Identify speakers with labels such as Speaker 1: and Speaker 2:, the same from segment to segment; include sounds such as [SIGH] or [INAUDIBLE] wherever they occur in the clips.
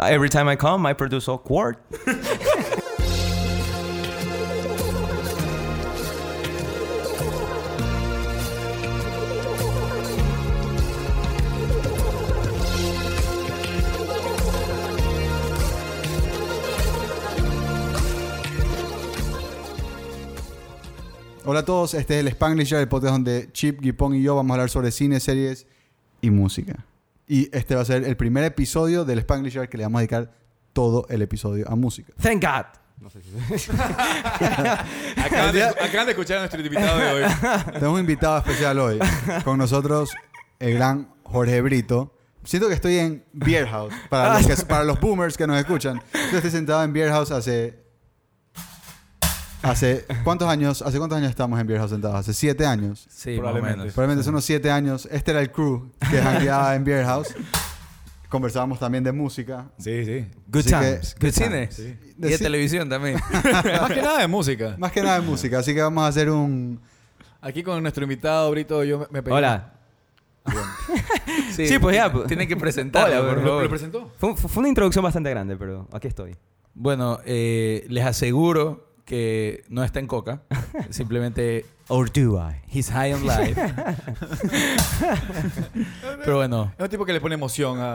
Speaker 1: Every time I come, I produce awkward.
Speaker 2: Hola a todos, este es el Spanglish, el podcast donde Chip, Gipón y yo vamos a hablar sobre cine, series y música. Y este va a ser el primer episodio del Spanglish que le vamos a dedicar todo el episodio a música.
Speaker 1: Thank God.
Speaker 3: Acaban de, acaban de escuchar a nuestro invitado de hoy.
Speaker 2: Tenemos un invitado especial hoy. Con nosotros, el gran Jorge Brito. Siento que estoy en Beer House. Para los, que- para los boomers que nos escuchan. Yo estoy sentado en Beer House hace. Hace cuántos años, hace cuántos años estamos en Beer House sentados? Hace siete años.
Speaker 1: Sí,
Speaker 3: Probablemente.
Speaker 2: Probablemente son unos siete años. Este era el crew que jangueaba en Beer House. Conversábamos también de música.
Speaker 3: [LAUGHS] Sí, sí.
Speaker 1: Good
Speaker 2: Así
Speaker 1: times.
Speaker 2: que-
Speaker 4: De cine.
Speaker 3: Sí.
Speaker 4: Y
Speaker 2: De
Speaker 4: de
Speaker 2: ci-
Speaker 4: televisión también.
Speaker 3: [LAUGHS] Más que nada de música.
Speaker 2: Más que nada de música. Así que vamos a hacer un.
Speaker 3: Aquí con nuestro invitado, Brito, yo me- me pedí.
Speaker 1: Hola. Sí, pues ya, pues.
Speaker 4: Tienen que
Speaker 1: Hola,
Speaker 4: presentarla, por
Speaker 1: pues.
Speaker 3: ¿Lo,
Speaker 4: favor.
Speaker 3: lo presentó?
Speaker 1: Fue, fue- fue una introducción bastante grande, pero aquí estoy.
Speaker 4: Bueno, eh, les aseguro que no está en
Speaker 3: [LAUGHS]
Speaker 4: coca. Simplemente,
Speaker 1: Or do I?
Speaker 4: he's high on life.
Speaker 3: [LAUGHS]
Speaker 4: Pero bueno,
Speaker 3: Es un tipo que le pone emoción a, a-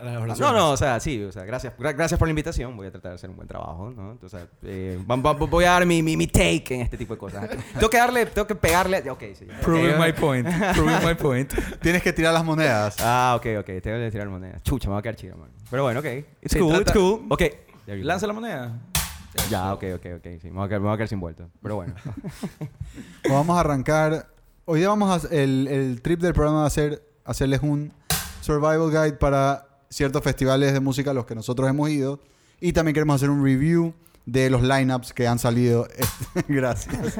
Speaker 3: a las oraciones.
Speaker 1: No, no, o sea, sí, o sea, gracias, gra- gracias por la invitación. Voy a tratar de hacer un buen trabajo, ¿no? Entonces, eh, va- va- voy a dar mi, mi, mi take en este tipo de cosas. tengo que darle, tengo que pegarle. Ok,
Speaker 3: [LAUGHS]
Speaker 1: sí. ok.
Speaker 4: proving my point. Proving my point.
Speaker 2: Tienes que tirar las monedas.
Speaker 1: Ah, ok, ok. Tengo que tirar monedas. Chucha, me va a quedar chido, man. Pero bueno, ok. It's
Speaker 4: Sí,
Speaker 1: cool,
Speaker 4: trata-
Speaker 1: it's cool. Ok. There you go.
Speaker 4: Lanza la moneda.
Speaker 1: Ya, ok, ok, ok. Sí, me voy a quedar, me voy a quedar sin vuelto. Pero bueno.
Speaker 2: Pues vamos a arrancar. Hoy día vamos a. El, el trip del programa va a ser hacerles un survival guide para ciertos festivales de música a los que nosotros hemos ido. Y también queremos hacer un review de los lineups que han salido. [LAUGHS] Gracias.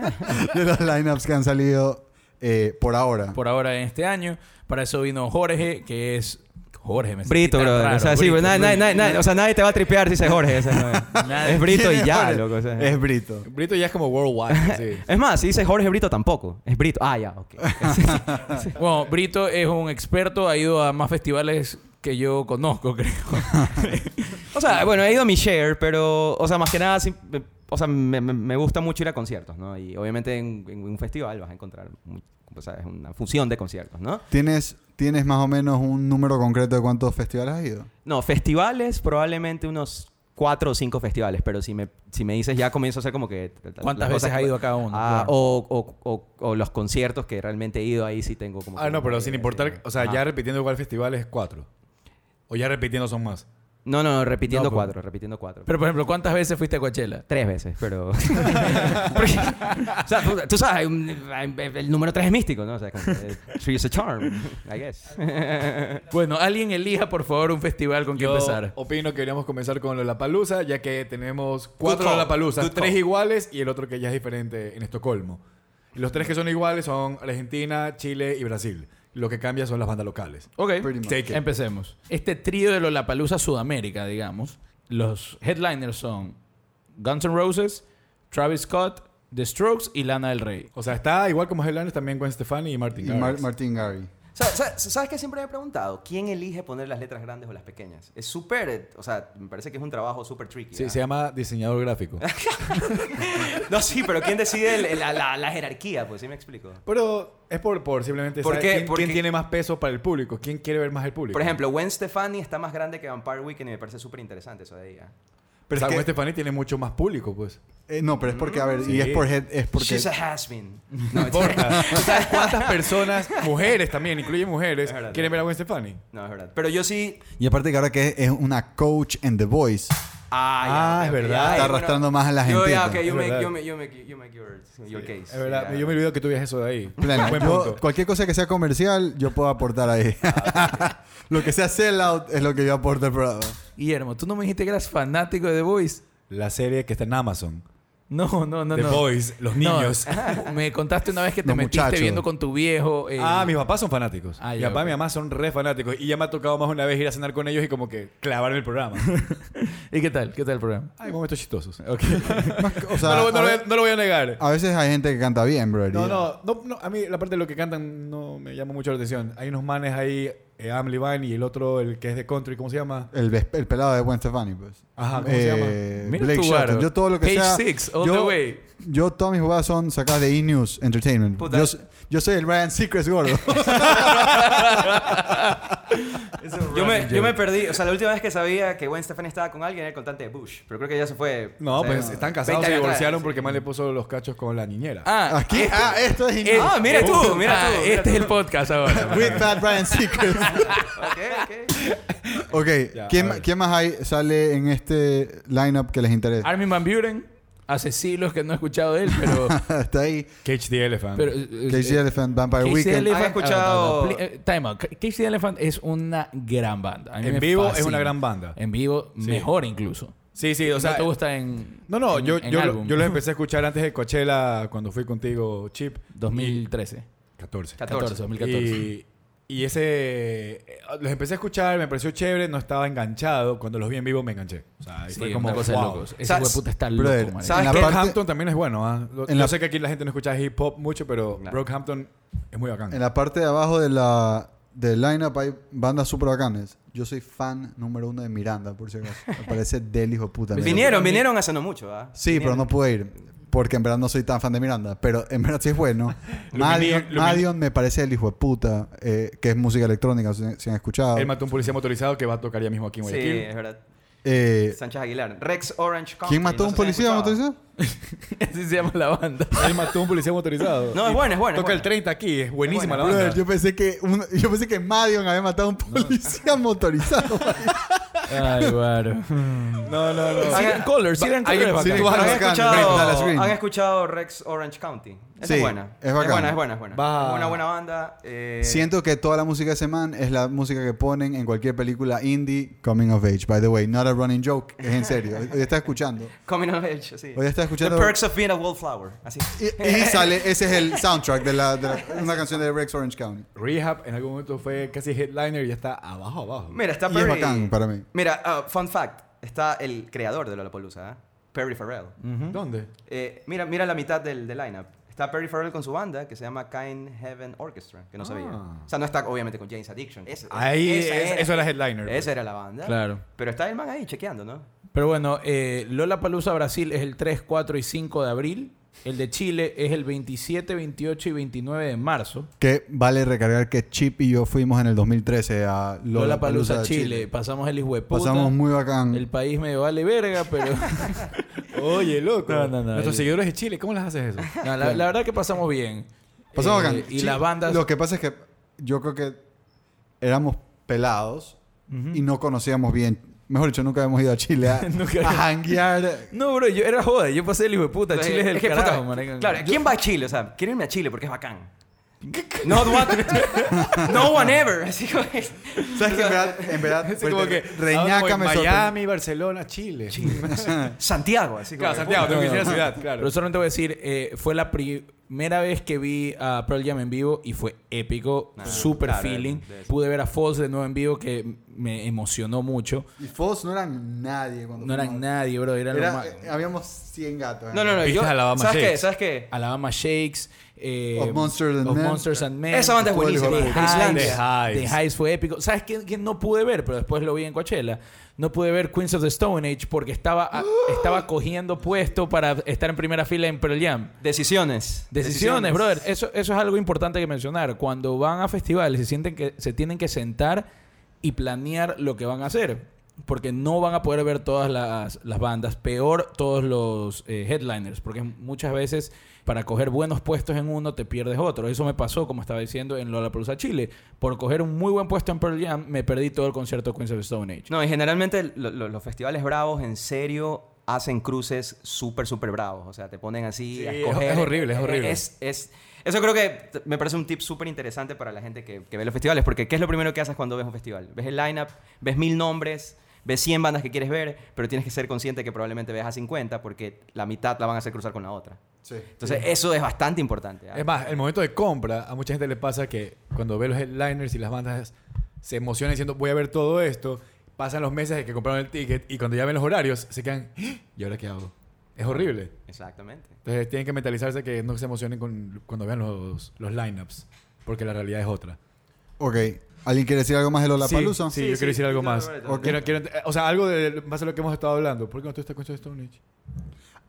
Speaker 2: De los lineups que han salido eh, por ahora.
Speaker 4: Por ahora en este año. Para eso vino Jorge, que es... Jorge, me sentí
Speaker 1: Brito,
Speaker 4: tan
Speaker 1: brother.
Speaker 4: raro.
Speaker 1: o sea, sí,
Speaker 4: Brito,
Speaker 1: pues, nadie, nadie,
Speaker 4: Brito.
Speaker 1: nadie, nadie- o sea, nadie te va a tripear si dice Jorge. o sea, no es.
Speaker 4: [LAUGHS] Nadie.
Speaker 1: es Brito y
Speaker 2: ¿Quién
Speaker 1: ya,
Speaker 2: Jorge?
Speaker 1: loco. o sea.
Speaker 2: Es Brito.
Speaker 3: Brito ya es como
Speaker 1: [LAUGHS]
Speaker 3: worldwide. sí.
Speaker 1: Es más, si dice Jorge Brito tampoco. Es Brito. Ah, ya, ok.
Speaker 4: Bueno, Brito es un experto, ha ido a más festivales que yo conozco, [LAUGHS] creo.
Speaker 1: O sea, bueno, he ido a mi share, pero, o sea, más que nada, sí, me- o sea, me, me- me gusta mucho ir a conciertos, ¿no? Y obviamente en, en un festival vas a encontrar, mu- o sea, es una fusión de conciertos, ¿no?
Speaker 2: ¿Tienes, ¿Tienes más o menos un número concreto de cuántos festivales has ido?
Speaker 1: No, festivales, probablemente unos cuatro o cinco festivales, pero si me, si me dices ya comienzo a hacer como que...
Speaker 4: ¿Cuántas
Speaker 1: las cosas
Speaker 4: veces ha
Speaker 1: que-
Speaker 4: ido a cada uno?
Speaker 1: Ah,
Speaker 4: Claro.
Speaker 1: o, o- o- o los conciertos que realmente he ido ahí sí tengo como...
Speaker 3: Ah,
Speaker 1: que
Speaker 3: no,
Speaker 1: una
Speaker 3: pero
Speaker 1: idea,
Speaker 3: sin
Speaker 1: sí,
Speaker 3: importar.
Speaker 1: ¿no?
Speaker 3: O sea,
Speaker 1: Ajá.
Speaker 3: ya repitiendo igual festival es cuatro. O ya repitiendo son más.
Speaker 1: No, no, no, repitiendo
Speaker 3: No, pero-
Speaker 1: cuatro, repitiendo cuatro.
Speaker 4: Pero, por ejemplo, ¿cuántas veces fuiste a Coachella?
Speaker 1: Tres veces,
Speaker 3: [LAUGHS]
Speaker 1: pero... [LAUGHS] Porque- o sea, tú, tú sabes, hay un- hay- el número tres es místico, ¿no? O sea, como que, eh, three is a charm, I guess.
Speaker 4: Bueno, alguien elija, por favor, un festival con que
Speaker 3: Yo
Speaker 4: empezar.
Speaker 3: opino que deberíamos comenzar con Lollapalooza, ya que tenemos cuatro
Speaker 4: call.
Speaker 3: Lollapaloozas,
Speaker 4: Good
Speaker 3: tres
Speaker 4: call.
Speaker 3: iguales y el otro que ya es diferente en Estocolmo. Y los tres que son iguales son Argentina, Chile y Brasil. Lo que cambia son las bandas locales.
Speaker 4: Ok,
Speaker 2: Pretty much.
Speaker 3: Take it.
Speaker 4: empecemos. Este trío de Lollapalooza Sudamérica, digamos, los headliners son Guns N' Roses, Travis Scott, The Strokes y Lana del Rey.
Speaker 3: O sea, está igual como Headliners también Gwen Stefani y Martin
Speaker 2: Y Mar-
Speaker 3: Garrix.
Speaker 2: Martin Garry.
Speaker 1: [LAUGHS] Sa- sa- ¿Sabes qué siempre me he preguntado? ¿Quién elige poner las letras grandes o las pequeñas? Es súper, eh, o sea, me parece que es un trabajo súper tricky.
Speaker 3: Sí,
Speaker 1: ¿ah?
Speaker 3: se llama diseñador
Speaker 1: [LAUGHS]
Speaker 3: gráfico.
Speaker 1: No, sí, pero ¿quién decide el- el- la, la- la jerarquía? Pues sí me explico.
Speaker 3: Pero es por, por simplemente
Speaker 1: ¿Por
Speaker 3: saber
Speaker 1: qué?
Speaker 3: quién,
Speaker 1: ¿Por
Speaker 3: quién
Speaker 1: qué?
Speaker 3: tiene más peso para el público, quién quiere ver más el público.
Speaker 1: Por ejemplo, Gwen Stefani está más grande que Vampire Weekend y me parece súper interesante eso de ella.
Speaker 3: Pero o sea,
Speaker 2: es que-
Speaker 3: Gwen Stefani tiene mucho más público,
Speaker 1: [LAUGHS]
Speaker 3: pues.
Speaker 2: Eh, no, pero es porque, a ver,
Speaker 3: Sí.
Speaker 2: y es por head, es porque
Speaker 1: She's a has-been. No, it's-
Speaker 3: importa. ¿Tú sabes cuántas personas, mujeres también, incluye mujeres,
Speaker 1: Es verdad.
Speaker 3: quieren ver a Gwen Stefani?
Speaker 1: no, es verdad. Pero yo sí...
Speaker 2: y aparte que ahora que es una coach en The Voice,
Speaker 1: Ah,
Speaker 3: Ah,
Speaker 1: ya,
Speaker 3: es
Speaker 1: ok, ok.
Speaker 3: verdad.
Speaker 1: Ay,
Speaker 2: está
Speaker 1: bueno.
Speaker 2: arrastrando más a la gente.
Speaker 1: Yo, ya, ok,
Speaker 3: pues. Es
Speaker 1: you make,
Speaker 3: verdad.
Speaker 1: you make, you make, you make your, your case.
Speaker 3: Es verdad,
Speaker 1: Ya.
Speaker 3: yo me olvidé que tú veías eso de ahí. [LAUGHS]
Speaker 2: Plena.
Speaker 3: [LAUGHS] Buen
Speaker 2: Yo-
Speaker 3: punto.
Speaker 2: cualquier cosa que sea comercial, yo puedo aportar
Speaker 3: [LAUGHS]
Speaker 2: ahí. lo que sea sellout es lo que yo aporto al programa.
Speaker 4: Guillermo, ¿tú no me dijiste que eras fanático de The Voice?
Speaker 3: La serie que está en Amazon.
Speaker 4: No, no, no,
Speaker 3: The
Speaker 4: no.
Speaker 3: Boys, los
Speaker 4: No. [LAUGHS]
Speaker 3: niños.
Speaker 4: Me contaste una vez que te
Speaker 2: Los
Speaker 4: metiste
Speaker 2: muchachos.
Speaker 4: viendo con tu viejo. eh,
Speaker 3: Ah, mis papás son fanáticos.
Speaker 4: Ah,
Speaker 3: mi
Speaker 4: ya,
Speaker 3: papá y
Speaker 4: ok.
Speaker 3: mi mamá son re fanáticos. Y ya me ha tocado más una vez ir a cenar con ellos y como que clavarme el [LAUGHS] programa.
Speaker 4: ¿Y qué tal? ¿Qué tal el programa?
Speaker 3: Hay momentos chistosos.
Speaker 2: Más que- o sea,
Speaker 3: no, lo, no
Speaker 2: a,
Speaker 3: lo-
Speaker 2: ve-
Speaker 3: no lo voy a negar.
Speaker 2: a veces hay gente que canta bien, bro.
Speaker 3: No, no, no, no, a mí la parte de lo que cantan no me llama mucho la atención. Hay unos manes ahí, eh, eh, Adam Levine y el otro, el que es de country, ¿cómo se llama?
Speaker 2: El, ves- el pelado de Gwen Stefani, pues.
Speaker 3: Ajá, ¿cómo se llama?
Speaker 2: Eh,
Speaker 4: Mira
Speaker 2: Blake
Speaker 4: tú,
Speaker 2: Shelton.
Speaker 4: Varo.
Speaker 2: Yo todo lo que
Speaker 4: Page
Speaker 2: sea...
Speaker 4: six, all
Speaker 2: yo,
Speaker 4: the way.
Speaker 2: Yo todas mis jugadas son sacadas de E-News Entertainment.
Speaker 1: Puta.
Speaker 2: Yo, yo soy el Ryan Seacrest gordo.
Speaker 1: Yo me, yo me perdí. O sea, la última vez que sabía que Gwen Stefani estaba con alguien era el cantante de Bush. Pero creo que ya se fue.
Speaker 3: No,
Speaker 1: o sea,
Speaker 3: pues están casados,
Speaker 1: 20 años
Speaker 3: se
Speaker 1: atrás,
Speaker 3: divorciaron
Speaker 1: sí.
Speaker 3: porque más le puso los cachos con la niñera.
Speaker 4: Ah,
Speaker 2: Aquí, Uh. ah, esto es
Speaker 4: eh,
Speaker 2: E-News.
Speaker 1: Ah, mira tú, mira
Speaker 4: ah,
Speaker 1: tú, mira
Speaker 4: este
Speaker 1: tú.
Speaker 4: es el podcast ahora.
Speaker 2: With Fat Ryan Seacrest.
Speaker 3: [LAUGHS]
Speaker 1: Ok, ok.
Speaker 2: ok,
Speaker 3: Ya,
Speaker 2: ¿quién,
Speaker 3: a
Speaker 2: ma-
Speaker 3: ver.
Speaker 2: quién más hay, sale en este lineup que les interesa? [LAUGHS]
Speaker 4: [LAUGHS] Armin Van Buren. Hace siglos que no he escuchado de él, pero...
Speaker 2: Está ahí.
Speaker 3: Cage the Elephant.
Speaker 4: pero eh,
Speaker 2: KC
Speaker 4: eh,
Speaker 2: Elephant, Vampire
Speaker 4: KC
Speaker 2: Weekend.
Speaker 4: Elephant-
Speaker 1: ¿Han escuchado-
Speaker 4: Ah, no, no, pli- eh, time out. KC Elephant es una gran banda. A mí
Speaker 3: En
Speaker 4: me
Speaker 3: vivo es
Speaker 4: fascina.
Speaker 3: una gran banda.
Speaker 4: En vivo,
Speaker 3: Sí.
Speaker 4: mejor incluso.
Speaker 3: sí, sí, o sea.
Speaker 4: no te gusta en.
Speaker 3: No, no,
Speaker 4: en-
Speaker 3: yo,
Speaker 4: en
Speaker 3: yo,
Speaker 4: álbum.
Speaker 3: yo
Speaker 4: [LAUGHS]
Speaker 3: los empecé a escuchar antes de Coachella cuando fui contigo, Chip.
Speaker 4: 2013. 14,
Speaker 3: 14.
Speaker 1: 14.
Speaker 4: 2014.
Speaker 3: Y, y ese. eh, Los empecé a escuchar, me pareció chévere, no estaba enganchado. Cuando los vi en vivo me enganché. O sea, ahí
Speaker 4: Sí,
Speaker 3: fue como.
Speaker 4: una cosa de
Speaker 3: wow.
Speaker 4: locos. Ese
Speaker 1: ¿Sabes?
Speaker 4: hueputa está loco,
Speaker 2: Brother,
Speaker 4: marico.
Speaker 1: ¿sabes
Speaker 2: en la
Speaker 1: qué?
Speaker 2: parte-
Speaker 3: Brockhampton también es bueno, ¿ah? Lo-
Speaker 2: En
Speaker 3: yo
Speaker 2: la-
Speaker 3: sé que aquí la gente no escucha hip hop mucho, pero
Speaker 1: Claro.
Speaker 3: Brockhampton es muy bacán.
Speaker 2: En la parte de abajo de la, del lineup hay bandas súper bacanes. Yo soy fan número uno de Miranda, por si acaso. Me parece del hijo de puta. Miranda.
Speaker 1: Vinieron, vinieron hace no mucho, ¿ah?
Speaker 2: Sí, pero no pude ir. Porque en verdad no soy tan fan de Miranda. Pero en verdad sí
Speaker 1: [LAUGHS]
Speaker 2: es bueno. Madion,
Speaker 3: Lumini-
Speaker 2: Madion me parece el hijo de puta. eh, que es música electrónica, si, si han escuchado.
Speaker 3: Él mató a un policía motorizado que va a tocar ya mismo aquí en
Speaker 1: Sí,
Speaker 3: Guayaquil.
Speaker 1: es verdad.
Speaker 2: Eh,
Speaker 1: Sánchez Aguilar. Rex Orange Country.
Speaker 2: ¿Quién
Speaker 1: no
Speaker 2: mató a un
Speaker 1: sé si han
Speaker 2: policía? ¿Mató
Speaker 1: escuchado.
Speaker 2: eso?
Speaker 4: [LAUGHS] Así se llama la banda.
Speaker 3: Él mató a un
Speaker 1: [LAUGHS]
Speaker 3: policía motorizado.
Speaker 1: No, es
Speaker 3: Y
Speaker 1: bueno, es bueno, es
Speaker 3: Toca
Speaker 1: bueno.
Speaker 3: el 30 aquí, es buenísima
Speaker 1: Es bueno,
Speaker 3: la
Speaker 2: Brother,
Speaker 3: banda.
Speaker 2: yo pensé que uno- yo pensé que Madion había matado a
Speaker 1: [LAUGHS]
Speaker 2: un policía motorizado.
Speaker 4: Ay, [LAUGHS] guaro.
Speaker 3: No, no, no.
Speaker 4: Siren Color, Siren
Speaker 3: Hay-
Speaker 4: Color. es
Speaker 3: Siren
Speaker 4: bacán.
Speaker 3: Color.
Speaker 1: ¿Han
Speaker 2: Bacán, Rex Dallas Green.
Speaker 1: escuchado, ¿Han escuchado Rex Orange County? Esa
Speaker 2: Sí,
Speaker 1: es buena.
Speaker 2: es bacán.
Speaker 1: buena, es buena, es buena.
Speaker 3: Va.
Speaker 1: Es una buena banda. eh,
Speaker 2: Siento que toda la música de ese man es la música que ponen en cualquier película indie coming of age. By the way, not a running joke, es en serio. Hoy está escuchando.
Speaker 1: Coming of Age, sí.
Speaker 2: Hoy estaba escuchando-
Speaker 1: The Perks of Being a Wallflower. Así.
Speaker 2: Y, y sale, ese es el soundtrack de, la, de la- una canción de Rex Orange County.
Speaker 3: Rehab en algún momento fue casi headliner y ya está abajo, abajo.
Speaker 1: Mira, está
Speaker 2: Y es
Speaker 1: Perry.
Speaker 2: bacán para mí.
Speaker 1: Mira, ah, fun fact. Está el creador de Lollapalooza, ¿ah? Perry Farrell.
Speaker 3: Mm. ¿Dónde?
Speaker 1: Eh, mira, mira la mitad del, del lineup. Está Perry Farrell con su banda que se llama Kind Heaven Orchestra, que no sabía.
Speaker 3: Ah.
Speaker 1: O sea, no está obviamente con James Addiction. Ese-
Speaker 3: Ahí,
Speaker 1: esa
Speaker 3: es- eso era headliner. pues.
Speaker 1: Esa era la banda.
Speaker 4: Claro.
Speaker 1: Pero está el man ahí chequeando, ¿no?
Speaker 4: Pero bueno, eh, Lola Palusa Brasil es el 3, 4 y 5 de abril. El de Chile es el 27, 28 y 29 de marzo.
Speaker 2: Que vale recargar que Chip y yo fuimos en el 2013 a
Speaker 4: Lola
Speaker 2: Lollapalooza
Speaker 4: Palusa
Speaker 2: de
Speaker 4: Chile. Pasamos el hijueputa.
Speaker 2: Pasamos muy bacán.
Speaker 4: El país medio vale verga, pero... [LAUGHS]
Speaker 3: Oye, loco.
Speaker 4: No, no, no.
Speaker 3: Nuestros
Speaker 4: El-
Speaker 3: seguidores de Chile, ¿cómo las haces eso?
Speaker 4: No, la, la verdad que pasamos bien.
Speaker 2: Pasamos
Speaker 4: Eh,
Speaker 2: bacán.
Speaker 4: Y
Speaker 2: Sí,
Speaker 4: las bandas...
Speaker 2: Lo que pasa es que yo creo que éramos pelados y no conocíamos bien. Mejor dicho, nunca habíamos ido a Chile a,
Speaker 4: Nunca.
Speaker 2: a janguear.
Speaker 4: No, bro, yo era joda. Yo pasé el hijo de puta.
Speaker 1: Entonces,
Speaker 4: Chile es el
Speaker 1: que, puta,
Speaker 4: carajo, marica.
Speaker 1: Claro,
Speaker 4: Yo-
Speaker 1: ¿quién va a Chile? O sea, quiero irme a Chile porque es bacán. Not one, no one ever. Así como es.
Speaker 2: ¿Sabes que en verdad, en verdad
Speaker 3: Así como que, ah, como
Speaker 2: Reñaca
Speaker 3: en
Speaker 2: me sorprendió?
Speaker 3: Miami, Barcelona, Chile.
Speaker 1: Santiago, así como.
Speaker 3: Claro, Santiago, tengo que decir la ciudad,
Speaker 4: Pero
Speaker 3: claro.
Speaker 4: solamente voy a decir, eh, fue la primera vez que vi a Pearl Jam en vivo y fue épico,
Speaker 1: Ah,
Speaker 4: super
Speaker 1: claro,
Speaker 4: feeling.
Speaker 1: de eso.
Speaker 4: Pude ver a Foz de nuevo en vivo que me emocionó mucho.
Speaker 2: Y Foz no eran nadie cuando
Speaker 4: No eran
Speaker 2: fuimos.
Speaker 4: nadie, bro, eran
Speaker 2: Era-
Speaker 4: los más...
Speaker 2: eh, habíamos 100 gatos.
Speaker 1: No, no, no.
Speaker 3: Viste
Speaker 1: Yo,
Speaker 3: Alabama
Speaker 1: ¿Sabes qué?
Speaker 3: Shakes.
Speaker 1: ¿Sabes qué?
Speaker 4: Alabama Shakes. eh,
Speaker 2: Of Monsters and
Speaker 4: Of
Speaker 2: Men.
Speaker 4: Monsters and Men.
Speaker 1: Esa banda es
Speaker 2: Estuvo el hijo
Speaker 1: buenísima.
Speaker 2: de
Speaker 1: De
Speaker 2: puta.
Speaker 1: Islandia.
Speaker 3: The
Speaker 4: The
Speaker 3: Hives.
Speaker 4: Hives fue épico. ¿Sabes qué, qué no pude ver? Pero después lo vi en Coachella. No pude ver Queens of the Stone Age porque estaba, a- estaba cogiendo puesto para estar en primera fila en Pearl Jam.
Speaker 1: Decisiones.
Speaker 4: Decisiones, brother. Eso, eso es algo importante que mencionar. Cuando van a festivales, se sienten que se tienen que sentar y planear lo que van a hacer. Porque no van a poder ver todas las, las bandas. Peor, todos los eh, headliners. Porque muchas veces, para coger buenos puestos en uno, te pierdes otro. Eso me pasó, como estaba diciendo, en Lollapalooza Chile. Por coger un muy buen puesto en Pearl Jam, me perdí todo el concierto de Queens of the Stone Age.
Speaker 1: No, y generalmente lo- lo- los festivales bravos, en serio, hacen cruces súper, súper bravos. O sea, te ponen así.
Speaker 3: Sí,
Speaker 1: a
Speaker 3: es-
Speaker 1: escoger. Eh,
Speaker 3: es horrible, es horrible.
Speaker 1: Es- es- eso creo que t- me parece un tip súper interesante para la gente que, que ve los festivales, porque ¿qué es lo primero que haces cuando ves un festival? Ves el lineup, ves mil nombres. Ves 100 bandas que quieres ver, pero tienes que ser consciente que probablemente veas a 50 porque la mitad la van a hacer cruzar con la otra. Entonces, eso es bastante importante. ¿ah?
Speaker 3: Es más, el momento de compra, a mucha gente le pasa que cuando ve los headliners y las bandas se emocionan diciendo voy a ver todo esto, pasan los meses de que compraron el ticket y cuando ya ven los horarios se quedan, "¿Ah? ¿y ahora qué hago? Es horrible.
Speaker 1: Exactamente.
Speaker 3: Entonces tienen que mentalizarse que no se emocionen con- cuando vean los, los lineups, porque la realidad es otra.
Speaker 2: Ok. ¿Alguien quiere decir algo más de Lollapalooza?
Speaker 3: Sí,
Speaker 1: Sí,
Speaker 3: yo
Speaker 1: sí,
Speaker 3: quiero decir algo
Speaker 1: sí,
Speaker 3: más.
Speaker 1: claro,
Speaker 2: claro.
Speaker 3: Quiero- quiero ent- eh, o sea, algo de más de lo que hemos estado hablando. ¿Por qué no tú estás con Stone Age?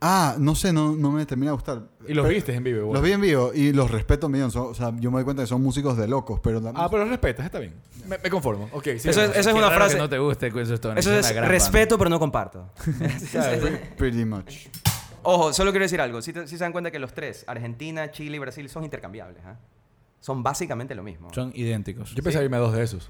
Speaker 2: Ah, no sé, no, no me termina de gustar.
Speaker 3: Y los
Speaker 2: Pero-
Speaker 3: viste en vivo.
Speaker 2: Los
Speaker 3: güey.
Speaker 2: vi en vivo y los respeto millón. Son- o sea, yo me doy cuenta que son músicos de locos, pero la
Speaker 3: Ah, pero los respetas, está bien. Me, me conformo. Ok, sí.
Speaker 1: Eso es- esa es una frase.
Speaker 4: Que no te guste Queens of Stone Age,
Speaker 1: Eso
Speaker 4: una
Speaker 1: es
Speaker 4: gran
Speaker 1: respeto, pero no
Speaker 3: [LAUGHS]
Speaker 1: comparto. [LAUGHS]
Speaker 2: pretty much.
Speaker 1: Ojo, solo quiero decir algo. Si, te- si se dan cuenta que los tres, Argentina, Chile y Brasil, son intercambiables. ¿ah? Son básicamente lo mismo.
Speaker 4: banda. Son idénticos.
Speaker 3: Yo pensaba irme a dos de esos.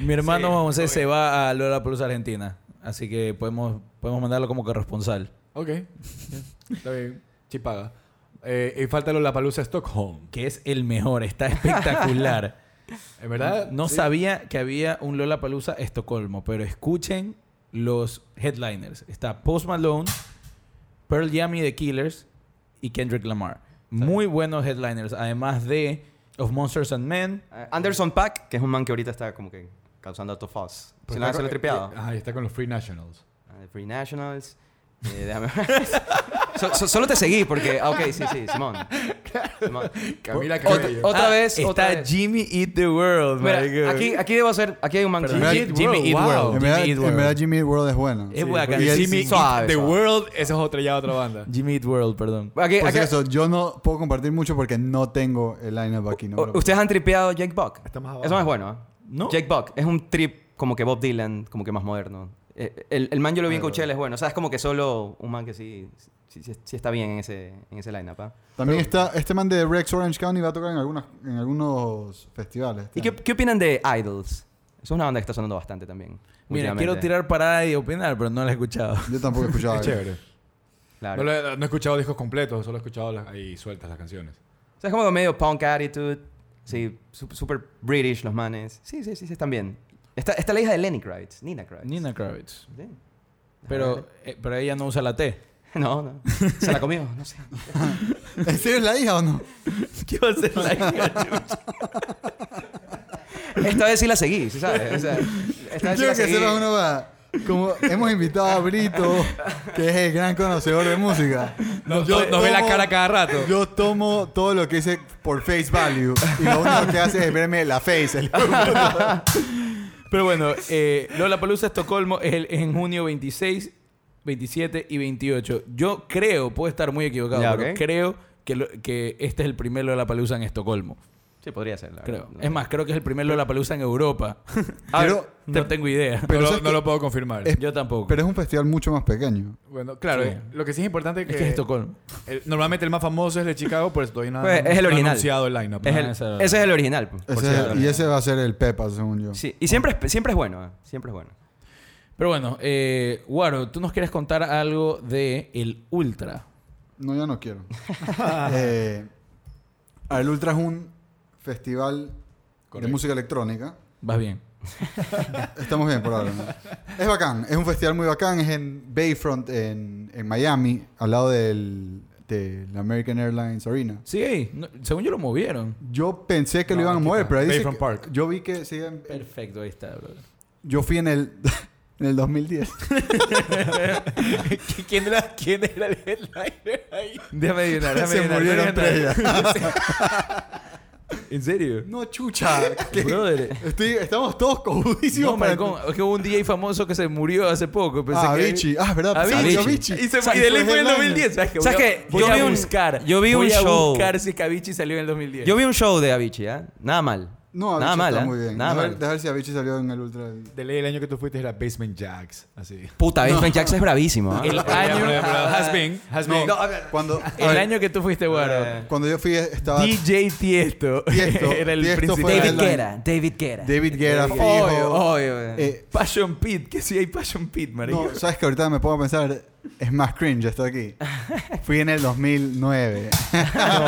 Speaker 4: Mi hermano José se va a Lola Plus Argentina. Así que podemos, podemos mandarlo como corresponsal.
Speaker 3: Ok. Ya, está bien. Chipaga. Eh, y falta la palusa Stockholm.
Speaker 4: Que es el mejor, está espectacular.
Speaker 3: En verdad.
Speaker 4: No
Speaker 3: sí.
Speaker 4: sabía que había un Lola Palusa Estocolmo, pero escuchen los headliners. Está Post Malone, Pearl Jam y The Killers y Kendrick Lamar. Muy buenos headliners, además de Of Monsters and Men.
Speaker 1: Eh, Anderson Pack, que es un man que ahorita está como que causando alto fuzz. Si
Speaker 3: Pero
Speaker 1: no,
Speaker 3: está
Speaker 1: se lo he
Speaker 3: con-
Speaker 1: tripeado.
Speaker 3: Ajá, y está con los Free Nationals.
Speaker 1: Ah, de Free Nationals. Eh, déjame ver. [LAUGHS] So- so- solo te seguí porque. ah, Ok, sí, sí, Simón. Simón.
Speaker 3: Camila
Speaker 1: Ot-
Speaker 3: Cabello.
Speaker 1: Otra
Speaker 4: Ah,
Speaker 1: vez.
Speaker 4: Está
Speaker 1: otra vez.
Speaker 4: Jimmy Eat the World,
Speaker 1: Mira,
Speaker 4: marico.
Speaker 1: aquí, aquí debo hacer. Aquí hay un man que-
Speaker 4: Perdón.
Speaker 2: Jimmy
Speaker 4: Eat-
Speaker 3: Eat
Speaker 4: Jimmy
Speaker 3: World,
Speaker 4: Eat
Speaker 3: wow.
Speaker 4: World.
Speaker 2: En verdad,
Speaker 4: Oh, Jimmy Eat
Speaker 2: en verdad
Speaker 4: World.
Speaker 2: Jimmy Eat World es buena.
Speaker 3: Eh,
Speaker 4: Es buena
Speaker 2: porque
Speaker 4: canción.
Speaker 2: es-
Speaker 3: Jimmy
Speaker 1: Suave,
Speaker 3: Eat The
Speaker 1: suave.
Speaker 3: World. Esa es otra ya otra banda.
Speaker 4: Jimmy Eat World, perdón.
Speaker 1: Aquí-
Speaker 2: Por
Speaker 1: aquí-
Speaker 2: si acaso, yo no puedo compartir mucho porque no tengo el lineup aquí. No, me
Speaker 1: o-
Speaker 2: lo-
Speaker 1: Ustedes han tripeado Jake Buck.
Speaker 3: Está más abajo.
Speaker 1: Eso no es bueno. ¿eh?
Speaker 4: ¿No?
Speaker 1: Jake Buck es un trip como que Bob Dylan, como que más moderno. Eh, El, el man yo lo vi en
Speaker 2: Claro.
Speaker 1: Coachella es bueno. O sea, es como que solo un man que sí, sí, sí- sí está bien en ese, en ese lineup. ¿ah?
Speaker 2: También está este man de Rex Orange County va a tocar en, algunas, en algunos festivales.
Speaker 1: ¿Y qué, qué opinan de Idols? Es una banda que está sonando bastante también.
Speaker 4: Mira,
Speaker 1: últimamente.
Speaker 4: quiero tirar parada y opinar, pero no la he escuchado.
Speaker 2: Yo tampoco he
Speaker 3: [LAUGHS]
Speaker 2: escuchado.
Speaker 3: Es chévere.
Speaker 1: Claro.
Speaker 3: No, le- no he escuchado discos completos, solo he escuchado las, ahí sueltas las canciones.
Speaker 1: O sea, es como medio punk attitude. Sí, su- super British los manes. Sí, sí, sí, sí están bien. Está, está la hija de Lenny Kravitz, Nina Kravitz.
Speaker 4: Nina Kravitz.
Speaker 1: Sí. [LAUGHS]
Speaker 4: Pero, eh, pero ella no usa la T.
Speaker 1: No, no. Se la comió, no
Speaker 4: [LAUGHS]
Speaker 1: sé.
Speaker 2: ¿En serio es la hija o no?
Speaker 4: ¿Qué va a hacer [LAUGHS] la hija?
Speaker 1: Esta vez sí la seguí, ¿sí ¿sabes? O sea, esta vez sí
Speaker 2: Quiero
Speaker 1: la
Speaker 2: que
Speaker 1: seguí.
Speaker 2: sepas uno va. Como hemos invitado a Brito, que es el gran conocedor de música.
Speaker 3: No, no- no ve la
Speaker 2: tomo-
Speaker 3: cara cada rato.
Speaker 2: Yo tomo todo lo que dice por face value. Y lo único que hace es verme la face. el-
Speaker 4: Pero bueno, eh, Lola Palusa Estocolmo es el- en junio 26, 27 y 28. Yo creo, puedo estar muy equivocado,
Speaker 1: Ya,
Speaker 4: pero
Speaker 1: ok.
Speaker 4: creo que, lo- que este es el primer Lola Palusa en Estocolmo.
Speaker 1: Sí, podría ser, la
Speaker 4: Creo.
Speaker 1: verdad.
Speaker 4: Es más, creo que es el primer Lola Palusa en Europa. [LAUGHS]
Speaker 2: Pero,
Speaker 4: no tengo idea.
Speaker 2: pero
Speaker 3: no,
Speaker 2: eso
Speaker 3: lo,
Speaker 2: es
Speaker 3: no
Speaker 2: que-
Speaker 3: lo puedo confirmar.
Speaker 2: es-
Speaker 4: Yo tampoco.
Speaker 2: pero es un festival mucho más pequeño.
Speaker 3: bueno, claro,
Speaker 4: Sí.
Speaker 3: eh, lo que sí es importante es que,
Speaker 4: es que es Estocolmo.
Speaker 3: el- normalmente el más famoso es el de Chicago, pero todavía nada,
Speaker 1: Pues, es el
Speaker 3: no ha
Speaker 1: original.
Speaker 3: anunciado el lineup.
Speaker 1: Es
Speaker 3: ¿no?
Speaker 1: el-
Speaker 4: Ah, esa-
Speaker 1: ese es el original. pues. por
Speaker 2: Ese es-
Speaker 1: cierto.
Speaker 2: y ese va a ser el Pepa, según yo.
Speaker 1: Sí, y siempre es, siempre es bueno, ¿eh? siempre es bueno.
Speaker 4: Pero bueno, eh, Guaro, tú nos quieres contar algo de el Ultra.
Speaker 2: No, yo no
Speaker 3: [LAUGHS]
Speaker 2: quiero. eh, el Ultra es un festival de
Speaker 3: Correcto.
Speaker 2: música electrónica.
Speaker 4: Vas bien.
Speaker 2: Estamos bien por ahora. ¿no? Es bacán, es un festival muy bacán, es en Bayfront, en, en Miami, al lado del, del American Airlines Arena.
Speaker 4: Sí, ahí. No, según yo lo movieron.
Speaker 2: Yo pensé que lo
Speaker 3: No,
Speaker 2: iban a
Speaker 3: aquí
Speaker 2: mover,
Speaker 3: está.
Speaker 2: pero ahí dice
Speaker 3: Bayfront
Speaker 2: que-
Speaker 3: Park.
Speaker 2: Yo vi que sí, en- en-
Speaker 4: Perfecto, ahí está, brother.
Speaker 2: yo fui en el, [LAUGHS] en el 2010.
Speaker 4: [LAUGHS] ¿Quién era, ¿Quién era el headliner ahí? Déjame adivinar, [LAUGHS] déjame
Speaker 2: Se
Speaker 4: adivinar,
Speaker 2: murieron
Speaker 4: déjame adivinar.
Speaker 2: tres
Speaker 4: [LAUGHS]
Speaker 2: ya.
Speaker 4: ¿En serio?
Speaker 2: No, chucha. [LAUGHS] ¿qué?
Speaker 4: Brother.
Speaker 2: Estoy- estamos todos cojudísimos.
Speaker 4: No,
Speaker 2: para-
Speaker 4: maricón, es que hubo un DJ famoso que se murió hace poco. Pensé
Speaker 2: Ah,
Speaker 4: que...
Speaker 2: Avicii. Ah, verdad. pensé que
Speaker 4: Avicii.
Speaker 2: Avicii.
Speaker 4: Y, se
Speaker 2: O sea,
Speaker 4: fue, y de ley
Speaker 2: fue
Speaker 4: fue en el
Speaker 2: headliner.
Speaker 4: 2010. ¿Sabes qué?
Speaker 1: ¿Sabes
Speaker 4: Voy a-
Speaker 1: qué?
Speaker 4: Voy
Speaker 1: Yo
Speaker 4: a
Speaker 1: vi un-
Speaker 4: buscar.
Speaker 1: yo vi
Speaker 4: voy
Speaker 1: un
Speaker 4: a
Speaker 1: show.
Speaker 4: buscar si que Avicii salió en el 2010.
Speaker 1: Yo vi un show de Avicii, ¿eh? Nada mal.
Speaker 2: No, Avicii
Speaker 1: Nada mal,
Speaker 2: está
Speaker 1: ¿eh?
Speaker 2: muy bien.
Speaker 1: Nada
Speaker 2: a, ver,
Speaker 1: mal.
Speaker 2: deja ver si Avicii salió en el Ultra.
Speaker 3: De ley, el año que tú fuiste era Basement Jacks.
Speaker 1: [LAUGHS]
Speaker 3: Así.
Speaker 1: Puta, Basement Jaxx es bravísimo. ¿ah?
Speaker 4: El
Speaker 3: Pero ya,
Speaker 4: año-
Speaker 3: pero ya, pero ya, has been, has been. [LAUGHS]
Speaker 4: [LAUGHS]
Speaker 2: Cuando, a
Speaker 4: El
Speaker 2: ver,
Speaker 4: año que tú fuiste, Guaro.
Speaker 2: cuando yo fui estaba
Speaker 4: DJ Tiesto.
Speaker 2: Tiesto,
Speaker 4: [LAUGHS] era el
Speaker 2: Tiesto fue
Speaker 4: principal.
Speaker 1: David
Speaker 2: headline.
Speaker 1: Guerra, David Guerra.
Speaker 2: David Guerra. fijo.
Speaker 4: Obvio, obvio.
Speaker 2: Eh,
Speaker 4: Passion Pit, que sí hay Passion Pit, marico.
Speaker 2: no, sabes que ahorita me pongo a pensar, es más cringe esto aquí. Fui en el 2009.
Speaker 1: [LAUGHS]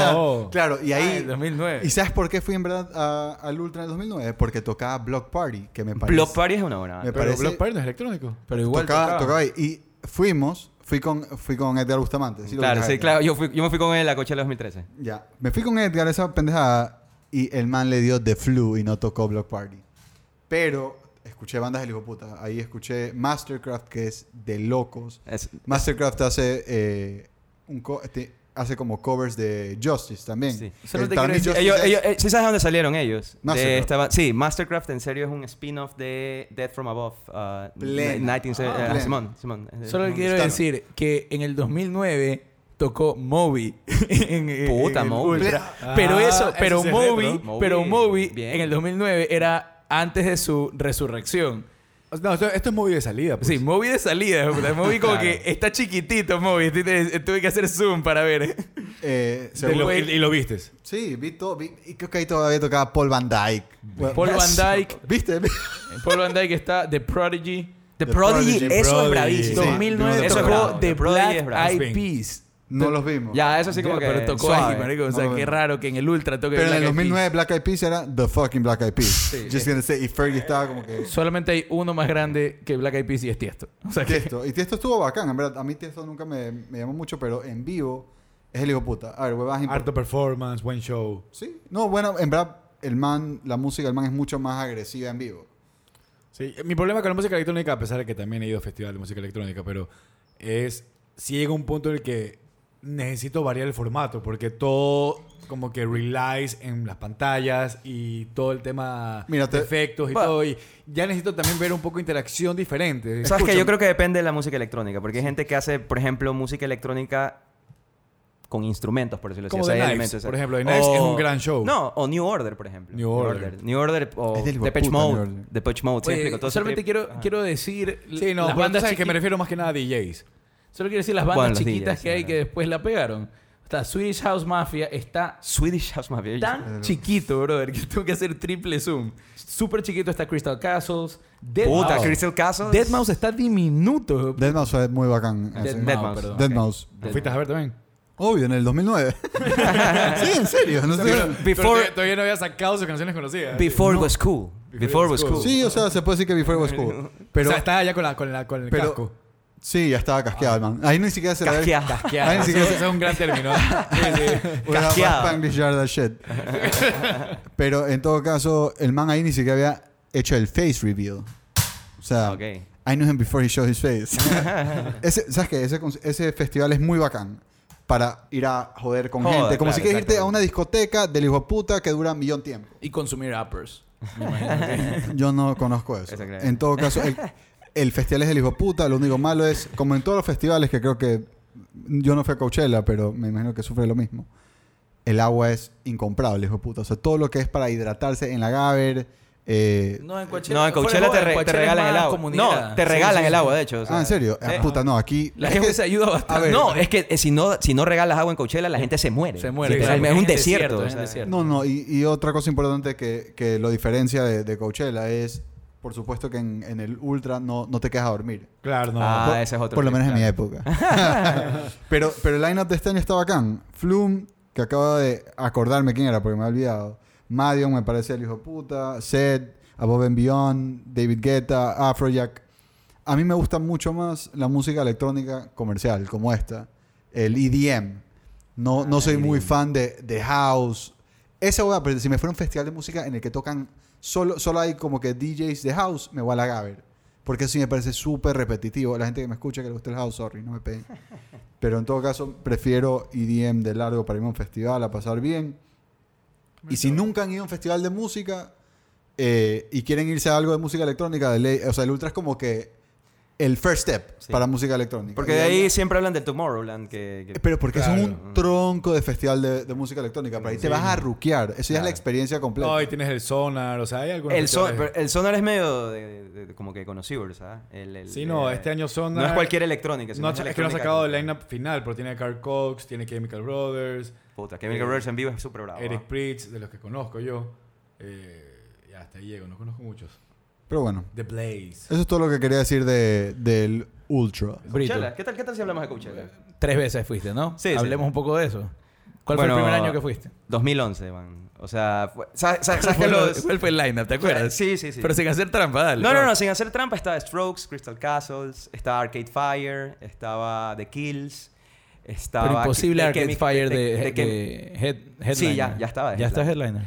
Speaker 3: No.
Speaker 2: claro, y
Speaker 4: Ah,
Speaker 2: ahí...
Speaker 4: el 2009.
Speaker 2: ¿Y sabes por qué fui en verdad a- al Ultra en el 2009? Porque tocaba Block Party, que me parece...
Speaker 1: Block Party es una buena banda.
Speaker 2: Me
Speaker 3: Pero
Speaker 2: parece-
Speaker 3: Block Party no es electrónico.
Speaker 4: Pero igual
Speaker 2: Tocaba,
Speaker 4: tocaba.
Speaker 2: tocaba ahí. Y fuimos, fui con, fui con Edgar Bustamante. ¿sí lo
Speaker 1: Claro,
Speaker 2: ubicas,
Speaker 1: sí,
Speaker 2: Edgar?
Speaker 1: claro. Yo, fui- yo me fui con él a Coachella 2013.
Speaker 2: Ya. Me fui con Edgar esa pendejada y el man le dio The Flu y no tocó Block Party. Pero escuché bandas del hijo puta. Ahí escuché Mastercraft, que es de locos.
Speaker 1: Es-
Speaker 2: Mastercraft hace eh, un co- este, hace como covers de Justice también.
Speaker 1: Sí.
Speaker 2: El
Speaker 1: Solo te quiero
Speaker 2: Tarantino
Speaker 1: decir,
Speaker 2: Justice
Speaker 1: ellos,
Speaker 2: es-
Speaker 1: ellos- eh, ¿sí sabes dónde salieron ellos? De
Speaker 2: Mastercraft.
Speaker 1: esta ba- sí, Mastercraft en serio es un spin-off de Death from Above. ah,
Speaker 2: Plena.
Speaker 1: na- 19
Speaker 2: Ah,
Speaker 1: ah,
Speaker 2: plena.
Speaker 1: Simón, Simón. eh,
Speaker 4: Solo
Speaker 1: Simón.
Speaker 4: quiero
Speaker 2: Claro.
Speaker 4: decir que en el 2009 tocó Moby [LAUGHS] en, en-
Speaker 1: Puta,
Speaker 4: en el
Speaker 1: Moby.
Speaker 4: Ultra.
Speaker 3: Ah,
Speaker 4: pero eso,
Speaker 3: ese
Speaker 4: pero
Speaker 3: es el
Speaker 4: Moby,
Speaker 3: retro.
Speaker 1: Moby,
Speaker 4: pero Moby
Speaker 1: bien.
Speaker 4: en el 2009 era antes de su resurrección.
Speaker 3: O sea, No, esto, esto es móvil de salida. pues.
Speaker 4: Sí, Moby de salida. puta. Moby [LAUGHS] como
Speaker 1: Claro.
Speaker 4: que está chiquitito Moby. Tuve tuve que hacer zoom para ver.
Speaker 2: eh,
Speaker 3: Te lo-
Speaker 2: seguro-
Speaker 3: y, y lo vistes.
Speaker 2: Sí, vi todo. vi- y creo que ahí todavía tocaba Paul Van Dyke.
Speaker 4: Paul
Speaker 2: [LAUGHS]
Speaker 4: Van Dyke.
Speaker 2: ¿Viste?
Speaker 4: Paul Van Dyke está The Prodigy.
Speaker 1: The
Speaker 2: The
Speaker 1: Prodigy,
Speaker 2: Prodigy,
Speaker 1: eso
Speaker 3: Prodigy.
Speaker 1: es bravísimo.
Speaker 2: Sí.
Speaker 4: 2009
Speaker 1: Eso es
Speaker 4: tocó
Speaker 1: bravo.
Speaker 4: The
Speaker 1: The Prodigy
Speaker 4: Black
Speaker 1: es bravo.
Speaker 4: Eyed Peas.
Speaker 2: no los vimos.
Speaker 1: Ya, eso sí como que...
Speaker 4: pero tocó
Speaker 2: suave.
Speaker 4: ahí, marico. O sea,
Speaker 2: No lo
Speaker 4: qué
Speaker 2: vemos.
Speaker 4: raro que en el Ultra toque
Speaker 2: Pero en
Speaker 4: Black
Speaker 2: el
Speaker 4: Eyed Peas.
Speaker 2: 2009 Black Eyed Peas era The fucking Black Eyed Peas. Just gonna say, y Fergie estaba como
Speaker 4: [LAUGHS]
Speaker 2: que...
Speaker 4: Solamente hay uno más grande que Black Eyed Peas y es Tiesto. O sea que...
Speaker 2: Tiesto. Y Tiesto estuvo bacán, en verdad. A mí Tiesto nunca me, me llamó mucho, pero en vivo es el hijo puta. A ver, huevas impor-
Speaker 3: Harto performance, buen show.
Speaker 2: Sí. No, bueno, en verdad, el man, la música del man es mucho más agresiva en vivo.
Speaker 3: Sí, mi problema con la música electrónica, a pesar de que también he ido a festivales de música electrónica, pero es si llega un punto en el que necesito variar el formato, porque todo como que relies en las pantallas y todo el tema
Speaker 2: Mira,
Speaker 3: de
Speaker 2: te-
Speaker 3: efectos y
Speaker 1: Pa-
Speaker 3: todo, y ya necesito también ver un poco de interacción diferente.
Speaker 1: Sabes que yo creo que depende de la música electrónica, porque hay gente que hace, por ejemplo, música electrónica con instrumentos, por decirlo así.
Speaker 3: Como
Speaker 1: o sea,
Speaker 3: The
Speaker 1: hay
Speaker 3: Knives,
Speaker 1: elementos, o sea.
Speaker 3: por ejemplo. The Knives es un gran show.
Speaker 1: No, o New Order, por ejemplo.
Speaker 3: New Order.
Speaker 1: New Order o
Speaker 2: Es del hijo de
Speaker 1: Depeche
Speaker 2: puta, New
Speaker 1: Mode.
Speaker 2: Order.
Speaker 1: Depeche Mode, sí,
Speaker 4: Oye,
Speaker 1: explico. Todo ese
Speaker 4: solamente
Speaker 1: trip.
Speaker 4: quiero,
Speaker 1: Ajá.
Speaker 4: quiero decir
Speaker 3: Sí, no,
Speaker 4: las
Speaker 3: pero tú
Speaker 4: bandas
Speaker 3: sabes que
Speaker 4: chiqui-
Speaker 3: me refiero más que nada a DJs.
Speaker 4: Solo quiero decir las bandas
Speaker 1: Bueno, los
Speaker 4: chiquitas
Speaker 1: DJs,
Speaker 4: que hay
Speaker 1: claro.
Speaker 4: que después la pegaron. Está Swedish House Mafia, está
Speaker 1: Swedish House Mafia.
Speaker 4: tan chiquito, brother, que tengo que hacer triple zoom. Súper chiquito está Crystal Castles. Dead
Speaker 1: Puta,
Speaker 4: Mouse.
Speaker 1: Crystal Castles.
Speaker 4: Dead Mouse está diminuto.
Speaker 2: Dead Mouse es muy bacán.
Speaker 4: Dead
Speaker 2: ese.
Speaker 4: Mouse,
Speaker 1: Dead Mouse.
Speaker 4: perdón.
Speaker 2: Dead
Speaker 1: ok.
Speaker 2: Mouse.
Speaker 1: Dead
Speaker 3: ¿Fuiste a ver también?
Speaker 2: Obvio, en el 2009. sí, en serio. No sé.
Speaker 1: Before-
Speaker 3: Pero todavía no había sacado sus canciones conocidas.
Speaker 1: Before was cool. Before was cool.
Speaker 2: Sí, o sea, se puede decir que Before Was Cool.
Speaker 3: Pero, o sea, estaba ya con, la, con, la, con el
Speaker 2: Pero-
Speaker 3: casco.
Speaker 2: Sí, ya estaba casqueado el man. Ahí ni siquiera se le había-
Speaker 1: Casqueada.
Speaker 3: Casqueado.
Speaker 2: Ahí ni
Speaker 3: Eso,
Speaker 2: siquiera-
Speaker 3: eso es un gran término. Sí,
Speaker 2: [LAUGHS]
Speaker 3: sí.
Speaker 2: We're about
Speaker 1: Casqueado.
Speaker 2: Spanglish yard that shit. Pero en todo caso, el man ahí ni siquiera había hecho el face reveal. O sea,
Speaker 1: Ok.
Speaker 2: I knew him before he showed his face. ese, ¿Sabes qué? Ese, cons- ese festival es muy bacán para ir a joder con
Speaker 1: Joder,
Speaker 2: gente. Como si
Speaker 1: claro,
Speaker 2: quieres irte a
Speaker 1: exacto.
Speaker 2: una discoteca del hijo de puta que dura un millón de
Speaker 4: [LAUGHS]
Speaker 2: tiempo.
Speaker 4: Y consumir uppers.
Speaker 2: Yo no conozco eso.
Speaker 1: Eso creo.
Speaker 2: En todo caso, el, el festival es el hijo de puta. Lo único malo es, como en todos los festivales, que creo que yo no fui a Coachella, pero me imagino que sufre lo mismo. El agua es incomparable, hijo de puta. O sea, todo lo que es para hidratarse en la Gaber. eh,
Speaker 4: No, en
Speaker 1: No, en Coachella te, re- te regalan el agua. No, te regalan el agua, de hecho. o sea. eh,
Speaker 2: ah, en serio. Ah,
Speaker 1: Sí.
Speaker 2: puta, no, aquí.
Speaker 4: La
Speaker 2: es
Speaker 4: gente
Speaker 2: que-
Speaker 4: se ayuda
Speaker 2: A
Speaker 4: bastante.
Speaker 2: ver.
Speaker 1: No, es que eh, si no, si no regalas agua en Coachella, la gente se muere.
Speaker 4: Se muere,
Speaker 1: Literalmente, es un
Speaker 4: exacto. Es
Speaker 1: desierto.
Speaker 4: desierto,
Speaker 1: o
Speaker 4: es
Speaker 1: sea.
Speaker 4: desierto.
Speaker 2: No, no, y, y otra cosa importante que, que lo diferencia de, de Coachella es, por supuesto, que en, en el Ultra no, no te quedas a dormir.
Speaker 3: Claro, no.
Speaker 1: Ah,
Speaker 2: Por-
Speaker 1: ese es otro.
Speaker 2: Por lo
Speaker 1: trip,
Speaker 2: menos en mi
Speaker 1: claro.
Speaker 2: época. pero, pero el line-up de este año está bacán. Flume, que acabo de acordarme quién era porque me había olvidado. Madion, me parece el hijo de puta. Zed, Above and Beyond, David Guetta, Afrojack. A mí me gusta mucho más la música electrónica comercial, como esta. El E EDM. No, no soy muy fan de, de House. Esa hueá, pero si me fuera a un festival de música en el que tocan solo, solo hay como que DJs de House, me voy a la Gaber. Porque eso sí me parece súper repetitivo. La gente que me escucha que le gusta el house, sorry, no
Speaker 1: [LAUGHS]
Speaker 2: me peguen. Pero en todo caso, prefiero EDM de largo para irme a un festival a pasar bien. Y si nunca han ido a un festival de música eh, y quieren irse a algo de música electrónica, de ley- o sea, el Ultra es como que el first step
Speaker 1: Sí.
Speaker 2: para música electrónica.
Speaker 1: Porque
Speaker 2: Y
Speaker 1: de ahí siempre hablan del Tomorrowland. Que, que-
Speaker 2: Pero porque eso es
Speaker 3: Claro.
Speaker 2: un tronco de festival de, de música electrónica. Pero ahí te vas a ruquear. Eso ya es
Speaker 1: Claro.
Speaker 2: la experiencia completa.
Speaker 3: No, y tienes el sonar, o sea, hay algunos.
Speaker 1: el, son-
Speaker 3: festivales-
Speaker 1: pero el Sonar es medio de- de- de- como que conocido, ¿sabes? El- el-
Speaker 3: Sí, no, este año Sonar-
Speaker 1: eh, No es cualquier electrónica. sino
Speaker 3: No, es que no ha
Speaker 1: electrónica
Speaker 3: sacado
Speaker 1: con-
Speaker 3: el lineup final, pero tiene a Carl Cox, tiene Chemical Brothers,
Speaker 1: Puta, Kevin Guerrero en vivo es súper bravo.
Speaker 3: Eric
Speaker 1: ¿ah?
Speaker 3: Pritz, de los que conozco yo. Eh, ya, hasta ahí llego, no conozco muchos.
Speaker 2: Pero bueno,
Speaker 3: The Blaze.
Speaker 2: eso es todo lo que quería decir de- del Ultra.
Speaker 4: Brito,
Speaker 1: Coachella, ¿qué tal, ¿Qué tal si hablamos de Coachella?
Speaker 4: tres veces fuiste, ¿no?
Speaker 1: Sí, sí.
Speaker 4: Hablemos un poco de eso. ¿Cuál fue el
Speaker 1: Bueno,
Speaker 4: primer año que [LAUGHS] fuiste?
Speaker 1: 2011, man. O sea, fue- ¿sabes, [LAUGHS] sabes- sabes que
Speaker 4: ¿Cuál fue-
Speaker 1: los...
Speaker 4: ¿Cuál fue el lineup? ¿Te acuerdas?
Speaker 1: Sí, sí, sí.
Speaker 4: Pero sin hacer trampa, dale.
Speaker 1: No, no, no,
Speaker 4: vamos.
Speaker 1: sin hacer trampa estaba Strokes, Crystal Castles, estaba Arcade Fire, estaba The Kills, estaba...
Speaker 4: Pero imposible
Speaker 1: The
Speaker 4: Arcade
Speaker 1: Chemi-
Speaker 4: Fire de,
Speaker 1: The- The Chem-
Speaker 4: de head-
Speaker 1: Sí,
Speaker 4: Headliner.
Speaker 1: ya- ya estaba de
Speaker 4: Ya está Headliner.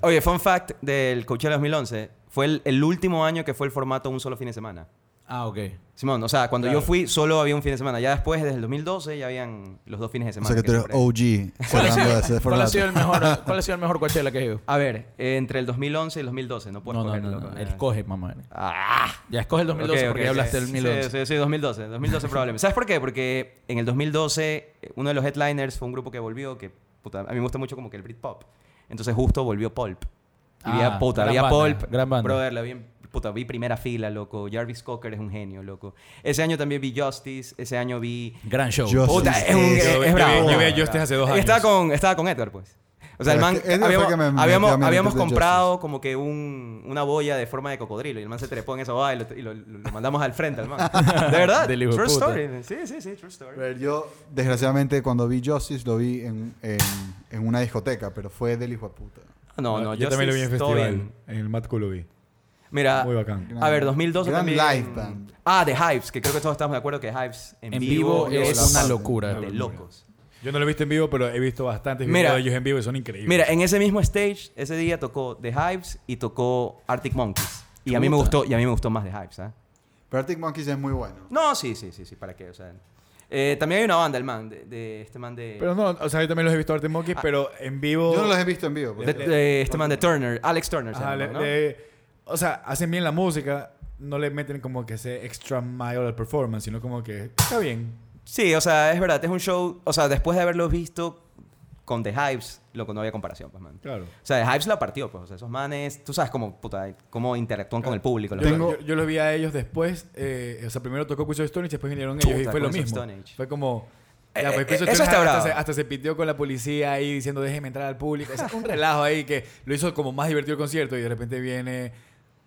Speaker 1: Oye, fun fact del Coachella 2011, fue el, el último año que fue el formato un solo fin de semana.
Speaker 4: Ah, ok.
Speaker 1: Simón, o sea, cuando
Speaker 3: Claro.
Speaker 1: yo fui, solo había un fin de semana. Ya después, desde el 2012, ya habían los dos fines de
Speaker 2: O
Speaker 1: semana.
Speaker 2: sea que
Speaker 1: que
Speaker 2: tú eres
Speaker 1: siempre- [LAUGHS]
Speaker 2: OG
Speaker 4: ¿Cuál ha
Speaker 2: cerrando
Speaker 4: sido-
Speaker 2: ese
Speaker 4: ¿Cuál ha
Speaker 2: formato.
Speaker 4: sido el mejor, [LAUGHS] cuál ha sido el mejor Coachella que has ido?
Speaker 1: A ver, eh, entre el 2011 y el 2012, no puedo escoger, loco. Ah.
Speaker 4: Escoge, mamá.
Speaker 1: Ah,
Speaker 4: Ya escoge el 2012
Speaker 1: ok,
Speaker 4: porque
Speaker 1: ok,
Speaker 4: ya hablaste
Speaker 1: sí,
Speaker 4: del 2011.
Speaker 1: Sí, sí, sí, 2012. 2012 probablemente. ¿Sabes por qué? Porque en el 2012 eh, uno de los headliners fue un grupo que volvió que, puta, a mí me gusta mucho como que el Britpop. Entonces justo volvió Pulp. Y vi
Speaker 4: Ah,
Speaker 1: a, puta,
Speaker 4: gran
Speaker 1: vi a
Speaker 4: banda,
Speaker 1: Pulp.
Speaker 4: gran banda.
Speaker 1: Brother, la vi en- puta, vi primera fila, loco. Jarvis Cocker es un genio, loco. Ese año también vi Justice. Ese año vi...
Speaker 4: Gran show.
Speaker 2: Yo-
Speaker 1: Puta,
Speaker 2: Justice
Speaker 1: es un...
Speaker 2: es-
Speaker 1: Es,
Speaker 3: Yo- yo vi-
Speaker 1: bravo.
Speaker 3: yo vi a
Speaker 1: bravo,
Speaker 3: Justice
Speaker 1: bravo.
Speaker 3: hace dos años.
Speaker 1: Estaba con, estaba con Edward, pues. O sea, el
Speaker 2: Pero
Speaker 1: man...
Speaker 2: es que Edward
Speaker 1: habíamos
Speaker 2: fue que me metió
Speaker 1: habíamos-
Speaker 2: a mí en
Speaker 1: habíamos
Speaker 2: Justice.
Speaker 1: comprado como que un, una boya de forma de cocodrilo. Y el man se trepó en esa boya y lo, y lo- lo mandamos al frente al man. ¿De
Speaker 3: [LAUGHS]
Speaker 1: verdad?
Speaker 4: Del hijo de
Speaker 1: true
Speaker 4: puta.
Speaker 1: story. Sí, sí, sí. True story.
Speaker 2: A ver, Yo, desgraciadamente, cuando vi Justice, lo vi en, en, en una discoteca, pero fue del hijo de puta.
Speaker 1: No, no.
Speaker 3: yo también lo vi en
Speaker 1: Justice, todo
Speaker 3: festival.
Speaker 1: bien.
Speaker 3: En el Mad Cool lo vi.
Speaker 1: Mira...
Speaker 3: Muy bacán.
Speaker 1: A ver, 2012
Speaker 2: Gran
Speaker 1: también.
Speaker 2: live band.
Speaker 1: Ah, de Hypes, que creo que todos estamos de acuerdo que Hypes en,
Speaker 4: En vivo es
Speaker 2: es
Speaker 4: una
Speaker 2: la-
Speaker 4: locura.
Speaker 1: de locos.
Speaker 3: Yo no lo he visto en vivo, pero he visto bastantes
Speaker 1: Mira.
Speaker 3: videos de ellos en vivo y son increíbles.
Speaker 1: Mira, en ese mismo stage, ese día tocó The Hypes y tocó Arctic Monkeys. Y a mí me
Speaker 4: Chuta.
Speaker 1: gustó, y a mí me gustó más The Hypes, ¿ah?
Speaker 2: Pero Arctic Monkeys es muy bueno.
Speaker 1: No, sí, sí, sí, sí, ¿para qué? O sea, eh, también hay una banda, el man, de, de este man de...
Speaker 3: Pero no, o sea, yo también los he visto a Arctic
Speaker 1: Ah.
Speaker 3: Monkeys, pero en vivo...
Speaker 2: Yo no los he visto en vivo.
Speaker 1: de- de este man de Turner, Alex Turner, se
Speaker 3: Ajá,
Speaker 1: llama,
Speaker 3: le-
Speaker 1: ¿no?
Speaker 3: le- o sea, hacen bien la música, no le meten como que ese extra mile al performance, sino como que está bien.
Speaker 1: Sí, o sea, es verdad, es un show... O sea, después de haberlo visto con The Hypes, loco, no había comparación, pues, man.
Speaker 3: Claro.
Speaker 1: O sea, The Hypes la partió, pues. O sea, esos manes... Tú sabes cómo, puta, cómo interactúan con el público.
Speaker 3: Yo,
Speaker 1: los
Speaker 3: yo, yo los vi a ellos después, eh, o sea, primero tocó Queens of Stone Age, después vinieron ellos y
Speaker 1: Puta,
Speaker 3: fue lo
Speaker 1: Queens of
Speaker 3: mismo.
Speaker 1: Stone Age.
Speaker 3: Fue como...
Speaker 1: Eh,
Speaker 3: ya, pues,
Speaker 1: eh,
Speaker 3: Queens of
Speaker 1: eso
Speaker 3: Stone Age
Speaker 1: está
Speaker 3: hasta,
Speaker 1: bravo.
Speaker 3: se, hasta se pitió con la policía ahí diciendo déjeme entrar al público. O sea, un relajo ahí que lo hizo como más divertido el concierto y de repente viene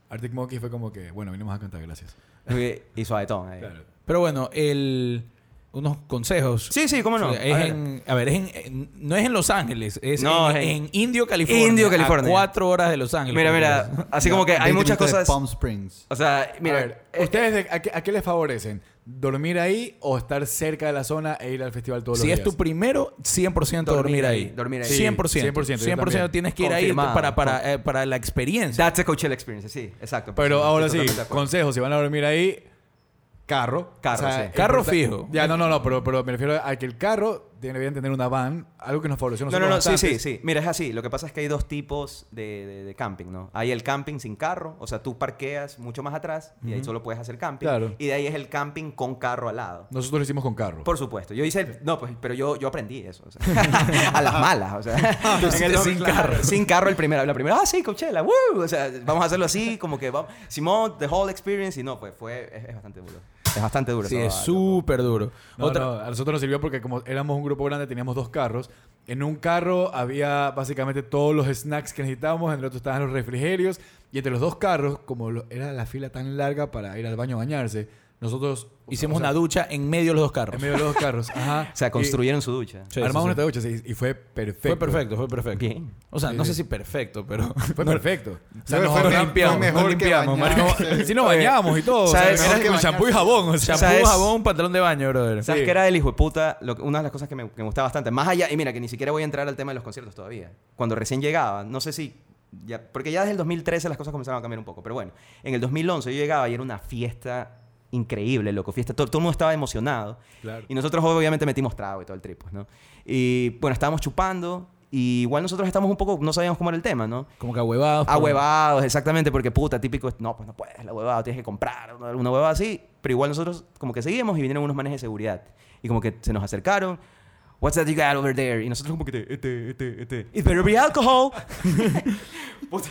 Speaker 3: Arctic Monkeys fue como que, bueno, vinimos a cantar, gracias.
Speaker 1: Ok, Y suavetón. ahí.
Speaker 3: Claro.
Speaker 4: Pero bueno, el... unos consejos.
Speaker 1: Sí, sí, cómo no.
Speaker 4: Es
Speaker 1: A ver.
Speaker 4: en- a ver, es en- en- no es en Los Ángeles, es,
Speaker 1: No,
Speaker 4: en,
Speaker 1: es en-
Speaker 4: en Indio, California.
Speaker 1: Indio, California.
Speaker 4: A cuatro horas de Los Ángeles.
Speaker 1: Mira,
Speaker 4: Porque-
Speaker 1: mira, así como que hay muchas cosas...
Speaker 2: Palm Springs.
Speaker 1: O sea,
Speaker 3: Mira,
Speaker 1: mira, eh,
Speaker 3: a ver, ¿ustedes de- a, qué, a qué les favorecen? ¿Dormir ahí o estar cerca de la zona e ir al festival todos
Speaker 4: Si
Speaker 3: los
Speaker 4: es
Speaker 3: días?
Speaker 4: tu primero, 100% dormir,
Speaker 1: Dormir ahí,
Speaker 4: ahí.
Speaker 1: dormir ahí.
Speaker 3: Sí,
Speaker 4: 100%.
Speaker 3: 100%, yo
Speaker 4: 100% tienes que ir ahí
Speaker 1: Confirmado.
Speaker 4: para, para, eh, para la experiencia.
Speaker 1: that's a Coachella experience, sí, exacto.
Speaker 3: Pero
Speaker 1: Estoy
Speaker 3: ahora sí,
Speaker 1: totalmente de acuerdo.
Speaker 3: consejo, si van a dormir ahí, carro.
Speaker 1: Carro, sí.
Speaker 3: es
Speaker 4: Carro
Speaker 3: importa-
Speaker 4: fijo.
Speaker 3: Ya, no, no, no, pero, pero me refiero a que el carro tiene- deberían tener una van, algo que nos favoreció. a
Speaker 1: No, no, no,
Speaker 3: nosotros
Speaker 1: sí, sí,
Speaker 3: bastante.
Speaker 1: sí. Mira, es así. Lo que pasa es que hay dos tipos de, de- de camping, ¿no? Hay el camping sin carro, o sea, tú parqueas mucho más atrás y ahí solo puedes hacer camping.
Speaker 3: Claro.
Speaker 1: Y de ahí es el camping con carro al lado.
Speaker 3: Nosotros lo hicimos con carro.
Speaker 1: Por supuesto. Yo hice... el- no, pues, pero yo, yo aprendí eso.
Speaker 3: [LAUGHS]
Speaker 1: o sea, a las malas, o sea. en el-
Speaker 4: sin
Speaker 1: claro,
Speaker 4: carro.
Speaker 1: Sin carro el primero. La primera, ah, sí, Coachella, woo. O sea, vamos a hacerlo así, como que vamos... Simón, the whole experience. Y no, pues, fue... Es, es bastante duro. Es bastante duro.
Speaker 4: Sí,
Speaker 1: eso,
Speaker 4: es
Speaker 1: ah,
Speaker 4: súper duro.
Speaker 3: No,
Speaker 4: Otra-
Speaker 3: no, a nosotros nos sirvió porque como éramos un grupo grande, teníamos dos carros. En un carro había básicamente todos los snacks que necesitábamos, en el otro estaban los refrigerios. Y entre los dos carros, como lo- era la fila tan larga para ir al baño a bañarse, nosotros...
Speaker 4: Hicimos
Speaker 3: o sea,
Speaker 4: una ducha en medio de los dos
Speaker 3: En
Speaker 4: carros.
Speaker 3: medio de los
Speaker 4: [LAUGHS]
Speaker 3: dos carros. Ajá.
Speaker 1: O sea,
Speaker 3: Y
Speaker 1: construyeron su ducha.
Speaker 4: Sí,
Speaker 3: armamos
Speaker 4: sí, sí.
Speaker 3: nuestra ducha sí, y fue perfecto.
Speaker 4: Fue perfecto, fue perfecto.
Speaker 1: Bien.
Speaker 4: O sea,
Speaker 3: Sí,
Speaker 4: no
Speaker 3: sí.
Speaker 4: sé si perfecto, pero. [LAUGHS]
Speaker 3: Fue perfecto. O
Speaker 2: Creo
Speaker 3: sea,
Speaker 2: que
Speaker 3: nos
Speaker 2: fue
Speaker 3: ahorramos-
Speaker 2: me-
Speaker 4: limpiamos,
Speaker 2: fue
Speaker 4: nos limpiamos,
Speaker 2: bañarse.
Speaker 3: no, [LAUGHS] sí nos bañábamos y todo. O sea,
Speaker 1: ¿Sabes?
Speaker 3: era
Speaker 2: Era
Speaker 3: con
Speaker 2: que
Speaker 3: champú y jabón. O sea,
Speaker 1: O sea,
Speaker 4: Champú,
Speaker 1: es-
Speaker 4: jabón, pantalón de baño, brother.
Speaker 1: ¿Sabes
Speaker 3: Sí.
Speaker 1: qué era del hijo de puta? Lo que- una de las cosas que me, que me gustaba bastante. Más allá, y mira, que ni siquiera voy a entrar al tema de los conciertos todavía. Cuando recién llegaba, no sé si. ya- porque ya desde el 2013 las cosas comenzaron a cambiar un poco. Pero bueno, en el 2011 yo llegaba y era una fiesta increíble, loco. Fiesta, todo, todo el mundo estaba emocionado.
Speaker 3: Claro.
Speaker 1: Y nosotros obviamente metimos trago y todo el trip, pues, ¿no? Y bueno, estábamos chupando. Y igual nosotros estamos un poco, no sabíamos cómo era el tema, ¿no?
Speaker 4: Como que ahuevados.
Speaker 1: A
Speaker 4: por-
Speaker 1: Ah, huevados, exactamente, porque puta, típico, no, pues no puedes, la huevada, tienes que comprar una, una huevada así. Pero igual nosotros como que seguíamos y vinieron unos manes de seguridad. Y como que se nos acercaron. What's that you got over there? Y nosotros como que, te- este, este, este. It better be alcohol. [LAUGHS] Puta.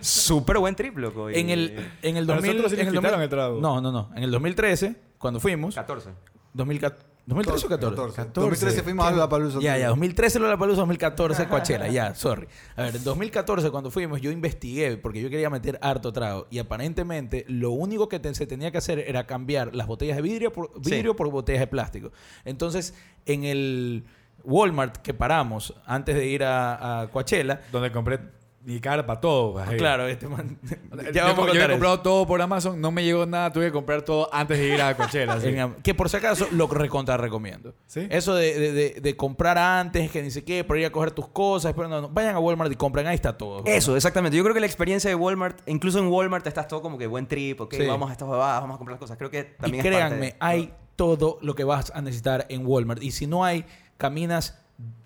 Speaker 1: Súper buen trip, loco. y-
Speaker 4: En el, en el
Speaker 3: Pero
Speaker 4: 2000.
Speaker 3: nosotros sí
Speaker 4: en
Speaker 3: les quitaron el trago.
Speaker 4: No, no, no. En el 2013, cuando fuimos.
Speaker 1: 14.
Speaker 4: 2014, 2013 o 14?
Speaker 2: 2013 fuimos a la Palusa.
Speaker 4: Ya, ya, 2013 Lollapalooza, 2014 Coachella, ya, sorry. A ver, en 2014 cuando fuimos yo investigué porque yo quería meter harto trago y aparentemente lo único que te- se tenía que hacer era cambiar las botellas de vidrio por, vidrio por botellas de plástico. Entonces, en el Walmart que paramos antes de ir a, a Coachella,
Speaker 3: Donde compré mi carpa, todo. pues, ahí.
Speaker 4: Claro, este man. ya
Speaker 3: yo,
Speaker 4: vamos a
Speaker 3: yo he
Speaker 4: contar eso.
Speaker 3: comprado todo por Amazon, no me llegó nada, tuve que comprar todo antes de ir a Coachella. así.
Speaker 4: En am- que por si acaso lo recontra recomiendo.
Speaker 3: Eh, ¿Sí?
Speaker 4: Eso de, de- de- de comprar antes, que ni sé qué, para ir a coger tus cosas, pero no, no. Vayan a Walmart y compren, ahí está todo.
Speaker 1: Eso, exactamente. Yo creo que la experiencia de Walmart, incluso en Walmart estás todo como que buen trip, ok,
Speaker 4: Sí.
Speaker 1: vamos a estas huevadas, vamos a comprar las cosas. Creo que
Speaker 4: Y
Speaker 1: también es parte
Speaker 4: créanme,
Speaker 1: de-
Speaker 4: hay todo lo que vas a necesitar en Walmart. Y si no hay, caminas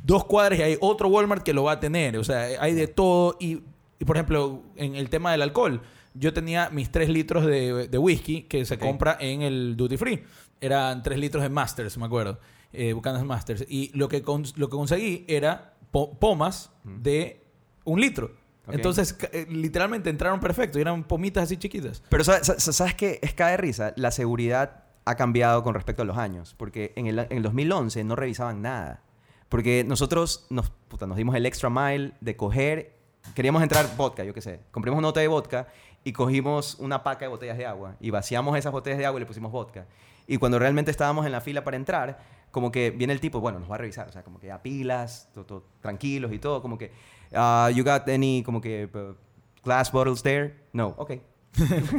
Speaker 4: dos cuadras y hay otro Walmart que lo va a tener. O sea, hay de todo. Y, y, por ejemplo, en el tema del alcohol, yo tenía mis tres litros de, de whisky que se
Speaker 1: Ok.
Speaker 4: compra en el duty free. Eran tres litros de Masters, me acuerdo. Eh, Bucanas Masters. Y lo que, cons- lo que conseguí era po- pomas de un litro.
Speaker 1: Ok.
Speaker 4: Entonces, ca- eh, literalmente entraron perfecto. Y eran pomitas así chiquitas.
Speaker 1: Pero sa- sa- sa- ¿sabes qué? Es cada risa. La seguridad ha cambiado con respecto a los años. Porque en el, en el 2011 no revisaban nada. Porque nosotros nos, puta, nos dimos el extra mile de coger... Queríamos entrar vodka, yo qué sé. Compramos una botella de vodka y cogimos una paca de botellas de agua. Y vaciamos esas botellas de agua y le pusimos vodka. Y cuando realmente estábamos en la fila para entrar, como que viene el tipo, bueno, nos va a revisar. O sea, como que a pilas, to- to- tranquilos y todo. Como que, ah, you got any, como que, uh, glass bottles there? No, ok.
Speaker 4: [LAUGHS]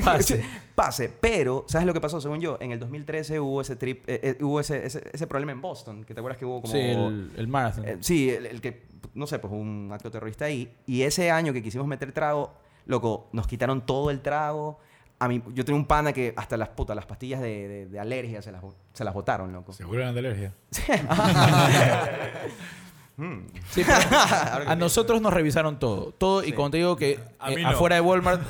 Speaker 4: Pase.
Speaker 1: [LAUGHS] Pase. Pero, ¿sabes lo que pasó? Según yo, en el 2013 hubo ese trip, eh, eh, hubo ese, ese, ese problema en Boston, que te acuerdas que hubo como...
Speaker 4: Sí, el, el marathon.
Speaker 1: eh, sí, el, el que, no sé, pues hubo un acto terrorista ahí. Y ese año que quisimos meter trago, loco, nos quitaron todo el trago. A mí, yo tenía un pana que hasta las putas, las pastillas de, de- de alergia se las, bo- se las botaron, loco. [LAUGHS]
Speaker 3: [LAUGHS] Seguro eran de alergia. Ah,
Speaker 4: Sí, pero a nosotros nos revisaron todo. Todo, y cuando te digo que
Speaker 3: A
Speaker 4: eh,
Speaker 3: mí no.
Speaker 4: afuera de Walmart,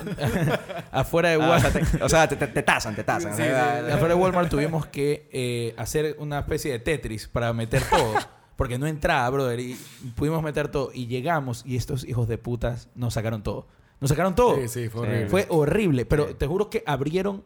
Speaker 4: [LAUGHS] afuera de
Speaker 1: Ah, o sea,
Speaker 4: Walmart,
Speaker 1: te, o sea, te, te- te tasan, te tasan. O sea,
Speaker 4: afuera de Walmart tuvimos que eh, hacer una especie de Tetris para meter todo. Porque no entraba, brother, y pudimos meter todo. Y llegamos y estos hijos de putas nos sacaron todo. Nos sacaron todo.
Speaker 3: Sí, sí, fue
Speaker 1: Sí.
Speaker 3: horrible.
Speaker 4: Fue horrible, pero te juro que abrieron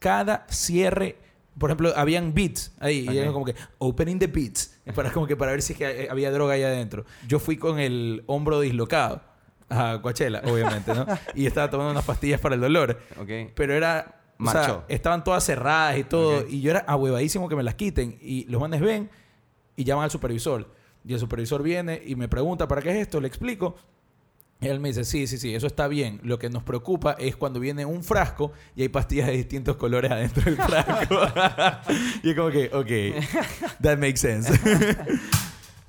Speaker 4: cada cierre. Por ejemplo, habían beats ahí y era
Speaker 1: Ok.
Speaker 4: como que opening the beats para como que para ver si es que eh, había droga ahí adentro. Yo fui con el hombro dislocado a Coachella, obviamente, ¿no? y estaba tomando unas pastillas para el dolor,
Speaker 1: Ok.
Speaker 4: pero era o sea,
Speaker 1: Marchó.
Speaker 4: estaban todas cerradas y todo
Speaker 1: Ok.
Speaker 4: y yo era ahuevadísimo que me las quiten y los manes ven y llaman al supervisor. Y el supervisor viene y me pregunta, ¿para qué es esto? Le explico. Y él me dice, sí, sí, sí, eso está bien. Lo que nos preocupa es cuando viene un frasco y hay pastillas de distintos colores adentro del frasco. y es como que, ok, that makes sense. [LAUGHS]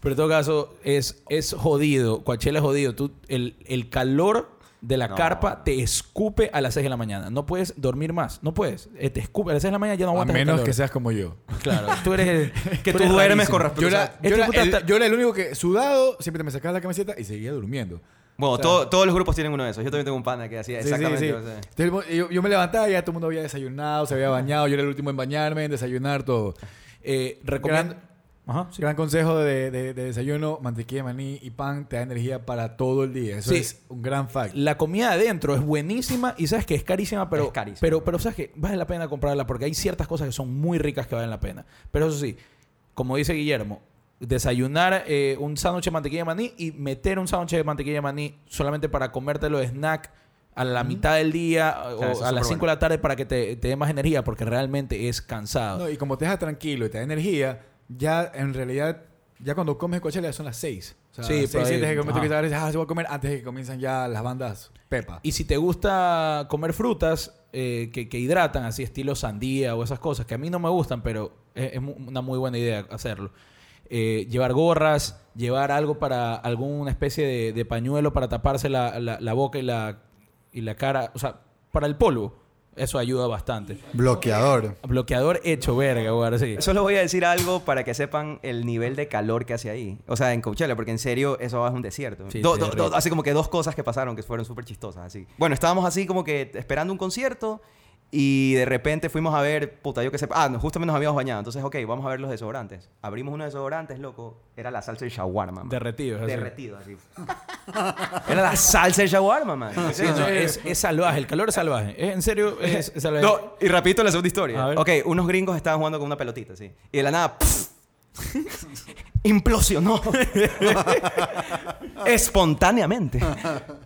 Speaker 4: Pero en todo caso, es, es jodido. Coachella es jodido. Tú, el, el calor de la
Speaker 1: No.
Speaker 4: carpa te escupe a las 6 de la mañana. No puedes dormir más. No puedes. Eh, Te escupe. A las 6 de la mañana ya no
Speaker 3: a
Speaker 4: aguantas el
Speaker 3: menos
Speaker 4: calor.
Speaker 3: que seas como yo.
Speaker 4: Claro. Tú eres el...
Speaker 1: Que tú duermes con respeto. o
Speaker 4: raspado.
Speaker 3: Yo
Speaker 1: sea,
Speaker 3: era, yo
Speaker 4: este
Speaker 3: era
Speaker 4: puta
Speaker 3: el,
Speaker 4: está-
Speaker 3: yo era el único que, sudado, siempre me sacaba la camiseta y seguía durmiendo.
Speaker 1: Bueno, todo- todos los grupos tienen uno de esos. Yo también tengo un pana que hacía
Speaker 3: Sí, sí,
Speaker 1: exactamente.
Speaker 3: sí.
Speaker 1: o sea.
Speaker 3: Entonces, Yo, yo me levantaba y ya todo el mundo había desayunado, se había bañado. Yo era el último en bañarme, en desayunar, todo.
Speaker 4: Eh, recomiendo...
Speaker 3: Gran-
Speaker 4: Ajá, sí.
Speaker 3: Gran consejo de, de- de desayuno, mantequilla de maní y pan te da energía para todo el día. Eso
Speaker 4: Sí.
Speaker 3: es un gran fact.
Speaker 4: La comida de adentro es buenísima y sabes que es carísima, pero,
Speaker 1: Es carísima.
Speaker 4: pero, pero sabes que vale la pena comprarla porque hay ciertas cosas que son muy ricas que valen la pena. Pero eso sí, como dice Guillermo, desayunar eh, un sándwich de mantequilla de maní y meter un sándwich de mantequilla de maní solamente para comértelo de snack a la mitad del día o
Speaker 1: Claro, eso es
Speaker 4: a las
Speaker 1: súper
Speaker 4: 5 de la tarde para que te, te dé más energía porque realmente es cansado.
Speaker 3: No, y como te deja tranquilo y te da energía, ya en realidad, ya cuando comes en Coachella ya son las 6. O sea,
Speaker 4: Sí,
Speaker 3: seis,
Speaker 4: por ahí.
Speaker 3: siete, que comes, tú
Speaker 4: Ajá.
Speaker 3: que te dices, ah, se voy a comer antes de que comiencen ya las bandas Pepa.
Speaker 4: Y si te gusta comer frutas eh, que, que hidratan, así estilo sandía o esas cosas, que a mí no me gustan, pero es, es mu- una muy buena idea hacerlo. Eh, llevar gorras, llevar algo para alguna especie de, de pañuelo para taparse la, la- la boca y la, y la cara, o sea, para el polvo. Eso ayuda bastante.
Speaker 2: Bloqueador.
Speaker 4: Bloqueador hecho verga, güey. sí.
Speaker 1: Solo voy a decir algo para que sepan el nivel de calor que hace ahí. O sea, en Coachella, porque en serio eso es un desierto.
Speaker 4: Sí,
Speaker 1: Do-
Speaker 4: sí,
Speaker 1: do-
Speaker 4: horrible.
Speaker 1: do- así como que dos cosas que pasaron que fueron súper chistosas. Así. Bueno, estábamos así como que esperando un concierto y de repente fuimos a ver, puta, yo que sé. Ah, no, justamente nos habíamos bañado. Entonces, ok, vamos a ver los desodorantes. Abrimos unos desodorantes, loco. Era la salsa de shawarma. man.
Speaker 4: Derretido. es así.
Speaker 1: Derretido, así. [LAUGHS] Era la salsa de shawarma, man.
Speaker 4: Sí, no, es, es salvaje, el calor es salvaje. Es- en serio, es, es salvaje.
Speaker 1: No, y rapidito la segunda
Speaker 4: A
Speaker 1: historia.
Speaker 4: ver.
Speaker 1: Ok, unos gringos estaban jugando con una pelotita, sí. Y de la nada, ¡pf! [LAUGHS] implosionó. [LAUGHS] Espontáneamente. O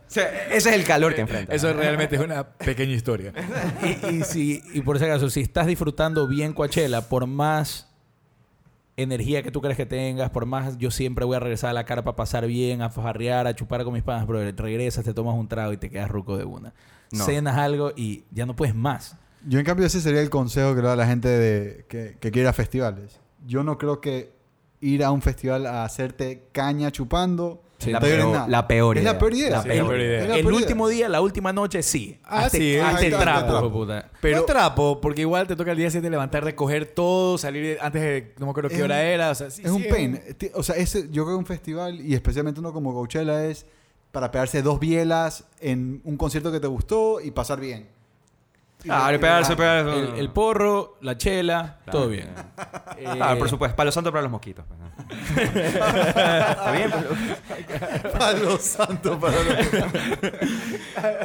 Speaker 1: sea, ese es el calor que enfrenta.
Speaker 3: Eso realmente es una pequeña [LAUGHS] historia.
Speaker 4: Y, y si, y por si acaso, si estás disfrutando bien Coachella, por más energía que tú crees que tengas, por más yo siempre voy a regresar a la carpa a pasar bien, a fajarrear, a chupar con mis panas, pero regresas, te tomas un trago y te quedas ruco de una.
Speaker 1: No.
Speaker 4: Cenas algo y ya no puedes más.
Speaker 2: Yo en cambio ese sería el consejo que le da a la gente de, que, que quiere ir a festivales. Yo no creo que ir a un festival a hacerte caña chupando
Speaker 4: Sí,
Speaker 1: la,
Speaker 2: te ayude en
Speaker 1: peor,
Speaker 2: nada.
Speaker 1: la peor
Speaker 2: Es la
Speaker 1: idea.
Speaker 2: peor idea.
Speaker 1: La
Speaker 3: Sí,
Speaker 1: peor
Speaker 3: la peor
Speaker 1: idea.
Speaker 3: idea.
Speaker 2: Es la
Speaker 4: el
Speaker 2: peor
Speaker 4: último día, la última noche, sí.
Speaker 3: Ah,
Speaker 4: hazte,
Speaker 3: sí,
Speaker 4: hazte
Speaker 2: ahí está,
Speaker 4: trapo,
Speaker 2: trapo.
Speaker 4: hijo puta.
Speaker 3: Pero
Speaker 2: No
Speaker 3: trapo, porque igual te toca el día 7 levantar, recoger todo, salir antes de no me acuerdo
Speaker 2: Es
Speaker 3: qué
Speaker 2: un-
Speaker 3: hora era. O sea, sí,
Speaker 2: es un
Speaker 3: sí,
Speaker 2: pain. Ti- O sea, ese, yo creo que un festival, y especialmente uno como Coachella, es para pegarse dos bielas en un concierto que te gustó y pasar bien. Y-
Speaker 1: Ah,
Speaker 2: y-
Speaker 1: pegarse, pegarse.
Speaker 4: El, el porro, la chela,
Speaker 1: Claro.
Speaker 4: todo bien.
Speaker 1: Ah,
Speaker 4: Eh,
Speaker 1: por supuesto. Palo santo para los mosquitos. pues, ¿no?
Speaker 4: [LAUGHS]
Speaker 1: Está bien, pues, pero-
Speaker 2: Palo santo para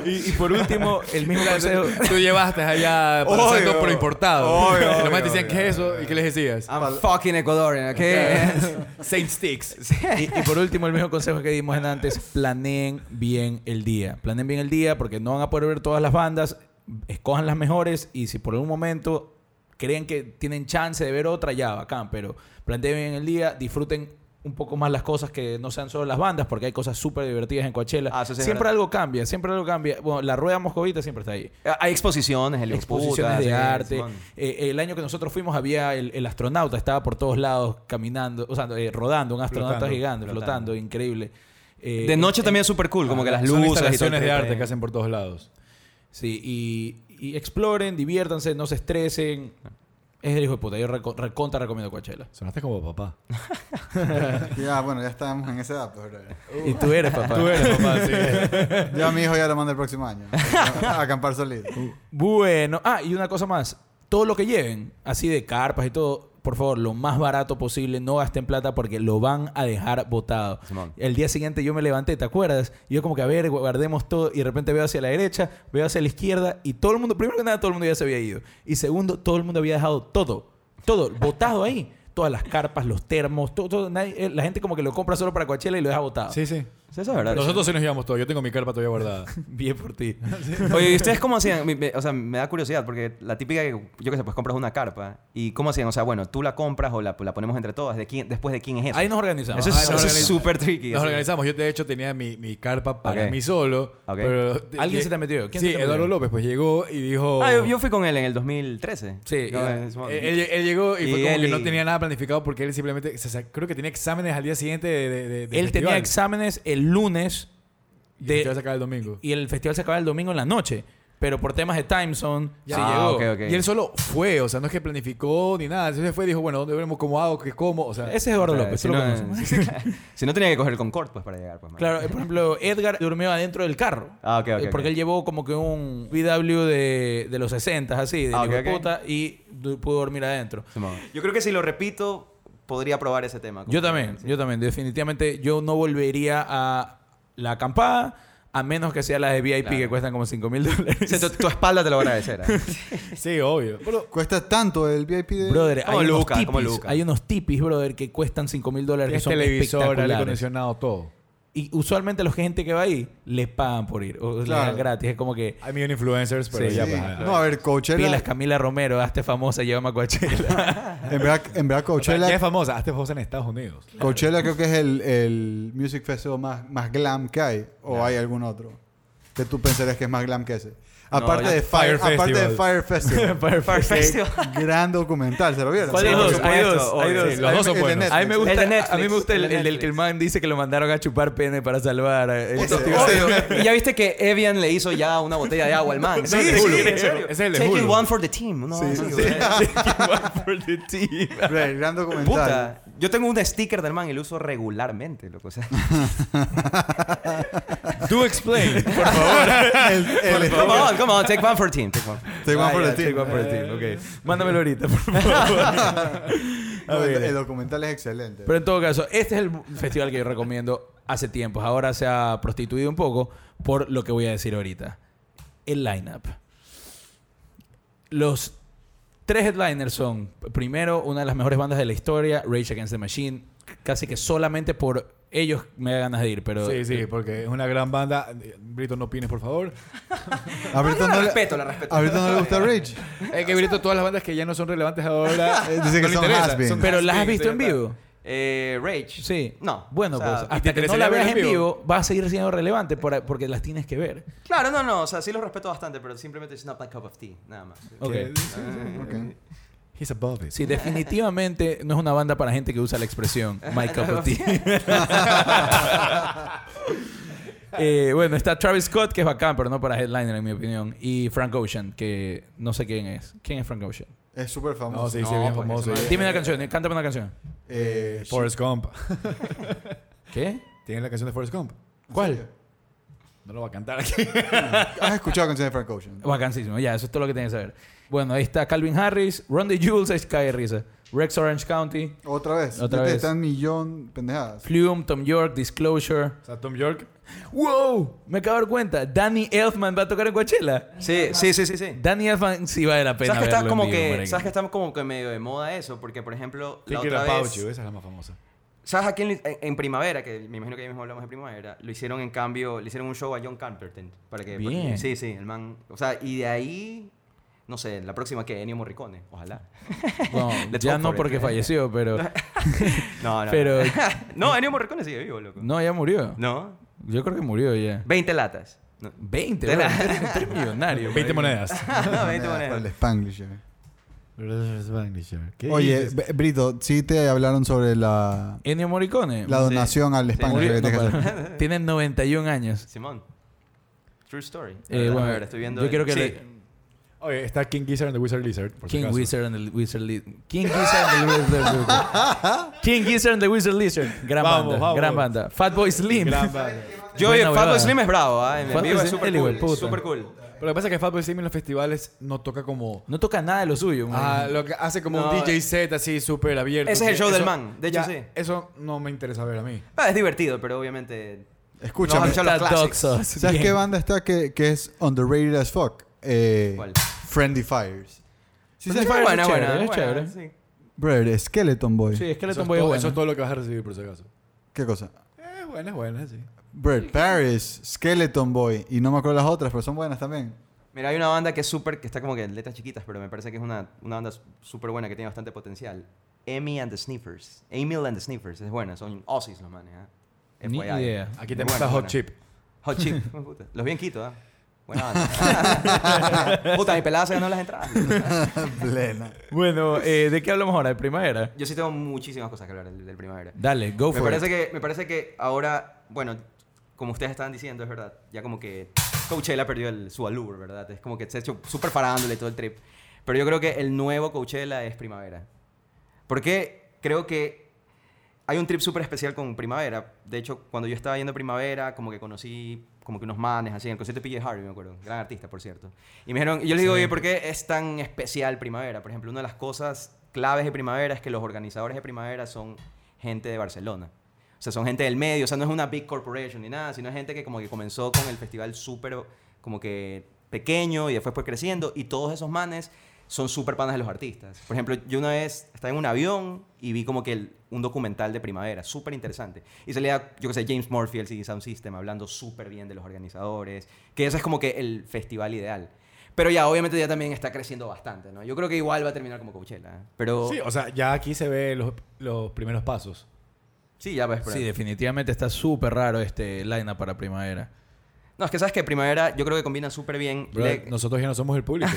Speaker 4: Y, y por último, el mismo consejo.
Speaker 3: [LAUGHS] Tú llevaste [LAUGHS] allá para
Speaker 2: Obvio.
Speaker 3: Santo, pero importado.
Speaker 2: Obvio,
Speaker 3: Los
Speaker 2: obvio,
Speaker 3: más decían,
Speaker 2: obvio,
Speaker 3: ¿qué es eso? ¿Y qué les decías?
Speaker 1: I'm fucking Ecuadorian, ¿ok?
Speaker 4: [LAUGHS]
Speaker 3: Saint Sticks.
Speaker 4: Y, y por último, el mismo consejo que dimos en antes, planeen bien el día. Planeen bien el día porque no van a poder ver todas las bandas, escojan las mejores y si por algún momento creen que tienen chance de ver otra, ya, bacán, pero planteen bien el día, disfruten un poco más las cosas que no sean solo las bandas porque hay cosas súper divertidas en Coachella.
Speaker 1: Ah, eso sí es
Speaker 4: siempre
Speaker 1: verdad.
Speaker 4: algo cambia, siempre algo cambia. Bueno, la rueda moscovita siempre está ahí.
Speaker 1: Hay exposiciones, el hijo
Speaker 4: exposiciones
Speaker 1: puta, sí,
Speaker 4: de arte.
Speaker 1: Simón.
Speaker 4: Eh, el año que nosotros fuimos había el, el astronauta, estaba por todos lados caminando, o sea, eh, rodando, un astronauta
Speaker 3: Flotando,
Speaker 4: gigante, flotando,
Speaker 1: flotando.
Speaker 4: increíble. Eh,
Speaker 1: De noche
Speaker 4: eh,
Speaker 1: también es súper cool, como que las
Speaker 3: Son
Speaker 1: luces y todo el
Speaker 3: instalaciones este de
Speaker 1: trip
Speaker 3: arte
Speaker 1: ahí.
Speaker 3: que hacen por todos lados.
Speaker 4: Sí, y, y exploren, diviértanse, no se estresen. Es el hijo de puta, yo reco- recontra recomiendo Coachella.
Speaker 3: Sonaste como papá.
Speaker 2: Ya, bueno, ya estamos en esa edad. pero-
Speaker 4: Y [LAUGHS] tú eres, papá.
Speaker 3: Tú eres papá, sí. [LAUGHS]
Speaker 2: Yo a mi hijo ya lo mando el
Speaker 1: [LAUGHS]
Speaker 2: próximo año. A acampar solito.
Speaker 1: Uh.
Speaker 4: Bueno, ah, y una cosa más. Todo lo que lleven, así de carpas y todo, por favor, lo más barato posible, no gasten plata porque lo van a dejar botado.
Speaker 1: Simón.
Speaker 4: El día siguiente yo me levanté, ¿te acuerdas? Y yo como que, a ver, guardemos todo. Y de repente veo hacia la derecha, veo hacia la izquierda y todo el mundo, primero que nada, todo el mundo ya se había ido. Y segundo, todo el mundo había dejado todo, todo, botado ahí. Todas las carpas, los termos, todo, todo, nadie- eh, la gente como que lo compra solo para Coachella y lo deja botado.
Speaker 3: Sí, sí.
Speaker 1: Sí, Eso es verdad.
Speaker 3: Nosotros sí nos llevamos todo. Yo tengo mi carpa todavía guardada.
Speaker 4: Bien por
Speaker 1: [LAUGHS]
Speaker 4: ti. [LAUGHS]
Speaker 1: Oye, ¿y ustedes cómo hacían? Mi- mi- O sea, me da curiosidad porque la típica que, yo que sé, pues compras una carpa. ¿Y cómo hacían? O sea, bueno, tú la compras o la, la ponemos entre todas. ¿De quién, ¿Después de quién es eso?
Speaker 4: Ahí nos organizamos.
Speaker 1: Eso es
Speaker 3: Ahí
Speaker 1: eso
Speaker 3: nos
Speaker 1: es
Speaker 3: organiza-
Speaker 1: súper tricky.
Speaker 3: Nos
Speaker 1: así.
Speaker 3: organizamos. Yo, de hecho, tenía mi, mi carpa para
Speaker 1: Ok.
Speaker 3: mí solo.
Speaker 1: Ok.
Speaker 3: Pero
Speaker 4: ¿Alguien se te metió? ¿Quién
Speaker 3: sí,
Speaker 4: se te metió?
Speaker 3: Eduardo López. Pues llegó y dijo...
Speaker 1: Ah, yo, yo fui con él en el 2013.
Speaker 4: Sí,
Speaker 1: Yo,
Speaker 4: y-
Speaker 1: eh, Simón.
Speaker 3: Eh, Él, él llegó y,
Speaker 1: Y
Speaker 3: fue como
Speaker 1: él
Speaker 3: que
Speaker 1: y-
Speaker 3: no tenía nada planificado porque él simplemente... se sa- creo que tenía exámenes al día siguiente de, de- de- del
Speaker 4: Él tenía
Speaker 3: festival.
Speaker 4: exámenes el lunes
Speaker 3: Y
Speaker 4: de-
Speaker 3: se iba a sacar el domingo.
Speaker 4: y el festival se acaba el domingo en la noche. Pero por temas de time zone,
Speaker 3: Ya.
Speaker 4: sí
Speaker 1: Ah,
Speaker 4: llegó.
Speaker 1: ok, ok.
Speaker 3: Y él solo fue. O sea, no es que planificó ni nada. Entonces fue y dijo, bueno, ¿dónde veremos cómo hago? ¿Qué como? O
Speaker 4: [LAUGHS]
Speaker 3: sea...
Speaker 4: Ese es Eduardo
Speaker 1: O sea, [LAUGHS]
Speaker 4: López,
Speaker 1: si
Speaker 4: tú lo
Speaker 1: no,
Speaker 4: conoces.
Speaker 1: eh, sí. Si no tenía que coger el Concord, pues para llegar. Pues, man.
Speaker 4: [LAUGHS] Claro, eh, por ejemplo, Edgar durmió adentro del carro.
Speaker 1: Ah, ok, ok,
Speaker 4: Eh, Porque
Speaker 1: ok.
Speaker 4: él llevó como que un VW de, de los 60, así, de
Speaker 1: Ah,
Speaker 4: ah,
Speaker 1: ok, ok.
Speaker 4: puta, y du- pudo dormir adentro.
Speaker 1: Simón. Yo creo que si lo repito, podría probar ese tema. como
Speaker 4: Yo
Speaker 1: que-
Speaker 4: también,
Speaker 1: sí.
Speaker 4: yo también. Definitivamente yo no volvería a la acampada, a menos que sea la de VIP que
Speaker 1: Claro.
Speaker 4: cuestan como 5 mil dólares.
Speaker 1: O sea, tu, tu espalda te lo va a agradecer. ¿eh?
Speaker 3: Sí, obvio. Pero
Speaker 2: Cuesta tanto el VIP de...
Speaker 4: Brother,
Speaker 1: Como
Speaker 4: hay unos,
Speaker 1: Luca,
Speaker 4: tipis,
Speaker 1: como Luca.
Speaker 4: hay unos tipis, brother, que cuestan 5 mil dólares. que
Speaker 3: es
Speaker 4: son
Speaker 3: televisor, aire
Speaker 4: espectaculares.
Speaker 3: acondicionado, todo.
Speaker 4: Y usualmente la gente que va ahí les pagan por ir. O
Speaker 2: Claro.
Speaker 4: le dan gratis. Es como que
Speaker 3: Hay millón de influencers, pero
Speaker 4: Sí,
Speaker 3: ya...
Speaker 2: Sí.
Speaker 3: pues, ajá.
Speaker 2: No, a ver, Coachella...
Speaker 4: pilas Camila Romero, hazte famosa, llévame a [LAUGHS] Coachella.
Speaker 2: En verdad, en verdad
Speaker 3: O sea,
Speaker 2: Coachella...
Speaker 3: ya es famosa. Hazte famosa en Estados Unidos.
Speaker 2: Coachella creo que es el, el music festival más, más glam que hay. ¿O hay algún otro? Que tú pensarías que es más glam que ese. Aparte,
Speaker 1: ya-
Speaker 2: de, Fire,
Speaker 3: Fire
Speaker 2: aparte de
Speaker 3: Festival.
Speaker 2: Fire Festival.
Speaker 1: Festival.
Speaker 2: Qué gran documental, ¿se lo vieron?
Speaker 4: [LAUGHS] ¿Cuál de
Speaker 1: Sí,
Speaker 4: los
Speaker 1: por
Speaker 4: dos? Hay
Speaker 1: supuesto,
Speaker 4: dos, hay
Speaker 1: obvio,
Speaker 4: dos.
Speaker 1: sí.
Speaker 3: Los
Speaker 2: Ahí
Speaker 3: dos
Speaker 2: me-
Speaker 3: son
Speaker 2: el de
Speaker 3: buenos.
Speaker 2: Netflix.
Speaker 4: A mí me gusta,
Speaker 1: El de
Speaker 4: a mí me gusta
Speaker 1: Netflix, el
Speaker 4: el,
Speaker 1: de
Speaker 4: el del que el
Speaker 1: Netflix.
Speaker 4: man dice que lo mandaron a chupar pene para salvar. a- el
Speaker 2: Ese,
Speaker 4: testigo.
Speaker 2: ese.
Speaker 1: Y ya viste que Evian le hizo ya una botella de agua al man.
Speaker 3: Sí, sí, sí, ese- ese es el de
Speaker 1: Take it
Speaker 3: Hulu.
Speaker 1: one for the team. No,
Speaker 2: Sí,
Speaker 1: no,
Speaker 2: sí. [LAUGHS]
Speaker 4: Sí.
Speaker 2: Re- gran documental.
Speaker 1: Puta, yo tengo un sticker del man y lo uso regularmente,
Speaker 2: [LAUGHS]
Speaker 1: loco. [LAUGHS] O sea,
Speaker 4: Do explain. [LAUGHS]
Speaker 2: El, el-
Speaker 1: come on, come on, take one for team. take one for-
Speaker 2: Take one
Speaker 4: Ah,
Speaker 2: for the
Speaker 4: ya,
Speaker 2: team.
Speaker 4: take one for the team, ok. Mándamelo ahorita, por favor.
Speaker 2: No,
Speaker 4: A
Speaker 2: el,
Speaker 4: ver.
Speaker 2: el documental es excelente.
Speaker 4: Pero en todo caso, este es el festival que yo recomiendo hace tiempos. Ahora se ha prostituido un poco por lo que voy a decir ahorita. El lineup. Los tres headliners son, primero, una de las mejores bandas de la historia, Rage Against the Machine, casi que solamente por ellos me da ganas de ir, pero...
Speaker 3: Sí, sí, porque es una gran banda. Brito, no opines, por favor.
Speaker 2: A Brito
Speaker 1: la
Speaker 2: Ah, no, le-
Speaker 1: respeto, la respeto. Eh,
Speaker 2: a Brito no le gusta Rage.
Speaker 3: Es que Brito, todas las bandas que ya no son relevantes [LAUGHS] ahora.
Speaker 2: Eh, dice
Speaker 3: no
Speaker 2: que
Speaker 3: le
Speaker 2: son
Speaker 3: interesa.
Speaker 2: has-been.
Speaker 3: Son
Speaker 4: Pero las has
Speaker 3: has-been,
Speaker 4: visto en
Speaker 3: sí, verdad.
Speaker 4: vivo.
Speaker 1: Eh, Rage.
Speaker 4: Sí.
Speaker 1: No.
Speaker 4: Bueno,
Speaker 1: o sea, y-
Speaker 4: pues hasta que no
Speaker 3: interesaría
Speaker 4: la veas en
Speaker 3: verlo en
Speaker 4: vivo,
Speaker 3: vivo?
Speaker 4: va a seguir siendo relevante por- porque las tienes que ver.
Speaker 1: Claro, no, no. O sea, sí los respeto bastante, pero simplemente it's not my cup of tea. Nada más.
Speaker 4: Ok.
Speaker 1: Ah,
Speaker 2: Ok.
Speaker 3: He's above it.
Speaker 4: Sí, definitivamente no es una banda para gente que usa la expresión My Cup of Tea. [LAUGHS] Eh, bueno, está Travis Scott, que es bacán, pero no para headliner, en mi opinión. Y Frank Ocean, que no sé quién es. ¿Quién es Frank Ocean?
Speaker 2: Es súper famoso.
Speaker 3: No, se
Speaker 1: No,
Speaker 3: dice bien
Speaker 1: pues,
Speaker 3: famoso.
Speaker 1: ese man-
Speaker 4: Dime una canción, eh, cántame una canción.
Speaker 2: Eh,
Speaker 3: Eh, Forrest Gump. [LAUGHS]
Speaker 4: ¿Qué?
Speaker 3: ¿Tiene la canción de Forrest Gump?
Speaker 4: [LAUGHS] ¿Cuál?
Speaker 3: No lo va a cantar aquí. [LAUGHS]
Speaker 2: ¿Has escuchado canciones de Frank Ocean?
Speaker 4: Bacanísimo, ya, eso es todo lo que tienes que saber. Bueno, ahí está Calvin Harris, Ronda Jules, es cae de risa. Rex Orange County,
Speaker 2: Otra vez.
Speaker 4: Otra
Speaker 2: Viste,
Speaker 4: vez.
Speaker 2: Están millón pendejadas.
Speaker 4: Flume, Tom York, Disclosure.
Speaker 3: O sea, Tom York.
Speaker 4: ¡Wow! Me acabo de dar cuenta. Danny Elfman va a tocar en Coachella.
Speaker 1: Sí, sí, sí, sí. sí.
Speaker 4: Danny Elfman sí vale la pena
Speaker 1: ¿Sabes que, está
Speaker 4: verlo en
Speaker 1: como
Speaker 4: vivo,
Speaker 1: que,
Speaker 4: marica.
Speaker 1: ¿Sabes que está como que medio de moda eso? Porque, por ejemplo, la
Speaker 3: Thinking
Speaker 1: otra
Speaker 3: About
Speaker 1: vez...
Speaker 3: You, esa es la ¿eh? más famosa.
Speaker 1: ¿Sabes a quién le- en, en primavera? Que me imagino que ahí mismo hablamos de primavera. Lo hicieron en cambio, le hicieron un show a John Carpenter. Para que, porque-
Speaker 4: Bien.
Speaker 1: sí, sí, el man. O sea, y de ahí, no sé, la próxima que Ennio Morricone,
Speaker 4: [LAUGHS]
Speaker 1: ojalá.
Speaker 4: Bueno,
Speaker 1: Let's
Speaker 4: ya
Speaker 1: hope
Speaker 4: no
Speaker 1: for it.
Speaker 4: porque falleció, pero...
Speaker 1: No, no.
Speaker 4: Pero-
Speaker 1: [LAUGHS] no, Ennio Morricone sigue vivo, loco.
Speaker 4: No, ya murió.
Speaker 1: ¿No?
Speaker 4: Yo creo que murió ya.
Speaker 1: 20 latas.
Speaker 4: [LAUGHS]
Speaker 1: No, [LAUGHS]
Speaker 4: 20,
Speaker 1: De
Speaker 4: bro.
Speaker 1: la-
Speaker 4: Tú
Speaker 1: [LAUGHS]
Speaker 4: eres millonario.
Speaker 3: 20
Speaker 4: marica.
Speaker 3: monedas. [LAUGHS]
Speaker 1: no 20
Speaker 2: Pendejadas para el
Speaker 1: monedas.
Speaker 2: Spanglish. eh.
Speaker 3: ¿Qué
Speaker 2: Oye,
Speaker 3: dices?
Speaker 2: B- Brito, sí te hablaron sobre la,
Speaker 4: Ennio Morricone.
Speaker 2: la donación al Spanglish.
Speaker 4: Murió-
Speaker 2: que tienes que hacer.
Speaker 4: no, para- Tiene 91 años.
Speaker 1: Simón. True story.
Speaker 4: Eh,
Speaker 1: A ver,
Speaker 4: bueno,
Speaker 1: a ver, estoy viendo.
Speaker 4: yo quiero que
Speaker 1: Sí.
Speaker 4: le-
Speaker 3: Oye, está King Gizzard and the Wizard Lizard. Por si
Speaker 4: King
Speaker 3: acaso.
Speaker 4: Wizard and the Wizard Lizard. King Gizzard and the Wizard Lizard.
Speaker 1: [LAUGHS]
Speaker 4: King Gizzard and the Wizard Lizard. Gran
Speaker 3: Vamos,
Speaker 4: banda.
Speaker 3: vamos.
Speaker 4: Gran banda. Fatboy Slim. [LAUGHS]
Speaker 3: Gran banda.
Speaker 1: Yo,
Speaker 4: Buena
Speaker 1: oye, Fatboy
Speaker 4: huevada.
Speaker 1: Slim es bravo, ¿ah? En
Speaker 4: Fatboy
Speaker 1: vivo es
Speaker 4: Slim,
Speaker 1: súper
Speaker 4: el hijo de
Speaker 1: cool.
Speaker 4: puta.
Speaker 1: Súper cool.
Speaker 3: Pero lo que pasa es que Fatboy Slim en los festivales no toca como...
Speaker 4: No toca nada de lo suyo, man.
Speaker 3: Ah, lo que hace como
Speaker 1: No.
Speaker 3: un DJ set así súper abierto.
Speaker 1: Ese es el
Speaker 3: que
Speaker 1: show del
Speaker 3: eso-
Speaker 1: man, de hecho,
Speaker 3: ya,
Speaker 1: sí.
Speaker 3: Eso no me interesa ver a mí.
Speaker 1: Ah, es divertido, pero obviamente.
Speaker 4: [LAUGHS]
Speaker 2: Escúchame.
Speaker 1: No, escucha los
Speaker 4: Está
Speaker 1: clásicos.
Speaker 4: Doxos.
Speaker 2: ¿Sabes
Speaker 4: Bien.
Speaker 2: qué banda está que, que es underrated as fuck? Eh,
Speaker 1: ¿Cuál?
Speaker 2: Friendly Fires. Sí,
Speaker 4: Friendly
Speaker 2: ¿sabes?
Speaker 4: Fire
Speaker 1: buena,
Speaker 4: es chévere,
Speaker 1: buena,
Speaker 4: es
Speaker 1: buena,
Speaker 4: chévere.
Speaker 1: sí.
Speaker 2: Brother, Skeleton Boy.
Speaker 4: Sí,
Speaker 3: Eso
Speaker 4: Skeleton
Speaker 3: es,
Speaker 4: Boy es
Speaker 3: todo,
Speaker 4: bueno.
Speaker 3: eso es todo lo que vas a recibir por si acaso.
Speaker 2: ¿Qué cosa?
Speaker 3: Es buena, Eh, es buena, sí.
Speaker 2: Brother, Paris, Skeleton Boy. Y no me acuerdo las otras, pero son buenas
Speaker 4: [LAUGHS]
Speaker 2: también.
Speaker 1: Mira, hay una banda que es súper, que está como que en letras chiquitas, pero me parece que es una, una banda súper buena que tiene bastante potencial. Amy and the Sniffers. Emil and the Sniffers, es buena, son Aussies los manes, ¿ah?
Speaker 4: Ni
Speaker 1: FYI.
Speaker 4: idea.
Speaker 3: Aquí te
Speaker 1: Buena,
Speaker 3: pasa Hot
Speaker 1: buena.
Speaker 3: Chip.
Speaker 1: Hot Chip, [LAUGHS] hijo de puta. los bien quito, ¿ah? Buena
Speaker 3: [LAUGHS]
Speaker 1: banda. puta, mi pelada se ganó las entradas.
Speaker 2: Plena.
Speaker 4: Bueno, eh, ¿de qué hablamos ahora? ¿De primavera?
Speaker 1: Yo sí tengo muchísimas cosas que hablar del, del primavera.
Speaker 4: Dale, go
Speaker 1: Me
Speaker 4: for
Speaker 1: parece,
Speaker 4: it.
Speaker 1: que, me parece que ahora, bueno, como ustedes estaban diciendo, es verdad, ya como que Coachella perdió el, su allure, ¿verdad? Es como que se ha hecho súper farándole todo el trip. Pero yo creo que el nuevo Coachella es primavera. Porque creo que hay un trip súper especial con primavera. De hecho, cuando yo estaba yendo a primavera, como que conocí como que unos manes así en el concierto de PJ Harvey, me acuerdo, gran artista, por cierto. Y me dijeron, y yo les digo, oye, ¿por qué es tan especial primavera? Por ejemplo, una de las cosas claves de primavera es que los organizadores de primavera son gente de Barcelona. O sea, son gente del medio, o sea, no es una big corporation ni nada, sino es gente que como que comenzó con el festival súper como que pequeño y después fue creciendo y todos esos manes son súper panas de los artistas. Por ejemplo, yo una vez estaba en un avión y vi como que el- un documental de primavera, súper interesante. Y salía, yo qué sé, James Murphy, el CD Sound System, hablando súper bien de los organizadores, que ese es como que el festival ideal. Pero ya, obviamente ya también está creciendo bastante, ¿no? Yo creo que igual va a terminar como Coachella, ¿eh? pero...
Speaker 3: Sí, o sea, ya aquí se ve los, los primeros pasos.
Speaker 1: Sí, ya ves.
Speaker 4: Sí, definitivamente está súper raro este line para primavera.
Speaker 1: No, es que sabes que primavera yo creo que combina súper bien.
Speaker 3: Bro,
Speaker 1: Le-
Speaker 3: Nosotros ya no somos el público.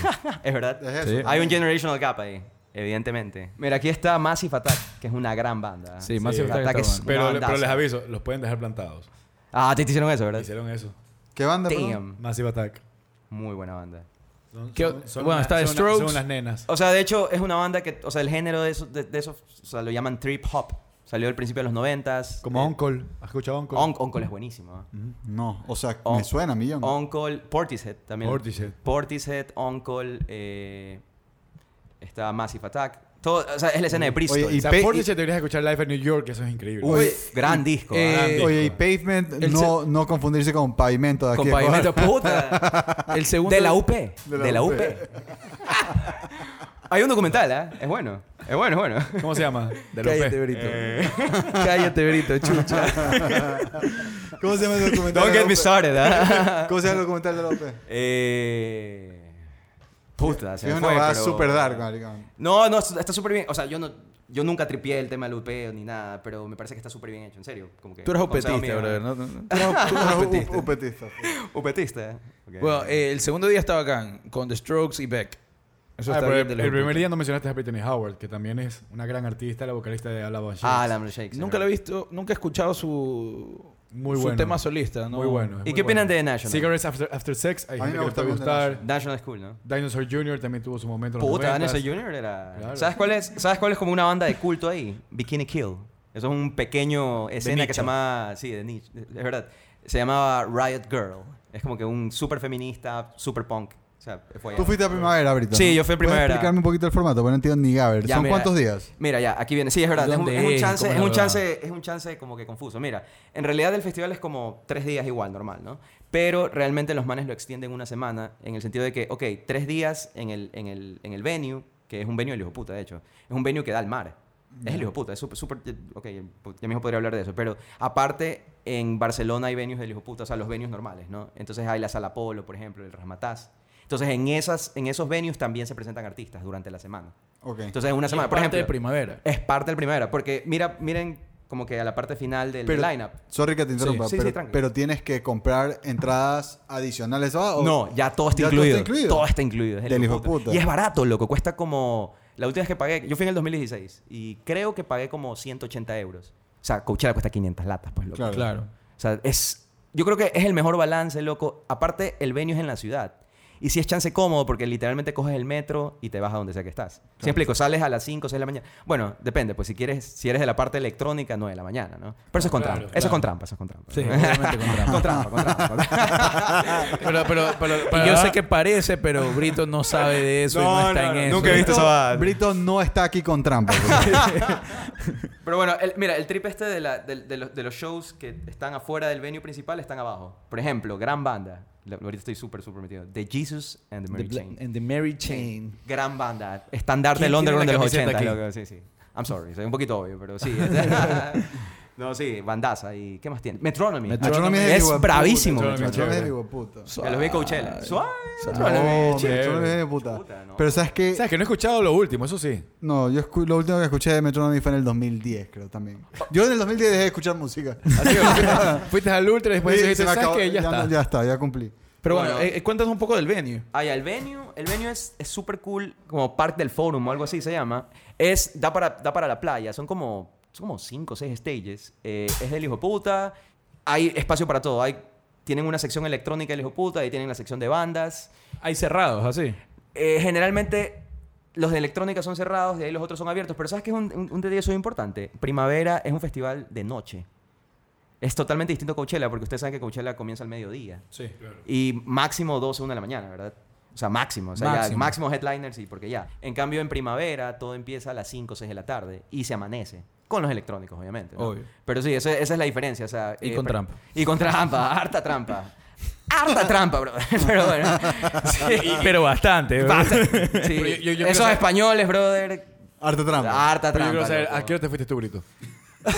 Speaker 1: Es verdad.
Speaker 2: Es eso.
Speaker 4: Sí.
Speaker 1: Hay un generational gap ahí, evidentemente. Mira, aquí está Massive Attack, que es una gran banda.
Speaker 4: Ah, Sí,
Speaker 1: Massive
Speaker 4: Massive Attack
Speaker 1: Attack
Speaker 4: está
Speaker 1: es
Speaker 4: bueno.
Speaker 1: una
Speaker 3: pero, le- pero
Speaker 1: bandaza.
Speaker 3: les aviso, los pueden dejar plantados.
Speaker 1: Ah, te te hicieron eso, ¿verdad?
Speaker 3: Hicieron eso.
Speaker 2: ¿Qué banda? perdón?
Speaker 1: Damn.
Speaker 3: Massive Attack.
Speaker 1: Muy buena banda.
Speaker 3: Son-
Speaker 4: ¿Qué
Speaker 3: son-
Speaker 4: o-
Speaker 3: son
Speaker 4: bueno,
Speaker 3: una-
Speaker 4: está
Speaker 3: son una-
Speaker 4: Strokes.
Speaker 3: son unas nenas.
Speaker 1: O sea, de hecho, es una banda que, o sea, el género de esos, de, de esos o sea, lo llaman trip hop. Salió al principio de los noventas.
Speaker 3: Como Oncol. ¿Has escuchado Oncol?
Speaker 1: eh. Uncle. Uncle es buenísimo. ¿eh?
Speaker 2: No, o sea,
Speaker 1: On-
Speaker 4: Oh.
Speaker 2: me suena a millón.
Speaker 1: Uncle, Portishead también.
Speaker 3: Portishead.
Speaker 1: Portishead, Uncle, eh, está Massive Attack. Todo, o sea, es la escena de Bristol.
Speaker 2: Oye, y
Speaker 3: O sea,
Speaker 2: Pe-
Speaker 3: Portishead deberías escuchar Live en New York, eso es increíble.
Speaker 2: Uy,
Speaker 1: gran disco. ¿eh?
Speaker 4: eh,
Speaker 3: Gran
Speaker 2: Oye, y
Speaker 3: disco.
Speaker 2: Pavement,
Speaker 4: El
Speaker 2: no, no confundirse con Pavimento de aquí.
Speaker 4: Con
Speaker 2: de
Speaker 1: [LAUGHS]
Speaker 2: Ecuador.
Speaker 4: pavimento puta. El segundo...
Speaker 1: De la UP.
Speaker 2: la
Speaker 1: De la UP.
Speaker 2: UP.
Speaker 1: Hay un documental, ¿ah? Es bueno. Es bueno, es bueno.
Speaker 3: ¿Cómo se llama? De Eh.
Speaker 4: Cállate,
Speaker 3: López.
Speaker 4: Brito. [LAUGHS] Cállate, Brito,
Speaker 3: [LAUGHS]
Speaker 4: chucha.
Speaker 2: [LAUGHS] ¿Cómo se llama el documental?
Speaker 1: Don't get
Speaker 2: de
Speaker 1: me
Speaker 2: López?
Speaker 1: started, ¿ah?
Speaker 2: ¿Cómo se llama el documental de López?
Speaker 1: [LAUGHS] Eh... Puta, se
Speaker 2: es
Speaker 1: me
Speaker 2: una
Speaker 1: fue,
Speaker 2: va
Speaker 1: pero-
Speaker 2: super dark, marica.
Speaker 1: No, no, está súper bien. O sea, yo no... Yo nunca tripié el tema del upeo ni nada, pero me parece que está súper bien hecho, en serio. Como que,
Speaker 4: [LAUGHS] Tú eres
Speaker 1: consejo
Speaker 4: opetista,
Speaker 1: mío,
Speaker 4: brother.
Speaker 1: ¿no?
Speaker 4: ¿no? No, no.
Speaker 2: Tú eres un
Speaker 1: Upetista.
Speaker 2: upetista.
Speaker 1: Upetista. ok.
Speaker 4: Bueno, eh, el segundo día estaba acá con The Strokes y Beck. Eso
Speaker 3: Ah,
Speaker 4: está
Speaker 3: pero
Speaker 4: bien
Speaker 3: el,
Speaker 4: de
Speaker 3: el
Speaker 4: los
Speaker 3: primer
Speaker 4: Beatles.
Speaker 3: día no mencionaste a Brittany Howard, que también es una gran artista, la vocalista de Alabama Shakes.
Speaker 1: Ah, Lambert Shakes.
Speaker 4: Nunca lo he visto, nunca he escuchado su,
Speaker 3: Muy
Speaker 4: su
Speaker 3: bueno.
Speaker 4: tema solista. ¿no?
Speaker 3: Muy bueno.
Speaker 1: ¿Y qué opinan de National?
Speaker 3: Cigarettes After, After Sex, hay
Speaker 2: A mí
Speaker 3: gente
Speaker 2: me
Speaker 3: que le puede
Speaker 2: gusta mucho
Speaker 3: gustar.
Speaker 1: National School, ¿no?
Speaker 3: Dinosaur Jr. también tuvo su momento. en los
Speaker 1: Puta,
Speaker 3: 90s.
Speaker 1: Dinosaur Jr. era...
Speaker 3: Claro.
Speaker 1: ¿Sabes, cuál es, ¿Sabes cuál es como una banda de culto ahí? Bikini Kill. Eso es un pequeño escena que se
Speaker 3: nicho.
Speaker 1: llama... Sí, de nicho. Es verdad. Se llamaba Riot Girl. Es como que un súper feminista, súper punk. O sea, fue...
Speaker 2: Tú fuiste a primavera, Brito.
Speaker 1: Sí,
Speaker 2: ¿no?
Speaker 1: yo fui a primavera.
Speaker 2: ¿Puedes explicarme un poquito el formato? Porque no entiendo ni Gaber.
Speaker 1: Ya,
Speaker 2: ¿Son
Speaker 1: mira.
Speaker 2: cuántos días?
Speaker 1: Mira, ya, aquí viene. Sí, es verdad. Es un,
Speaker 4: ¿Dónde
Speaker 1: es un
Speaker 4: es?
Speaker 1: chance,
Speaker 4: ¿Cómo
Speaker 1: es
Speaker 4: es
Speaker 1: un
Speaker 4: la
Speaker 1: chance, es un chance como que confuso. Mira, en realidad el festival es como tres días igual, normal, ¿no? Pero realmente los manes lo extienden una semana en el sentido de que, ok, tres días en el, en el, en el venue, que es un venue del hijo puta, de hecho. Es un venue que da al mar. Es el hijo puta, es súper, súper. Ok, ya mismo podría hablar de eso. Pero aparte, en Barcelona hay venues del hijo puta, o sea, los venues normales, ¿no? Entonces hay la Sala Polo, por ejemplo, el Rasmataz. Entonces en, esas, en esos venues también se presentan artistas durante la semana.
Speaker 2: Ok.
Speaker 1: Entonces en una
Speaker 4: Y
Speaker 1: semana,
Speaker 4: es
Speaker 1: por
Speaker 4: parte
Speaker 1: ejemplo.
Speaker 4: de primavera.
Speaker 1: Es parte del primavera, porque mira, miren como que a la parte final del
Speaker 2: Pero-
Speaker 1: lineup.
Speaker 2: Sorry que te interrumpa,
Speaker 1: Sí, sí,
Speaker 2: pero,
Speaker 1: tranqui.
Speaker 2: pero tienes que comprar entradas adicionales. ¿ah? ¿O-
Speaker 1: No, ya todo está
Speaker 2: ya
Speaker 1: incluido.
Speaker 2: Todo está incluido.
Speaker 1: Todo está incluido, es el
Speaker 2: Del
Speaker 1: hijo
Speaker 2: hijo
Speaker 1: puta.
Speaker 2: puta.
Speaker 1: Y es barato, loco. Cuesta como. La última vez que pagué, yo fui en el 2016 y creo que pagué como 180 euros. O sea, Coachella cuesta 500 latas, pues, loco.
Speaker 2: Claro.
Speaker 4: Claro.
Speaker 1: O sea, es. Yo creo que es el mejor balance, loco. Aparte, el venue es en la ciudad. Y si es chance cómodo, porque literalmente coges el metro y te vas a donde sea que estás. ¿Sí me explico? Sales a las 5, 6 de la mañana. Bueno, depende, pues si quieres, si eres de la parte electrónica, 9 de la mañana, ¿no? Pero eso es con
Speaker 3: Claro,
Speaker 1: trampa. Eso es
Speaker 3: claro.
Speaker 1: con trampa, eso es [LAUGHS] con trampa.
Speaker 4: Sí,
Speaker 1: ¿no?
Speaker 4: obviamente [LAUGHS] con trampa.
Speaker 1: con trampa, con trampa. con trampa.
Speaker 4: Pero, pero, pero- pero yo sé que parece, pero Brito no sabe de eso y no está en eso.
Speaker 1: nunca he visto.
Speaker 2: Brito-
Speaker 1: esa vaina.
Speaker 2: Brito no está aquí
Speaker 1: [LAUGHS]
Speaker 2: con trampa.
Speaker 1: Pero bueno, el- mira, el trip este de, la- de- de los, de los shows que están afuera del venue principal están abajo. Por ejemplo, gran banda. Lo- Ahorita estoy súper, súper metido. The Jesus and the
Speaker 4: The
Speaker 1: Mary
Speaker 4: Bla-
Speaker 1: Chain.
Speaker 4: and the Mary Chain.
Speaker 1: Gran banda. Estandarte
Speaker 3: ¿Quién
Speaker 1: del
Speaker 3: tiene la
Speaker 1: underground de los
Speaker 3: camiseta
Speaker 1: 80.
Speaker 3: aquí?
Speaker 1: loco, Sí, sí. I'm sorry, soy un poquito obvio, pero sí. [LAUGHS] no, sí, bandaza. ¿Y qué más tiene? Metronomy. Ah,
Speaker 4: Metro-
Speaker 2: Metronomy
Speaker 1: Es
Speaker 2: hijo de
Speaker 1: bravísimo,
Speaker 2: puta. Metronomy
Speaker 3: Metronomy.
Speaker 2: es hijo de puta.
Speaker 1: Ya los vi en Coachella. Suave.
Speaker 2: No,
Speaker 1: Metronomy, chévere.
Speaker 2: Metronomy es hijo de puta.
Speaker 1: Puta, no.
Speaker 2: Pero sabes que
Speaker 3: ¿Sabes que no he escuchado lo último? Eso sí. [LAUGHS]
Speaker 2: No, yo escu- lo último que escuché de Metronomy fue en el 2010, creo también. Yo en el 2010 dejé de escuchar
Speaker 4: [LAUGHS]
Speaker 2: música.
Speaker 3: Así que fuiste- fuiste al ultra y
Speaker 4: pues,
Speaker 3: después
Speaker 2: Sí,
Speaker 3: dijiste,
Speaker 2: se me
Speaker 3: ¿sabes
Speaker 2: acabó.
Speaker 3: qué? Ya, está.
Speaker 2: no- ya está, ya cumplí.
Speaker 4: Pero bueno,
Speaker 1: Bueno.
Speaker 4: eh, eh, cuéntanos un poco del venue.
Speaker 1: Ah, ya, el venue, el venue es es súper cool, como Park del Forum o algo así se llama. Es, da para, da para la playa, son como, son como cinco o seis stages. Eh, es del hijo de puta, hay espacio para todo. Hay, tienen una sección electrónica del hijo de puta, ahí tienen la sección de bandas.
Speaker 4: Hay cerrados, así.
Speaker 1: Eh, generalmente los de electrónica son cerrados, de ahí los otros son abiertos. Pero ¿sabes qué es un, un, un detalle súper importante? Primavera es un festival de noche. Es totalmente distinto a Coachella, porque ustedes saben que Coachella comienza al mediodía.
Speaker 3: Sí, claro.
Speaker 1: Y máximo 12, 1 de la mañana, ¿verdad? O sea, máximo. O sea, máximo.
Speaker 4: Máximo.
Speaker 1: máximo headliners, y porque ya. En cambio, en primavera todo empieza a las 5, 6 de la tarde y se amanece. Con los electrónicos, obviamente. ¿no?
Speaker 4: Obvio.
Speaker 1: Pero sí, esa, esa es la diferencia. O sea,
Speaker 4: Y con
Speaker 1: pero-
Speaker 4: trampa.
Speaker 1: Y con trampa, harta trampa. Harta trampa, bro. [LAUGHS] Pero
Speaker 4: [LAUGHS]
Speaker 1: bueno. Sí.
Speaker 4: Pero bastante. ¿verdad?
Speaker 1: [LAUGHS] Basta.
Speaker 2: [LAUGHS]
Speaker 1: Sí.
Speaker 3: Pero yo- yo- yo quiero
Speaker 1: Esos
Speaker 3: saber-
Speaker 1: españoles, brother.
Speaker 2: Arte trampa.
Speaker 1: Harta
Speaker 3: Pero
Speaker 1: trampa.
Speaker 3: yo quiero saber,
Speaker 1: loco.
Speaker 3: ¿a qué hora te fuiste tú, Brito?
Speaker 1: Mira,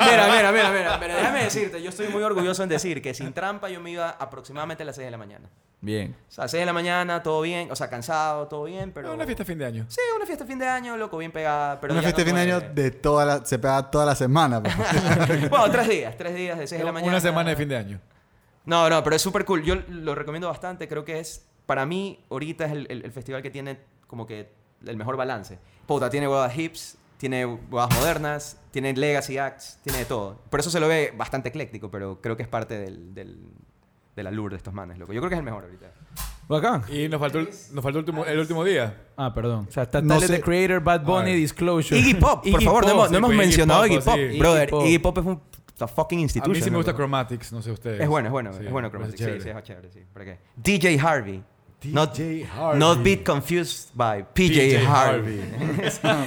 Speaker 1: mira, mira, mira,
Speaker 3: [LAUGHS]
Speaker 1: mira, mira, Déjame decirte, yo estoy muy orgulloso en decir que sin trampa yo me iba aproximadamente a las 6 de la mañana.
Speaker 4: Bien.
Speaker 1: O sea, 6 de la mañana, todo bien, o sea, cansado, todo bien, pero...
Speaker 3: No, una fiesta de fin de año.
Speaker 1: Sí, una fiesta de fin de año, loco, bien pegada, pero
Speaker 2: Una
Speaker 1: ya
Speaker 2: fiesta de
Speaker 1: no
Speaker 2: fin de año
Speaker 1: duele.
Speaker 2: de toda la, se pega toda la semana.
Speaker 4: [LAUGHS]
Speaker 1: [LAUGHS]
Speaker 2: pues. [LAUGHS]
Speaker 1: bueno, tres días, tres días de 6 de la mañana.
Speaker 3: Una semana de fin de año.
Speaker 1: No, no, pero es súper cool. Yo lo recomiendo bastante. Creo que es, para mí, ahorita es el, el- el festival que tiene como que el mejor balance. Puta, tiene huevadas hips, tiene huevadas modernas, tiene legacy acts, tiene de todo. Por eso se lo ve bastante ecléctico, pero creo que es parte del, del, del allure de estos manes, loco. Yo creo que es el mejor ahorita.
Speaker 4: Bacán.
Speaker 3: Y nos faltó, el- nos faltó el, último, el último día.
Speaker 4: Ah, perdón. O sea, está
Speaker 2: No
Speaker 4: Tyler,
Speaker 2: sé.
Speaker 4: the Creator, Bad Bunny,
Speaker 3: A ver.
Speaker 4: Disclosure.
Speaker 1: Iggy Pop, por
Speaker 3: Iggy
Speaker 1: favor, no
Speaker 3: Pop,
Speaker 1: hemos,
Speaker 3: sí,
Speaker 1: no hemos
Speaker 3: pues, Iggy
Speaker 1: mencionado
Speaker 3: Pop,
Speaker 1: Iggy Pop.
Speaker 3: sí.
Speaker 1: Brother,
Speaker 4: Iggy Pop.
Speaker 1: Iggy Pop es un a fucking
Speaker 3: A mí
Speaker 1: institution.
Speaker 3: sí me gusta
Speaker 1: loco.
Speaker 3: Chromatics, no sé ustedes.
Speaker 1: Es bueno, es bueno,
Speaker 3: Sí,
Speaker 1: es bueno
Speaker 3: me parece
Speaker 1: Chromatic. Sí, sí,
Speaker 3: chévere.
Speaker 1: es chévere, sí. ¿Para qué? DJ Harvey. Not, not be confused by PJ, Harvey.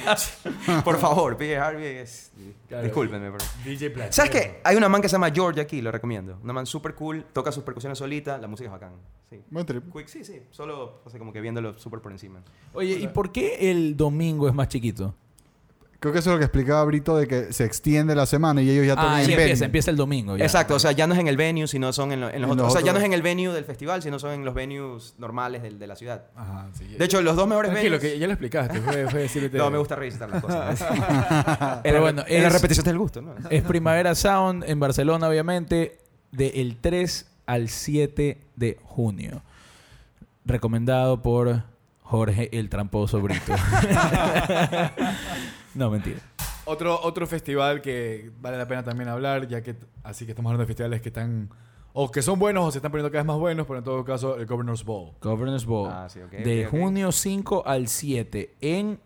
Speaker 3: [LAUGHS]
Speaker 1: Por favor, PJ Harvey es...
Speaker 3: Claro.
Speaker 1: Discúlpenme, pero...
Speaker 3: DJ Platero.
Speaker 1: ¿Sabes qué? Hay una man que se llama George aquí, lo recomiendo. Una man super cool, toca sus percusiones solita, la música es bacán. Sí.
Speaker 2: Buen trip.
Speaker 1: Quick, sí, sí. Solo, o sea, como que viéndolo súper por encima.
Speaker 4: Oye, ¿y por qué el domingo es más chiquito?
Speaker 2: Creo que eso es lo que explicaba Brito de que se extiende la semana y ellos ya tocan
Speaker 4: Ah,
Speaker 2: en
Speaker 4: sí, empieza,
Speaker 2: venue.
Speaker 4: empieza el domingo. Oh, ya.
Speaker 1: Exacto, o sea, ya no es en el venue, sino son en, lo- en los
Speaker 2: En
Speaker 1: otros.
Speaker 2: los
Speaker 1: O sea, ya
Speaker 2: otros.
Speaker 1: no es en el venue del festival, sino son en los venues normales del- de, la ciudad.
Speaker 3: Ajá, sí.
Speaker 1: De hecho, los dos mejores
Speaker 3: Tranquilo,
Speaker 1: venues.
Speaker 3: que ya lo explicaste. Fue, fue
Speaker 1: [LAUGHS]
Speaker 3: decirte.
Speaker 1: No, me gusta revisitar las
Speaker 3: [LAUGHS]
Speaker 1: cosas.
Speaker 4: Ah. Pero bueno,
Speaker 1: En la
Speaker 4: es-
Speaker 1: repetición del gusto, ¿no? [LAUGHS]
Speaker 4: Es Primavera Sound en Barcelona, obviamente, del 3 al 7 de junio. Recomendado por Jorge el Tramposo Brito. [LAUGHS] no, mentira.
Speaker 3: Otro, otro festival que vale la pena también hablar, ya que así que estamos hablando de festivales que están. O que son buenos o se están poniendo cada vez más buenos, pero en todo caso, el Governor's Ball.
Speaker 4: Governors Ball.
Speaker 1: Ah, sí, ok,
Speaker 4: de
Speaker 1: ok, ok.
Speaker 4: junio 5 al 7 en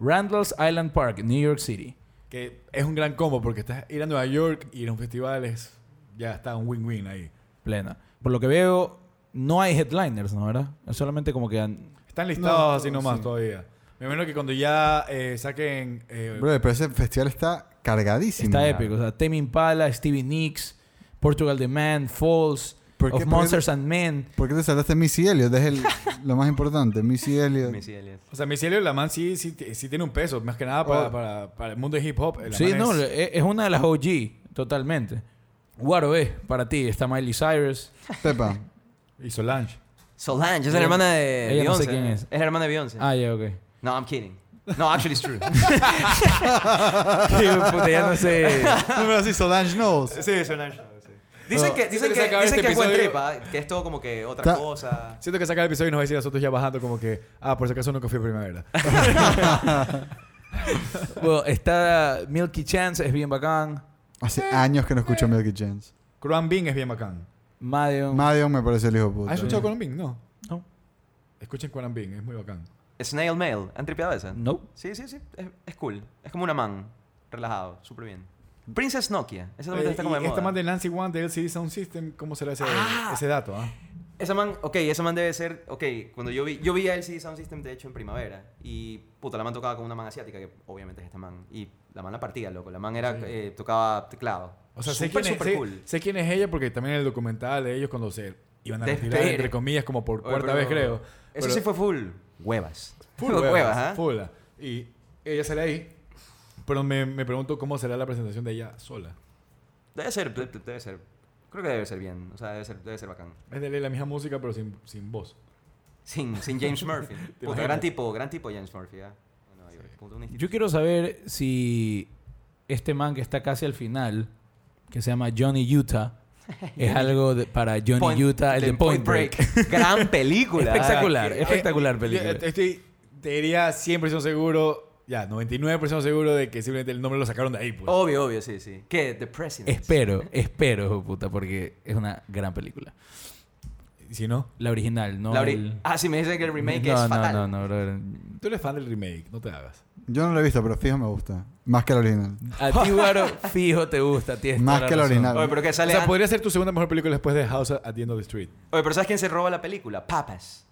Speaker 4: Randall's Island Park, New York City.
Speaker 3: Que es un gran combo porque estás ir a Nueva York y ir a un festival es. Ya está un win-win ahí.
Speaker 4: Plena. Por lo que veo, no hay headliners, ¿no? ¿Verdad? Es solamente como que... han-
Speaker 3: Están listados
Speaker 2: No,
Speaker 3: así nomás
Speaker 2: sí.
Speaker 3: todavía. Me imagino que cuando ya eh, saquen. eh,
Speaker 2: Bro, pero ese festival está cargadísimo.
Speaker 4: Está épico. O sea, Tame Impala, Stevie Nicks, Portugal The Man, Falls,
Speaker 2: ¿Por qué? ¿Por
Speaker 4: Of
Speaker 2: qué?
Speaker 4: Monsters and Men.
Speaker 2: ¿Por qué te saltaste Missy Elliott? Es
Speaker 4: [LAUGHS]
Speaker 2: el, lo más importante. Missy Elliott.
Speaker 1: Missy Elliott.
Speaker 3: o sea, Missy Elliott, la man sí, sí, sí tiene un peso, más que nada para,
Speaker 2: Oh.
Speaker 3: para- para el mundo de hip hop. La
Speaker 4: Sí,
Speaker 3: man
Speaker 4: no,
Speaker 3: es-
Speaker 4: e- es una de las OG, totalmente. Guaro es para ti, está Miley Cyrus.
Speaker 2: Pepa.
Speaker 1: [LAUGHS]
Speaker 3: Y Solange.
Speaker 1: Solange, es la hermana de
Speaker 4: ella no sé
Speaker 1: Beyoncé.
Speaker 4: quién es.
Speaker 1: la hermana de Beyoncé.
Speaker 4: Ah, ya, [LAUGHS] ok.
Speaker 1: No, I'm kidding. No, actually it's true.
Speaker 4: Puta, ya no sé.
Speaker 2: No, pero sí, Solange Knowles.
Speaker 3: [LAUGHS] Sí, Solange.
Speaker 1: Dicen que, dicen
Speaker 3: Siento que
Speaker 1: que,
Speaker 3: se acaba
Speaker 1: dicen
Speaker 3: este
Speaker 1: que es buen
Speaker 3: episodio.
Speaker 1: trip, ¿ah? que es todo como que otra
Speaker 2: Ta-
Speaker 1: cosa.
Speaker 3: Siento que saca el episodio y nos va a decir a nosotros ya bajando como que, ah, por si acaso nunca fui a primavera.
Speaker 4: Bueno, está Milky Chance, es bien bacán.
Speaker 2: Hace años que no escucho Milky Chance.
Speaker 3: Crown Bing es bien bacán.
Speaker 4: Madeon.
Speaker 2: Madion me parece el hijo de
Speaker 3: ¿Has
Speaker 4: Ah,
Speaker 2: puta.
Speaker 3: escuchado Crown Bing? No.
Speaker 4: No.
Speaker 3: Escuchen Crown Bing, es muy bacán.
Speaker 1: Snail Mail, ¿han tripeado esa?
Speaker 4: no.
Speaker 1: Sí, sí, sí. Es, es cool. Es como una man. Relajado. Súper bien. Princess Nokia. Esa también
Speaker 3: Eh,
Speaker 1: está como de
Speaker 3: y esta
Speaker 1: moda.
Speaker 3: man de Nancy One de LCD Sound System, ¿cómo será ese,
Speaker 1: Ah.
Speaker 3: ese dato? ah?
Speaker 1: Esa man... Ok, esa man debe ser... Ok, cuando yo vi... Yo vi a LCD Sound System, de hecho, en primavera. Y, puta, la man tocaba con una man asiática, que obviamente es esta man. Y la man la partía, loco. La man era... eh, tocaba teclado.
Speaker 3: O sea,
Speaker 1: súper,
Speaker 3: sé, quién es,
Speaker 1: súper
Speaker 3: sé-
Speaker 1: cool.
Speaker 3: sé quién es ella porque también en el documental de ellos cuando se iban a
Speaker 1: Te-
Speaker 3: retirar,
Speaker 1: te-
Speaker 3: entre comillas, como por
Speaker 1: Oye,
Speaker 3: cuarta
Speaker 1: pero-
Speaker 3: vez creo.
Speaker 1: Eso
Speaker 3: Pero-
Speaker 1: sí fue full. Huevas.
Speaker 4: [LAUGHS]
Speaker 3: Full
Speaker 1: huevas, ¿ah?
Speaker 3: Full. Y ella sale ahí. Pero me, me pregunto cómo será la presentación de ella sola.
Speaker 1: Debe ser... de- de- Debe ser... Creo que debe ser bien. O sea, debe ser, debe ser bacán.
Speaker 3: Es de ley la misma música, pero sin, sin voz.
Speaker 1: Sin, sin
Speaker 4: [LAUGHS]
Speaker 1: James Murphy. Puta,
Speaker 3: imaginas?
Speaker 1: gran tipo, gran tipo James Murphy, ¿ah? En Nueva York. Puta, un
Speaker 4: Yo quiero saber si este man que está casi al final, que se llama Johnny Utah, [LAUGHS] es algo de- para Johnny
Speaker 1: Point-
Speaker 4: Utah, el de Point,
Speaker 1: [LAUGHS]
Speaker 4: Break.
Speaker 1: Gran
Speaker 4: [LAUGHS]
Speaker 1: película. ¿ah?
Speaker 4: Espectacular,
Speaker 3: Eh,
Speaker 4: espectacular película.
Speaker 3: Yo Estoy, te diría 100% seguro, ya, 99% seguro de que simplemente el nombre lo sacaron de ahí, pues.
Speaker 1: Obvio, obvio, sí, sí. ¿Qué? The President.
Speaker 4: Espero, espero, hijo de puta, porque es una gran película.
Speaker 3: Y Si no,
Speaker 4: La original, no
Speaker 1: La ori-
Speaker 4: el...
Speaker 1: Ah, sí, me dicen que el remake
Speaker 4: no,
Speaker 1: es
Speaker 4: no,
Speaker 1: fatal.
Speaker 4: No, no, brother.
Speaker 3: tú eres fan del remake, no te hagas.
Speaker 2: Yo no lo he visto, pero fijo me gusta. Más que el original.
Speaker 4: A ti,
Speaker 1: [LAUGHS]
Speaker 4: Guaro, fijo te gusta. tienes
Speaker 2: Más
Speaker 4: toda la
Speaker 2: que la
Speaker 4: razón.
Speaker 2: original.
Speaker 1: Oye, pero que
Speaker 3: O
Speaker 1: sale.
Speaker 3: sea,
Speaker 1: an-
Speaker 3: podría ser tu segunda mejor película después de House at the End of the Street.
Speaker 1: Oye, pero ¿sabes quién se roba la película? Papas.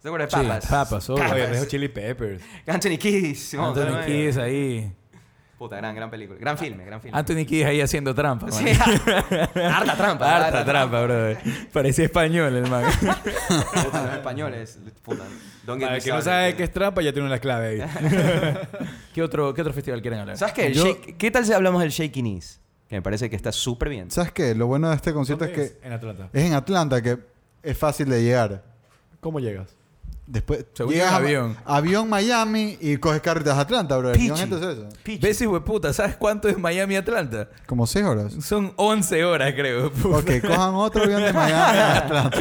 Speaker 1: ¿Te acuerdas de
Speaker 4: Sí,
Speaker 1: Papas?
Speaker 4: Papas, obvio.
Speaker 3: Oye,
Speaker 4: Papas.
Speaker 3: Rejo Chili Peppers.
Speaker 1: Anthony Kiss. vamos,
Speaker 4: Anthony
Speaker 1: dale,
Speaker 4: Kidd Ah, ahí.
Speaker 1: Puta, gran, gran película. Gran filme, gran filme.
Speaker 4: Anthony Kidd ahí haciendo trampa. man.
Speaker 1: Sí. harta [LAUGHS] trampa.
Speaker 4: Harta trampa, brother. Parecía español el man. [LAUGHS]
Speaker 1: Puta, los españoles. Puta. Don't get
Speaker 3: Para
Speaker 1: me
Speaker 3: el que no
Speaker 1: started.
Speaker 3: sabe qué es trampa, ya tiene una clave ahí.
Speaker 4: ¿Qué otro, ¿Qué otro festival quieren hablar?
Speaker 1: ¿Sabes qué? El
Speaker 2: Yo-
Speaker 1: shake- ¿Qué tal si hablamos del Shaky Knees? Que me parece que está súper bien.
Speaker 2: ¿Sabes qué? Lo bueno de este concierto es que
Speaker 3: ¿Dónde es? En Atlanta.
Speaker 2: es en Atlanta, que es fácil de llegar.
Speaker 3: ¿Cómo llegas?
Speaker 2: Después
Speaker 4: Según
Speaker 2: llegas
Speaker 4: yo,
Speaker 2: a-
Speaker 4: avión.
Speaker 2: avión Miami y coges carro y te vas a Atlanta, bro. ¿Qué
Speaker 1: Pichi.
Speaker 2: gente hace eso?
Speaker 1: Pichi.
Speaker 4: ¿Ves, hijo de puta? ¿Sabes cuánto es Miami-Atlanta?
Speaker 2: Como seis
Speaker 4: [LAUGHS]
Speaker 2: horas.
Speaker 4: Son 11 horas, creo. puta.
Speaker 2: Ok, cojan otro avión de
Speaker 4: [LAUGHS]
Speaker 2: Miami a Atlanta.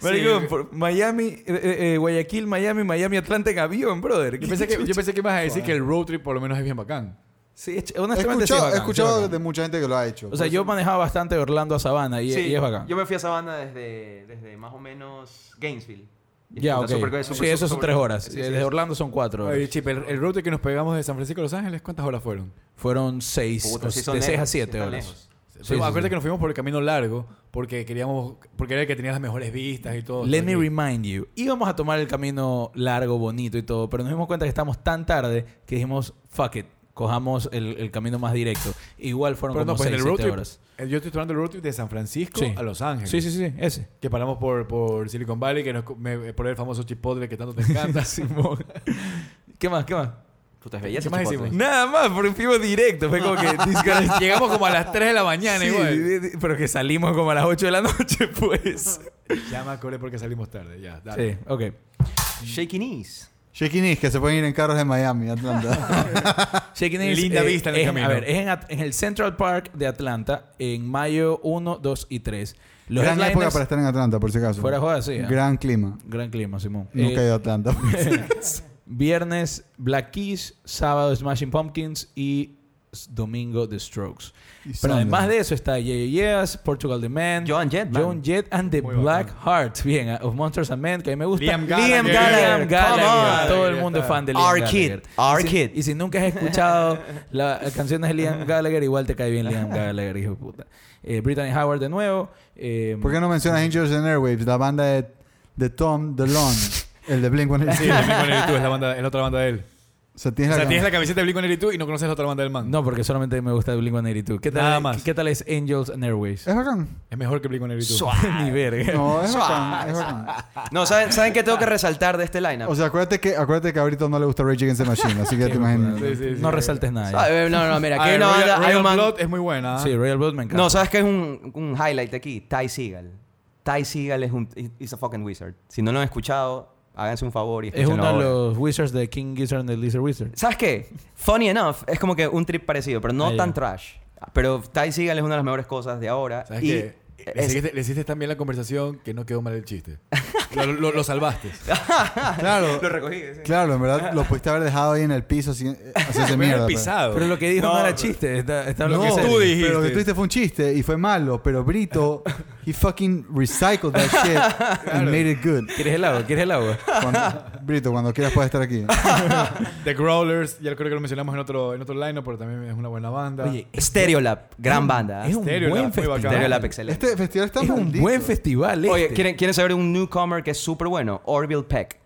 Speaker 4: Marico,
Speaker 1: Sí.
Speaker 4: por Miami, eh, eh, eh, Guayaquil, Miami, Miami, Atlanta en avión, brother.
Speaker 3: [LAUGHS] Yo pensé, que, yo pensé que ibas a decir que el road trip por lo menos es bien bacán.
Speaker 4: Sí, es-
Speaker 2: He
Speaker 4: honestamente sí es
Speaker 2: escuchado, he
Speaker 4: bacán, sí
Speaker 2: escuchado
Speaker 4: es
Speaker 2: de
Speaker 4: bacán.
Speaker 2: mucha gente que lo ha hecho.
Speaker 4: O sea, yo manejaba bastante de Orlando a Savannah y,
Speaker 1: Sí,
Speaker 4: y es bacán.
Speaker 1: Yo me fui a Sabana desde, desde más o menos Gainesville. Y
Speaker 4: Ya,
Speaker 1: puta,
Speaker 4: ok.
Speaker 1: súper-
Speaker 4: sí,
Speaker 1: súper-
Speaker 4: eso
Speaker 1: súper-
Speaker 4: son tres horas. Eh,
Speaker 1: Sí, sí,
Speaker 4: Desde
Speaker 1: sí.
Speaker 4: Orlando son cuatro horas.
Speaker 3: Oye, Chip, el, el road trip que nos pegamos de San Francisco a Los Ángeles, ¿cuántas horas fueron?
Speaker 4: Fueron seis,
Speaker 1: Puta,
Speaker 4: o-
Speaker 1: sí
Speaker 4: de
Speaker 1: son
Speaker 4: seis
Speaker 1: lejos,
Speaker 4: a
Speaker 1: sí
Speaker 4: siete
Speaker 1: están
Speaker 4: horas.
Speaker 1: lejos. Sí, sí,
Speaker 3: Pues acuérdate
Speaker 1: sí.
Speaker 3: que nos fuimos por el camino largo porque queríamos, porque era el que tenía las mejores vistas y todo.
Speaker 4: Let me
Speaker 3: Aquí.
Speaker 4: remind you. Íbamos a tomar el camino largo, bonito y todo, pero nos dimos cuenta que estamos tan tarde que dijimos, fuck it, cojamos el, el camino más directo. Igual fueron
Speaker 3: Pero no,
Speaker 4: como
Speaker 3: pues en
Speaker 4: seis,
Speaker 3: el road
Speaker 4: siete
Speaker 3: trip.
Speaker 4: horas.
Speaker 3: el- Yo estoy tomando el road trip de San Francisco
Speaker 4: Sí.
Speaker 3: a Los Ángeles.
Speaker 4: Sí, sí, sí, ese.
Speaker 3: Que paramos por, por Silicon Valley, que nos, co- me- por el famoso chipotle que tanto te
Speaker 4: [LAUGHS]
Speaker 3: encanta.
Speaker 4: Simón. ¿Qué más? ¿Qué más?
Speaker 1: Tú estás belleza,
Speaker 3: ¿Qué más
Speaker 1: Chipotle.
Speaker 3: hicimos?
Speaker 4: Nada más, porque fuimos directo. Fue como [LAUGHS] que this guy-
Speaker 3: Llegamos como a las 3 de la mañana
Speaker 4: Sí,
Speaker 3: igual.
Speaker 4: di- di- pero que salimos como a las 8 de la [LAUGHS] noche, pues.
Speaker 3: Ya me acordé porque salimos tarde. Ya, dale.
Speaker 4: Sí, ok.
Speaker 1: Shaky knees.
Speaker 2: Shaky Knees, que se pueden ir en carros de Miami, Atlanta.
Speaker 4: Shaking Knees,
Speaker 3: Linda vista en el
Speaker 4: es-
Speaker 3: camino.
Speaker 4: A ver, es en, At- en el Central Park de Atlanta en mayo 1, 2 y 3. [LAUGHS] Los
Speaker 2: Gran
Speaker 4: headliners-
Speaker 2: época para estar en Atlanta, por si acaso.
Speaker 4: Fuera de joda, sí. ¿eh? Gran,
Speaker 2: Gran clima.
Speaker 4: clima, Simón. Eh,
Speaker 2: Nunca he ido a Atlanta.
Speaker 4: viernes, Black Keys. Sábado, Smashing Pumpkins. Y s- domingo, The Strokes.
Speaker 2: Y
Speaker 4: [LAUGHS] Pero
Speaker 2: Sunday.
Speaker 4: además de eso está Yeah Yeah Yeahs, Portugal The Man.
Speaker 1: Joan Jett, man.
Speaker 4: Joan Jett and the
Speaker 3: Muy
Speaker 4: Black
Speaker 3: bacán.
Speaker 4: Hearts. Bien, eh, of Monsters and Men, que a mí me gusta.
Speaker 3: Liam Gallagher.
Speaker 4: Liam
Speaker 1: Liam Gallagher,
Speaker 4: Gallagher.
Speaker 1: come on.
Speaker 4: Todo el
Speaker 3: Ya
Speaker 4: mundo es
Speaker 3: está.
Speaker 4: fan de Liam
Speaker 1: Our
Speaker 4: Gallagher.
Speaker 1: kid, our
Speaker 4: y si,
Speaker 1: kid.
Speaker 4: Y si nunca has escuchado la- las canciones de Liam Gallagher, igual te cae bien Liam Gallagher, hijo de puta. Eh, Brittany Howard de nuevo. eh,
Speaker 2: ¿Por qué no mencionas Angels and Airwaves, la banda de, de Tom DeLonge, el de
Speaker 3: Sí,
Speaker 2: Blink-182?
Speaker 3: el Blink-182 es la, banda, es la otra banda de él.
Speaker 2: O sea, tienes
Speaker 3: O
Speaker 2: la
Speaker 3: sea,
Speaker 2: cam-
Speaker 3: tienes la camiseta de Blink-182 y no conoces la otra banda del man.
Speaker 4: No, porque solamente me gusta Blink-182. ¿Qué tal,
Speaker 3: Nada más.
Speaker 4: ¿Qué tal es Angels and
Speaker 2: [LAUGHS]
Speaker 4: Airways? [LAUGHS]
Speaker 2: Es bacán.
Speaker 3: Es mejor que Blink-182.
Speaker 4: Ni verga.
Speaker 2: No, es bacán. Es bacán.
Speaker 1: No, ¿saben, ¿saben qué
Speaker 4: Ah.
Speaker 1: tengo que resaltar de este lineup?
Speaker 2: O sea, acuérdate que, acuérdate que ahorita no le gusta Rage Against the Machine, así que ya te imaginas.
Speaker 3: Sí,
Speaker 4: [LAUGHS]
Speaker 3: sí, sí.
Speaker 4: no resaltes nada. ya.
Speaker 1: Ah, eh, no, no, mira,
Speaker 3: Ah,
Speaker 1: aquí hay una
Speaker 3: Royal-
Speaker 1: banda, hay
Speaker 3: Royal
Speaker 1: un man-
Speaker 3: Blood es muy buena. ¿ah?
Speaker 4: Sí, Royal Blood me encanta.
Speaker 1: No, ¿sabes qué es un, un highlight aquí? Ty Seagal. Ty Seagal es un... It's a fucking wizard. Si no lo han escuchado, háganse un favor y
Speaker 4: es
Speaker 1: escúchenlo
Speaker 4: uno de
Speaker 1: ahora.
Speaker 4: los Wizards de King Gizzard and the Lizard Wizard.
Speaker 1: ¿Sabes qué? Funny enough, es como que un trip parecido, pero no
Speaker 4: Ah, ya.
Speaker 1: tan trash. Pero Ty Seagal es una de las mejores cosas de ahora.
Speaker 3: ¿Sabes
Speaker 1: y
Speaker 3: qué? Le
Speaker 1: es- [LAUGHS]
Speaker 3: hiciste, le hiciste tan bien la conversación que no quedó mal el chiste. Lo, lo- lo salvaste.
Speaker 2: Claro,
Speaker 1: Lo recogí. sí.
Speaker 2: claro, en verdad lo pudiste haber dejado ahí en el piso, así, eh, haciéndose
Speaker 3: Fue
Speaker 2: mierda.
Speaker 3: el
Speaker 2: pero-
Speaker 3: pisado.
Speaker 4: Pero lo que dijo no, era chiste. Está, está lo que
Speaker 3: tú
Speaker 4: se-
Speaker 3: dijiste.
Speaker 2: Pero lo que tú dijiste fue un chiste y fue malo, pero Brito, he fucking recycled that shit and made it good.
Speaker 4: ¿Quieres el agua? ¿Quieres el agua?
Speaker 2: Cuando- Brito, cuando quieras puedes estar aquí.
Speaker 3: The Growlers, ya creo que lo mencionamos en otro, en otro line, pero también es una buena banda.
Speaker 4: Oye,
Speaker 1: Stereolab, gran banda. ¿eh?
Speaker 4: es un
Speaker 3: Stereo
Speaker 4: buen
Speaker 3: Lab, muy bacán.
Speaker 4: festival.
Speaker 1: Stereolab, excelente.
Speaker 2: Este festival está
Speaker 4: Es un
Speaker 2: maldito.
Speaker 4: buen festival. Este.
Speaker 1: Oye, ¿quieren, quieren saber un newcomer que es súper bueno? Orville Peck.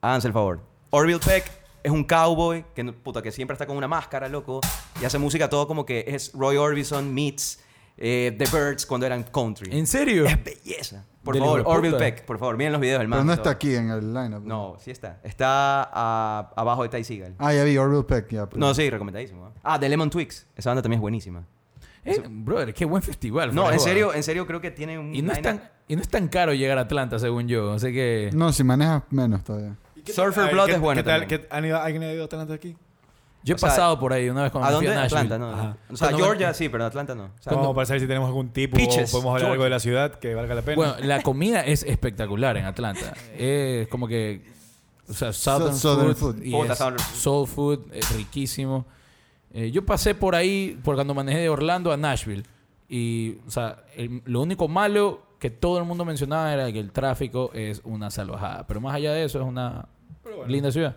Speaker 1: Háganse el favor. Orville Peck es un cowboy que, no- puta, que siempre está con una máscara, loco. Y hace música todo como que es Roy Orbison meets eh, The Birds cuando eran country.
Speaker 4: ¿En serio?
Speaker 1: Es belleza. Por
Speaker 4: Del
Speaker 1: favor,
Speaker 4: hijo de
Speaker 1: Orville
Speaker 4: puta.
Speaker 1: Peck, por favor, miren los videos del man.
Speaker 2: Pero no
Speaker 1: y
Speaker 2: está
Speaker 1: todo.
Speaker 2: aquí en el lineup.
Speaker 1: No, sí está. Está ah, abajo de Ty Seagal.
Speaker 2: Ah, ya vi, Orville Peck, ya. pero-
Speaker 1: No, sí, recomendadísimo. ¿eh? Ah, The Lemon Twigs. Esa banda también es buenísima.
Speaker 4: Eh, brother, qué buen festival.
Speaker 1: No,
Speaker 4: fuera
Speaker 1: en
Speaker 4: joda.
Speaker 1: serio, en serio creo que tiene un...
Speaker 4: Y no, es
Speaker 1: lineup-
Speaker 4: tan, y no es tan caro llegar a Atlanta, según yo. Así que...
Speaker 2: No, si manejas menos todavía.
Speaker 3: ¿Y qué-
Speaker 1: Surfer
Speaker 3: a ver,
Speaker 1: Blood
Speaker 3: ¿qué-
Speaker 1: es bueno
Speaker 3: ¿qué tal?
Speaker 1: también.
Speaker 3: ¿Qué- han ido- ¿Alguien ha ido a Atlanta aquí?
Speaker 4: Yo he
Speaker 1: o sea,
Speaker 4: pasado por ahí una vez cuando
Speaker 1: ¿A
Speaker 4: me fui
Speaker 1: dónde?
Speaker 4: Nashville.
Speaker 1: Atlanta, no.
Speaker 3: Ajá.
Speaker 1: O sea,
Speaker 4: Cuando-
Speaker 1: Georgia sí, pero en Atlanta no. O sea,
Speaker 3: Vamos para saber si tenemos algún tipo
Speaker 1: Peaches,
Speaker 3: o podemos hablar
Speaker 1: Georgia.
Speaker 3: algo de la ciudad que valga la pena.
Speaker 4: Bueno, la comida es espectacular en Atlanta. Es como que. O sea, Southern,
Speaker 2: Southern
Speaker 4: food.
Speaker 2: food.
Speaker 4: y
Speaker 1: Puta,
Speaker 4: es
Speaker 1: Southern food.
Speaker 4: soul food, es riquísimo. Eh, yo pasé por ahí, por cuando manejé de Orlando a Nashville. Y, o sea, el- lo único malo que todo el mundo mencionaba era que el tráfico es una salvajada. Pero más allá de eso, es una linda ciudad.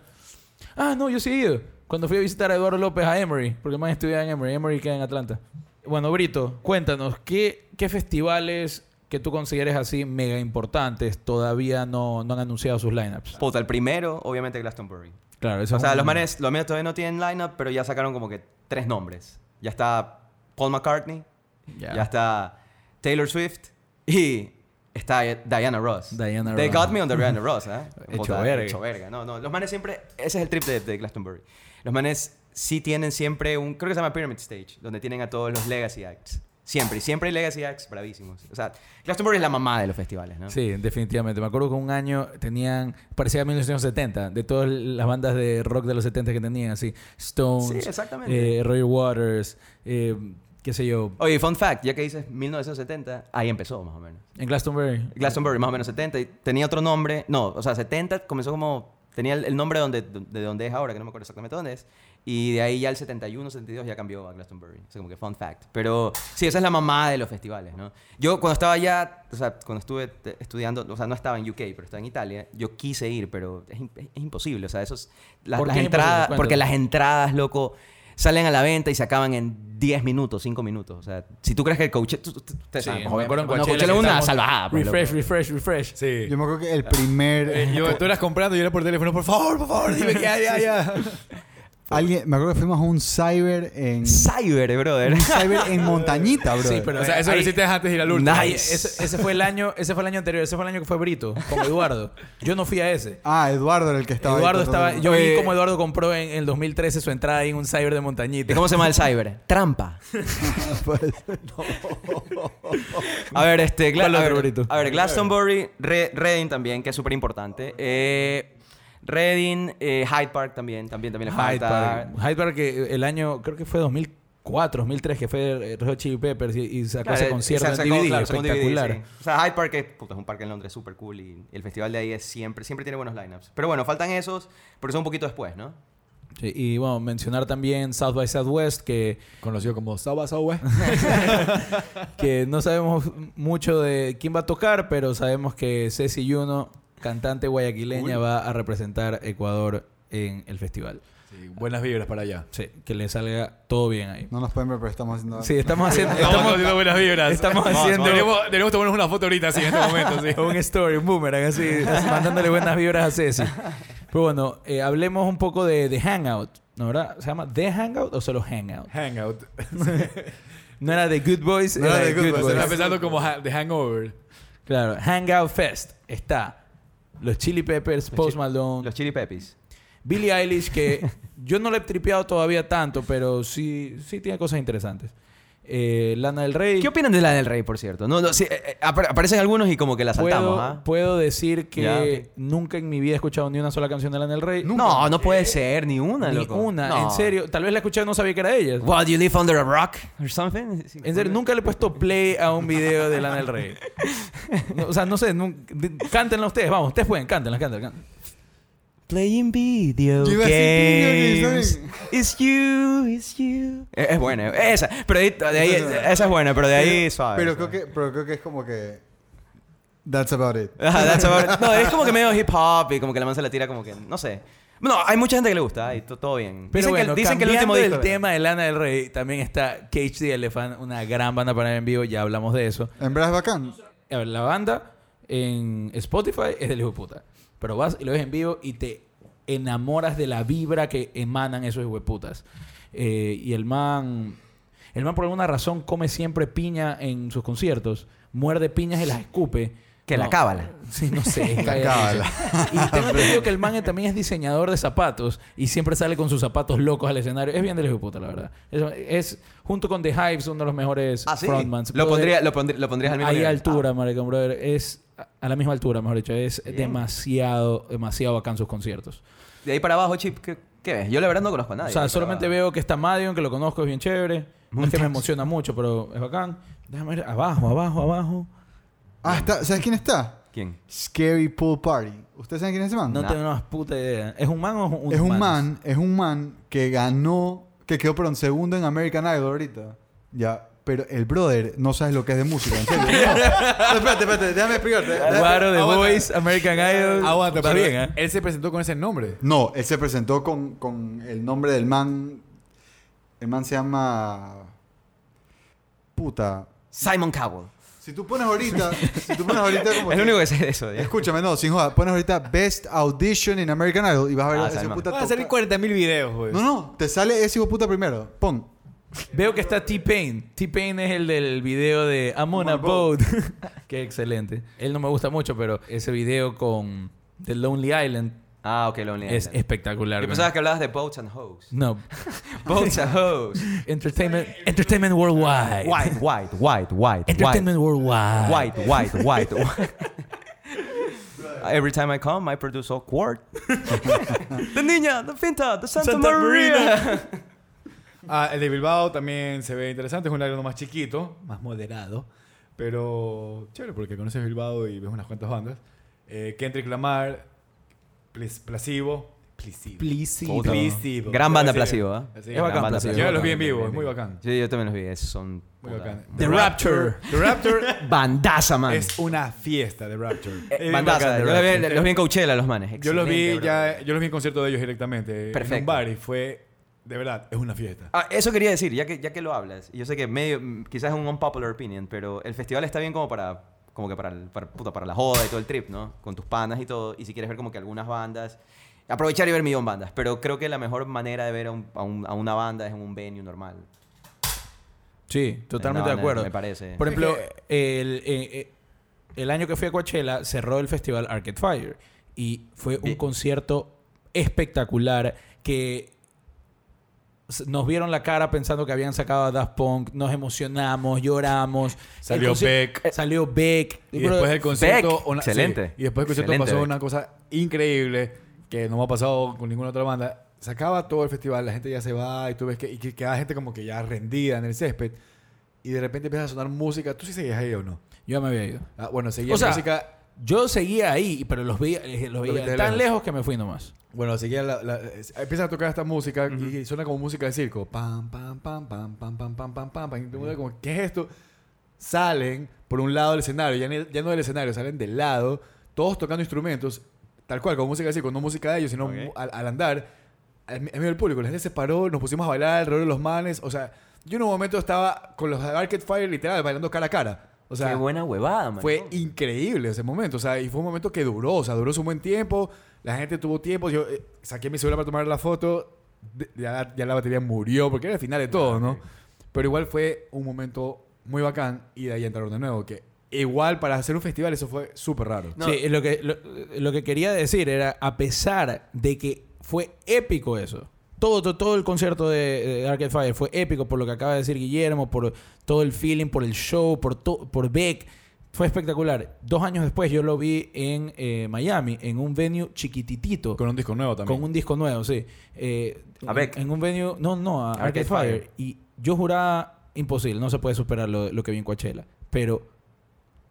Speaker 4: Ah, no, yo sí he ido. Cuando fui a visitar a Eduardo López a Emory, porque más estudiaba en Emory, Emory queda en Atlanta. Bueno, Brito, cuéntanos, ¿qué, qué festivales que tú consideres así mega importantes todavía no, no han anunciado sus lineups?
Speaker 1: Puta, el primero, obviamente Glastonbury.
Speaker 4: Claro, eso
Speaker 1: O
Speaker 4: es
Speaker 1: sea,
Speaker 4: un-
Speaker 1: los manes, los manes todavía no tienen lineup, pero ya sacaron como que tres nombres. Ya está Paul McCartney,
Speaker 4: Ya.
Speaker 1: ya está Taylor Swift y está Diana Ross.
Speaker 4: Diana
Speaker 1: They
Speaker 4: Ross.
Speaker 1: got me on the
Speaker 4: [LAUGHS]
Speaker 1: Diana Ross, ¿eh?
Speaker 4: Hecho
Speaker 1: Puta,
Speaker 4: verga.
Speaker 1: Hecho verga. No, no, los manes siempre... Ese es el trip de, de Glastonbury. Los manes sí tienen siempre un... Creo que se llama Pyramid Stage, donde tienen a todos los Legacy Acts. Siempre, y siempre hay Legacy Acts bravísimos. O sea, Glastonbury es la mamá de los festivales, ¿no?
Speaker 4: Sí, definitivamente. Me acuerdo que un año tenían, parecía 1970, de todas las bandas de rock de los 70 que tenían, así, Stones,
Speaker 1: Sí, exactamente.
Speaker 4: eh, Roger Waters, eh, qué sé yo,
Speaker 1: Oye, fun fact, ya que dices 1970, ahí empezó más o menos.
Speaker 4: en Glastonbury.
Speaker 1: Glastonbury, [LAUGHS] más o menos 70. y tenía otro nombre. No, o sea, 70 comenzó como. Tenía el, el nombre donde, de donde es ahora, que no me acuerdo exactamente dónde es. Y de ahí ya el 71, 72 ya cambió a Glastonbury. O sea, como que fun fact. Pero sí, esa es la mamá de los festivales, ¿no? Yo cuando estaba allá, o sea, cuando estuve te- estudiando, o sea, no estaba en UK, pero estaba en Italia, yo quise ir, pero es, im- es imposible. O sea, esos. las-
Speaker 4: ¿Por
Speaker 1: las
Speaker 4: qué es imposible?
Speaker 1: entradas.
Speaker 4: Cuéntame.
Speaker 1: Porque las entradas, loco. salen a la venta y se acaban en 10 minutos, 5 minutos. O sea, si tú crees que el coach... tú- tú- tú- te-
Speaker 4: Sí,
Speaker 1: ah,
Speaker 4: me
Speaker 1: joder,
Speaker 4: acuerdo en
Speaker 1: bueno,
Speaker 4: Coachella
Speaker 1: Coachella
Speaker 4: que
Speaker 1: es una
Speaker 4: estábamos-
Speaker 1: salvajada. pues,
Speaker 4: refresh,
Speaker 1: loco.
Speaker 4: refresh, refresh.
Speaker 3: Sí.
Speaker 2: Yo me acuerdo que el primer.
Speaker 3: Eh, yo- tú eras comprando y yo era por teléfono, por favor, por favor,
Speaker 4: [LAUGHS]
Speaker 3: dime que hay, hay, hay.
Speaker 2: alguien, me acuerdo que fuimos a un cyber en.
Speaker 1: Cyber, brother.
Speaker 2: un cyber en Montañita, bro.
Speaker 4: Sí, pero-
Speaker 3: O sea, eso
Speaker 4: Ahí-
Speaker 3: lo hiciste antes de ir al último.
Speaker 1: Eh, Nice.
Speaker 4: Ay, ese, ese fue el año, ese fue el año anterior, ese fue el año que fue Brito, con Eduardo. Yo no fui a ese.
Speaker 2: Ah, Eduardo era el que estaba. ahí
Speaker 4: Eduardo
Speaker 2: tratando-
Speaker 4: estaba. Yo vi
Speaker 1: Eh,
Speaker 4: cómo Eduardo compró en en el 2013 su entrada ahí en un cyber de montañita.
Speaker 1: ¿Y ¿Cómo se llama el cyber?
Speaker 4: [LAUGHS]
Speaker 1: Trampa. A ver, este, Gla-
Speaker 4: ¿Cuál
Speaker 1: a,
Speaker 4: otro,
Speaker 1: ver,
Speaker 4: Brito?
Speaker 1: a ver, Glastonbury, Re- Reading también, que es súper importante. Eh, Reading, eh, Hyde Park también, también, también le
Speaker 4: Hyde
Speaker 1: falta.
Speaker 4: Park. Hyde Park, que el año, creo que fue 2004, 2003, que fue eh, Red Hot Chili Peppers y, y sacó
Speaker 1: Claro,
Speaker 4: ese
Speaker 1: eh,
Speaker 4: concierto
Speaker 1: sacó-
Speaker 4: en DVD,
Speaker 1: claro, sacó un DVD,
Speaker 4: espectacular.
Speaker 1: sí. O sea, Hyde Park es, puta, es un parque en Londres súper cool y el festival de ahí es siempre, siempre tiene buenos lineups. Pero bueno, faltan esos, pero son un poquito después, ¿no?
Speaker 4: Sí, Y bueno, mencionar también South by Southwest, que,
Speaker 3: Conocido como Saba Sawa.
Speaker 4: que no sabemos mucho de quién va a tocar, pero sabemos que Ceci Yuno, cantante guayaquileña, va a representar Ecuador en el festival.
Speaker 3: Sí, buenas vibras para allá.
Speaker 4: Sí, que le salga todo bien ahí.
Speaker 2: No nos pueden ver, pero estamos haciendo.
Speaker 4: Sí, estamos haciendo,
Speaker 3: Estamos
Speaker 4: estamos,
Speaker 3: haciendo buenas vibras.
Speaker 4: estamos
Speaker 3: Vamos,
Speaker 4: haciendo-
Speaker 3: Tenemos, tenemos tomarnos una foto ahorita, sí, en este momento, [LAUGHS]
Speaker 4: [LAUGHS]
Speaker 3: sí.
Speaker 4: un story, un boomerang, así, así, mandándole buenas vibras a Ceci. Pero bueno, eh, hablemos un poco de, de Hangout, ¿no verdad? ¿Se llama The Hangout o solo Hangout?
Speaker 3: Hangout.
Speaker 4: No era The Good Boys,
Speaker 2: No
Speaker 4: era,
Speaker 2: era
Speaker 4: The
Speaker 2: The Good
Speaker 4: Good,
Speaker 2: Boys,
Speaker 4: Boys.
Speaker 3: Estaba pensando como ha- de Hangover.
Speaker 4: Claro, Hangout Fest está los Chili Peppers, Post
Speaker 1: chi-
Speaker 4: Malone,
Speaker 1: Los Chili Peppies.
Speaker 4: Billie Eilish, que yo no le he tripeado todavía tanto, pero sí, sí tiene cosas interesantes. Eh, Lana del Rey.
Speaker 1: ¿Qué opinan de la del Rey, por cierto? No, no, sí, eh, eh, apar- aparecen algunos y como que la saltamos,
Speaker 4: Puedo,
Speaker 1: ¿ah?
Speaker 4: puedo decir que
Speaker 1: Ya, ok.
Speaker 4: nunca en mi vida he escuchado ni una sola canción de Lana del Rey.
Speaker 1: No, no puede ser, ni una,
Speaker 4: Ni
Speaker 1: loco.
Speaker 4: una,
Speaker 1: No.
Speaker 4: en serio. Tal vez la escuché y no sabía que era ella.
Speaker 1: What, you live under a rock or something? Sí, me
Speaker 4: En serio,
Speaker 1: acuerdo.
Speaker 4: nunca le he puesto play a un video de Lana del Rey. No, o sea, no sé, nunca- de- cántenla ustedes, vamos, ustedes pueden, cántenla, cántenla. cántenla.
Speaker 1: Playing video
Speaker 2: Yo iba a decir video
Speaker 1: games.
Speaker 2: games,
Speaker 1: It's you, it's you. Es, es buena, eh, esa. Pero de ahí, de ahí-
Speaker 2: Esa es buena.
Speaker 1: esa es buena, pero de ahí suave.
Speaker 2: Pero creo,
Speaker 1: [LAUGHS] suave.
Speaker 2: que, pero creo que es como que. That's about it.
Speaker 1: Ajá, Ah, that's about- no, es como que medio hip hop y como que la man se la tira como que, no sé. Bueno, hay mucha gente que le gusta y to- todo bien.
Speaker 4: Pero
Speaker 1: dicen
Speaker 4: bueno,
Speaker 1: que, dicen que el último
Speaker 4: cambiando
Speaker 1: disco...
Speaker 4: del tema de Lana del Rey, también está Cage the Elephant, una gran banda para ver en vivo, ya hablamos de eso.
Speaker 2: En verdad es bacán.
Speaker 4: A ver, eh, la banda en Spotify es del hijo de puta. Pero vas y lo ves en vivo y te enamoras de la vibra que emanan esos hueputas. Eh, y el man, el man por alguna razón come siempre piña en sus conciertos, muerde piñas y las escupe.
Speaker 1: Que la
Speaker 4: No.
Speaker 1: cábala.
Speaker 4: Sí, no sé.
Speaker 1: [LAUGHS]
Speaker 4: es
Speaker 2: La
Speaker 4: cagadísimo.
Speaker 2: cábala.
Speaker 4: Y tengo entendido que el man también es diseñador de zapatos y siempre sale con sus zapatos locos al escenario. Es bien del hijo de puta, la verdad. Es, es, junto con The Hives uno de los mejores
Speaker 1: Ah, sí.
Speaker 4: frontmans.
Speaker 1: Lo,
Speaker 4: Brother,
Speaker 1: pondría, lo, pondría, lo pondrías al mismo
Speaker 4: Ahí
Speaker 1: nivel.
Speaker 4: altura,
Speaker 3: Ah.
Speaker 4: maricón, brother. Es a- a la misma altura, mejor dicho. Es demasiado, demasiado bacán sus conciertos.
Speaker 1: Ah, de ahí para abajo, Chip, ¿qué, qué ves? Yo la verdad no conozco a nadie.
Speaker 4: o sea,
Speaker 1: pero-
Speaker 4: solamente veo que está Madion, que lo conozco, es bien chévere. No es que me emociona mucho, pero es bacán. Déjame ver. Abajo, abajo, abajo.
Speaker 2: Ah, está, ¿sabes quién está?
Speaker 1: ¿Quién?
Speaker 2: Scary Pool Party. ¿Ustedes saben quién es ese man?
Speaker 4: No
Speaker 1: Nah.
Speaker 4: tengo más puta idea. ¿Es un man o es un
Speaker 2: es un
Speaker 4: humanos?
Speaker 2: man, es un man que ganó, que quedó por un segundo en American Idol ahorita. Ya, pero el brother no sabes lo que es de música, en serio. No. espérate, espérate, déjame explicarte. déjame-
Speaker 4: Guaro de
Speaker 3: Aguanta.
Speaker 4: Voice, American Idol.
Speaker 3: Aguanta,
Speaker 4: Está
Speaker 3: pero
Speaker 4: bien, ¿eh?
Speaker 3: él se presentó con ese nombre.
Speaker 2: No, él se presentó con, con el nombre del man. El man se llama. Puta.
Speaker 1: Simon Cowell.
Speaker 2: Si tú pones ahorita. si tú pones ahorita como.
Speaker 1: Es
Speaker 2: que-
Speaker 1: lo único que sé de eso. ya.
Speaker 2: Escúchame, no, sin joda. Pones ahorita Best Audition in American Idol y vas a ver
Speaker 1: Ah,
Speaker 2: a ese
Speaker 1: Salma.
Speaker 2: puta.
Speaker 3: Van a
Speaker 2: toca-
Speaker 3: salir 40.000 videos, pues. güey.
Speaker 2: No, no, te sale ese hijo puta primero. Pon.
Speaker 4: Veo que está T-Pain. T-Pain es el del video de I'm on a
Speaker 3: [LAUGHS]
Speaker 4: boat. Qué excelente. Él no me gusta mucho, pero ese video con The Lonely Island
Speaker 1: Ah, ok, Lonely
Speaker 4: es
Speaker 1: Island.
Speaker 4: espectacular.
Speaker 1: Yo
Speaker 4: güey.
Speaker 1: pensaba que hablabas de Boats and Hoes.
Speaker 4: [LAUGHS] No.
Speaker 1: Boats and Hoes.
Speaker 4: [LAUGHS] Entertainment, Entertainment Worldwide.
Speaker 1: White, [LAUGHS] white, white, white,
Speaker 4: Entertainment Worldwide.
Speaker 1: white, white, white, white. [LAUGHS] Every time I come, I produce a [LAUGHS] quart. the Niña, the Finta, the Santa,
Speaker 3: Santa
Speaker 1: Maria.
Speaker 3: Ah, el de Bilbao también se ve interesante. Es un área más chiquito, más moderado. Pero chévere, porque conoces Bilbao y ves unas cuantas bandas. Eh, Kendrick Lamar, Plis- Plasivo. Plisivo.
Speaker 4: Plisivo.
Speaker 3: Plisivo.
Speaker 1: Gran banda
Speaker 3: Sí,
Speaker 1: Plasivo, ¿eh?
Speaker 3: sí,
Speaker 4: Es
Speaker 3: gran
Speaker 4: bacán,
Speaker 3: banda
Speaker 4: Plasivo.
Speaker 3: Yo los vi
Speaker 1: Bacán,
Speaker 3: en vivo,
Speaker 1: bacán,
Speaker 3: es muy
Speaker 1: bacán.
Speaker 3: bacán.
Speaker 1: [LAUGHS] Sí, yo también los vi. esos Son...
Speaker 3: Muy
Speaker 1: puta,
Speaker 3: bacán.
Speaker 4: The Rapture.
Speaker 3: The Rapture
Speaker 1: Bandaza, man.
Speaker 3: es una fiesta, The Rapture.
Speaker 1: Eh,
Speaker 3: Es
Speaker 1: bandaza.
Speaker 3: bacán, The
Speaker 1: Yo los vi,
Speaker 3: Rapture.
Speaker 1: los vi en Coachella, los manes.
Speaker 3: Yo los vi
Speaker 1: Excelente, bro.
Speaker 3: ya, yo los vi en concierto de ellos directamente. En
Speaker 1: Perfecto.
Speaker 3: un bar y fue de verdad, es una fiesta.
Speaker 1: Ah, eso quería decir, ya que, ya que lo hablas. y Yo sé que medio, mm, quizás es un unpopular opinion, pero el festival está bien como para, como que para, el- para, puta, para la joda y todo el trip, ¿no? Con tus panas y todo. Y si quieres ver como que algunas bandas, aprovechar y ver millón bandas. Pero creo que la mejor manera de ver a, un- a un- a una banda es en un venue normal.
Speaker 4: Sí, totalmente
Speaker 1: No,
Speaker 4: de
Speaker 1: no,
Speaker 4: acuerdo.
Speaker 1: me parece.
Speaker 4: Por
Speaker 3: Es
Speaker 4: ejemplo, el, eh, eh, el año que fui a Coachella cerró el festival Arcade Fire y fue un
Speaker 1: Bien.
Speaker 4: concierto espectacular que s- nos vieron la cara pensando que habían sacado a Daft Punk, nos emocionamos, lloramos.
Speaker 3: Salió
Speaker 4: El conci-
Speaker 3: Beck.
Speaker 4: eh, Salió Beck.
Speaker 3: Y
Speaker 4: Bro,
Speaker 3: después del concierto.
Speaker 1: Beck. Excelente.
Speaker 3: sí, y después del concierto
Speaker 1: Excelente,
Speaker 3: pasó
Speaker 1: Beck.
Speaker 3: una cosa increíble que no me ha pasado con ninguna otra banda. Se acaba todo el festival, la gente ya se va y tú ves que, y que queda gente como que ya rendida en el césped. Y de repente empieza a sonar música. ¿Tú sí seguías ahí o no?
Speaker 4: Yo ya me había ido.
Speaker 3: Ah, bueno, seguía
Speaker 4: O sea-
Speaker 3: música.
Speaker 4: Yo seguía ahí, pero los veía, eh, los veía
Speaker 3: viste de
Speaker 4: tan
Speaker 3: lejos.
Speaker 4: lejos que me fui nomás.
Speaker 3: Bueno, seguía la, la- es- empieza a tocar esta música y, y suena como música de circo. Pam, pam, pam, pam, pam, pam, pam, pam, pam. pam. Y todo el mundo como, ¿qué es esto? Salen por un lado del escenario, ya, ni- ya no del escenario, salen del lado, todos tocando instrumentos, tal cual, como música de circo, no música de ellos, sino
Speaker 1: Ok.
Speaker 3: mu- al, al andar, al, en medio del público. La gente se paró, nos pusimos a bailar alrededor de los manes. O sea, yo en un momento estaba con los de Arcade Fire literal bailando cara a cara. O sea,
Speaker 1: Qué buena huevada, man.
Speaker 3: fue increíble ese momento. O sea, y fue un momento que duró. O sea, duró su buen tiempo. La gente tuvo tiempo. Yo eh, saqué mi celular para tomar la foto. de- Ya, la- ya la batería murió porque era el final de todo, ¿no? Pero igual fue un momento muy bacán y de ahí entraron de nuevo. Que igual para hacer un festival eso fue súper raro.
Speaker 1: No.
Speaker 4: Sí, lo que, lo, lo que quería decir era, a pesar de que fue épico eso, todo, todo, todo el concierto de, de Arcade Fire fue épico por lo que acaba de decir Guillermo, por todo el feeling, por el show, por, to- por Beck. Fue espectacular. Dos años después yo lo vi en eh, Miami, en un venue chiquititito.
Speaker 3: Con un disco nuevo también.
Speaker 4: Con un disco nuevo, sí. Eh,
Speaker 1: A Beck.
Speaker 4: En un venue... No, no, a Arcade,
Speaker 1: Arcade
Speaker 4: Fire.
Speaker 1: Fire.
Speaker 4: Y yo juraba imposible. No se puede superar lo, lo que vi en Coachella. Pero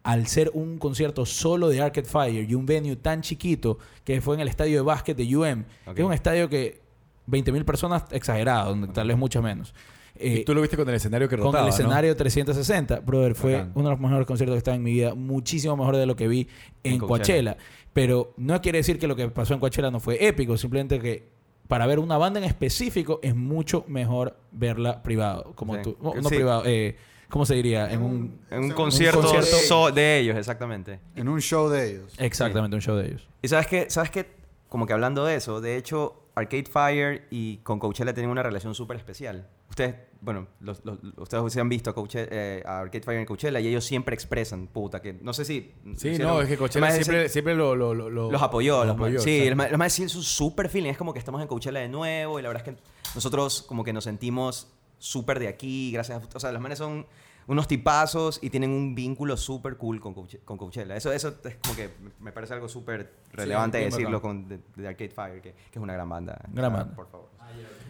Speaker 4: al ser un concierto solo de Arcade Fire y un venue tan chiquito que fue en el estadio de básquet de UM,
Speaker 1: Ok.
Speaker 4: que es un estadio que 20.000 personas exagerado, donde tal vez muchas menos. Eh,
Speaker 3: y tú lo viste con el escenario que
Speaker 4: con
Speaker 3: rotaba,
Speaker 4: el
Speaker 3: ¿no?
Speaker 4: escenario 360, brother, fue
Speaker 3: Bacán.
Speaker 4: uno de los mejores conciertos que estaba en mi vida, muchísimo mejor de lo que vi en,
Speaker 1: En
Speaker 4: Coachella.
Speaker 1: Coachella.
Speaker 4: Pero no quiere decir que lo que pasó en Coachella no fue épico, simplemente que para ver una banda en específico es mucho mejor verla privado, como
Speaker 1: Sí.
Speaker 4: tú, no, no
Speaker 1: Sí.
Speaker 4: privado, eh, ¿cómo se diría? En un
Speaker 1: En un
Speaker 2: Un
Speaker 1: concierto,
Speaker 4: concierto-
Speaker 1: so- de ellos, exactamente.
Speaker 2: En un show de ellos.
Speaker 4: exactamente un show de ellos.
Speaker 1: Y sabes que, sabes que, como que hablando de eso, de hecho, Arcade Fire y con Coachella tienen una relación súper especial. Ustedes, bueno, los, los- ustedes se han visto a, Coache- eh, a Arcade Fire en Coachella y ellos siempre expresan, puta, que no sé si...
Speaker 3: Sí,
Speaker 1: hicieron-
Speaker 3: no, es que Coachella
Speaker 1: Además, ese-
Speaker 3: siempre, siempre lo, lo- lo- lo-
Speaker 1: los apoyó, los ma- sí,
Speaker 3: exacto.
Speaker 1: los ma- los más sí, es un súper feeling, es como que estamos en Coachella de nuevo y la verdad es que nosotros como que nos sentimos súper de aquí, gracias a, o sea, los manes son unos tipazos y tienen un vínculo súper cool con, Coach- con Coachella. Eso, eso es como que me parece algo súper relevante
Speaker 3: bien
Speaker 1: decirlo
Speaker 3: bacán.
Speaker 1: con de, de Arcade Fire, que, que es una gran banda.
Speaker 4: Gran
Speaker 1: Ah,
Speaker 4: banda.
Speaker 1: Por favor.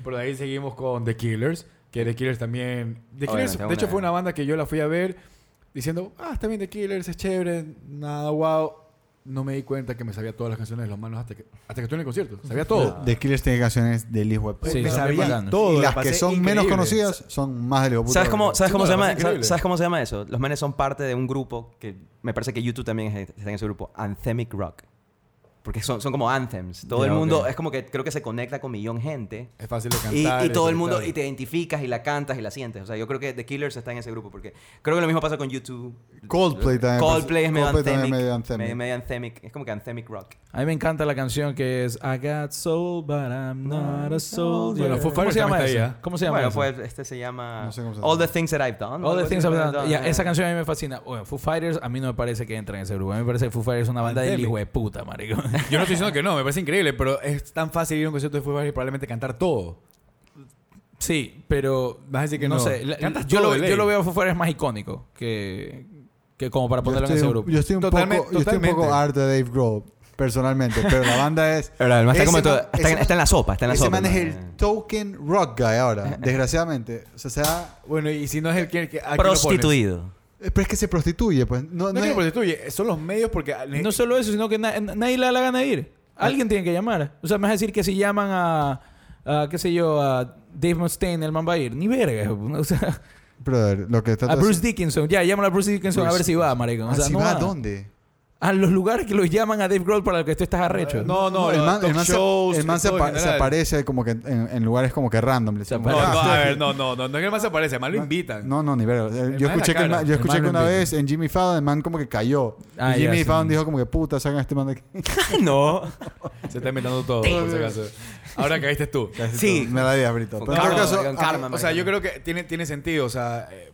Speaker 3: Por ahí seguimos con The Killers, que The Killers también... The Killers,
Speaker 1: Obviamente,
Speaker 3: de
Speaker 1: una-
Speaker 3: hecho, fue una banda que yo la fui a ver diciendo, ah, está bien The Killers, es chévere, nada, wow. No me di cuenta que me sabía todas las canciones de los manos hasta que, hasta que estuve en el concierto. Sabía todo.
Speaker 2: The Killers tiene canciones de Liz Web.
Speaker 4: Sí,
Speaker 3: me
Speaker 4: son bien
Speaker 3: sabía
Speaker 4: bacanas.
Speaker 3: todo.
Speaker 2: y
Speaker 3: la
Speaker 2: las que
Speaker 3: pasé
Speaker 2: son menos
Speaker 3: increíble.
Speaker 2: conocidas son más de Liz
Speaker 1: ¿Sabes cómo, ¿sabes,
Speaker 3: Sí,
Speaker 1: cómo
Speaker 3: no,
Speaker 1: se
Speaker 3: la
Speaker 1: llama,
Speaker 3: pasé increíble.
Speaker 1: ¿sabes, sabes cómo se llama eso? Los manes son parte de un grupo que me parece que YouTube también es- está en ese grupo, Anthemic Rock. Porque son, son como anthems. Todo el
Speaker 3: Ya,
Speaker 1: mundo
Speaker 3: ok.
Speaker 1: es como que creo que se conecta con millón gente.
Speaker 3: Es fácil de
Speaker 1: Y,
Speaker 3: cantar.
Speaker 1: y todo el mundo,
Speaker 3: disfrutar.
Speaker 1: y te identificas y la cantas y la sientes. O sea, yo creo que The Killers está en ese grupo porque creo que lo mismo pasa con YouTube.
Speaker 2: Coldplay también.
Speaker 1: Coldplay es medio
Speaker 2: Coldplay
Speaker 1: anthemic.
Speaker 2: también es medio
Speaker 1: medio
Speaker 2: anthemic.
Speaker 1: medio, anthemic. Es como que anthemic rock.
Speaker 4: A mí me encanta la canción que es I got soul but I'm not a soldier.
Speaker 3: Bueno, Foo
Speaker 4: ¿Cómo
Speaker 3: Fighters
Speaker 4: se llama
Speaker 3: también está
Speaker 4: esa?
Speaker 3: ahí, ¿ah?
Speaker 4: ¿Cómo se llama
Speaker 1: Bueno,
Speaker 4: esa?
Speaker 1: pues este se llama
Speaker 2: No sé cómo se
Speaker 1: All
Speaker 2: llama.
Speaker 1: the Things That I've Done.
Speaker 4: All the
Speaker 1: Algo
Speaker 4: Things
Speaker 1: así.
Speaker 4: I've Done. Ya,
Speaker 1: Ajá.
Speaker 4: esa canción a mí me fascina. Bueno, Foo Fighters a mí no me parece que entra en ese grupo. A mí me parece que Foo Fighters es una banda del
Speaker 3: Pandemic.
Speaker 4: hijo de puta, marico. [LAUGHS]
Speaker 3: Yo no estoy diciendo que no, me parece increíble, pero es tan fácil ir a un concierto de fútbol y probablemente cantar todo.
Speaker 4: sí, pero
Speaker 3: Vas a decir que
Speaker 4: no,
Speaker 3: no.
Speaker 4: sé. La-
Speaker 3: Cantas
Speaker 4: yo,
Speaker 3: todo
Speaker 4: lo,
Speaker 3: de ley.
Speaker 4: yo lo veo a Foo Fighters más icónico que, que como para
Speaker 2: Yo
Speaker 4: ponerlo en
Speaker 2: estoy,
Speaker 4: ese
Speaker 2: un-
Speaker 4: grupo.
Speaker 2: yo estoy un
Speaker 3: Totalme-
Speaker 2: poco, yo estoy un poco
Speaker 3: totalmente.
Speaker 2: harto de Dave Grohl, personalmente. Pero la banda es...
Speaker 1: Pero además está,
Speaker 2: Ese
Speaker 1: como
Speaker 2: man-
Speaker 1: todo- está en-
Speaker 2: ese man-
Speaker 1: está en la sopa. Está en la eh.
Speaker 2: Ese
Speaker 1: sopa.
Speaker 2: man es
Speaker 1: hermano.
Speaker 2: el token rock guy ahora, desgraciadamente. O sea, se ha-
Speaker 3: Bueno, y si no es el que... que- ¿a quién lo pones?
Speaker 1: Prostituido.
Speaker 2: Pero es que se prostituye, pues. No,
Speaker 3: No,
Speaker 2: no
Speaker 3: es que
Speaker 2: es-
Speaker 3: lo prostituye, son los medios porque...
Speaker 4: No solo eso, sino que na- na- nadie le da la gana de ir. Alguien tiene que llamar. O sea, me vas a decir que si llaman a, a, qué sé yo, a Dave Mustaine, el man va a ir. Ni verga. O sea,
Speaker 2: Brother, lo que está...
Speaker 4: a Bruce Dickinson. Ya, llámalo a Bruce Dickinson a ver si va, marico. O sea,
Speaker 2: ¿Así
Speaker 4: no
Speaker 2: va a dónde?
Speaker 4: a los lugares que los llaman a Dave Grohl para los que tú estás arrecho.
Speaker 3: No, no,
Speaker 2: el
Speaker 3: no,
Speaker 2: man,
Speaker 3: talk
Speaker 2: el man se-
Speaker 3: shows,
Speaker 2: el man se,
Speaker 3: todo
Speaker 2: apa-
Speaker 3: en
Speaker 2: se
Speaker 3: general.
Speaker 2: aparece como que en, en lugares como que random. Le
Speaker 4: Se
Speaker 2: decimos,
Speaker 3: No,
Speaker 4: aparece.
Speaker 2: "Ah,
Speaker 3: no,
Speaker 2: estoy
Speaker 3: a
Speaker 2: aquí".
Speaker 3: ver, no, no, no, no es que el man se aparece, además lo invitan.
Speaker 2: No, no, ni verga. Eh,
Speaker 3: El
Speaker 2: Yo
Speaker 3: man
Speaker 2: escuché
Speaker 3: la
Speaker 2: que, el
Speaker 3: caga.
Speaker 2: man- yo
Speaker 4: El
Speaker 2: escuché
Speaker 4: man
Speaker 2: que
Speaker 4: lo
Speaker 2: una
Speaker 4: invita.
Speaker 2: vez en Jimmy Fallon el man como que cayó.
Speaker 4: Ah,
Speaker 2: y
Speaker 4: ya,
Speaker 2: Jimmy
Speaker 4: sí.
Speaker 2: Fallon dijo como que puta, sacan a este man de [LAUGHS] aquí.
Speaker 1: no.
Speaker 3: Se está inventando todo, por si acaso. Ahora caíste
Speaker 1: [LAUGHS]
Speaker 3: tú.
Speaker 1: Sí.
Speaker 2: Me la di Brito. Pero en
Speaker 1: Karma,
Speaker 2: todo caso,
Speaker 1: con
Speaker 2: ah,
Speaker 1: karma,
Speaker 3: O sea,
Speaker 1: marico.
Speaker 3: yo creo que tiene, tiene sentido. O sea, eh,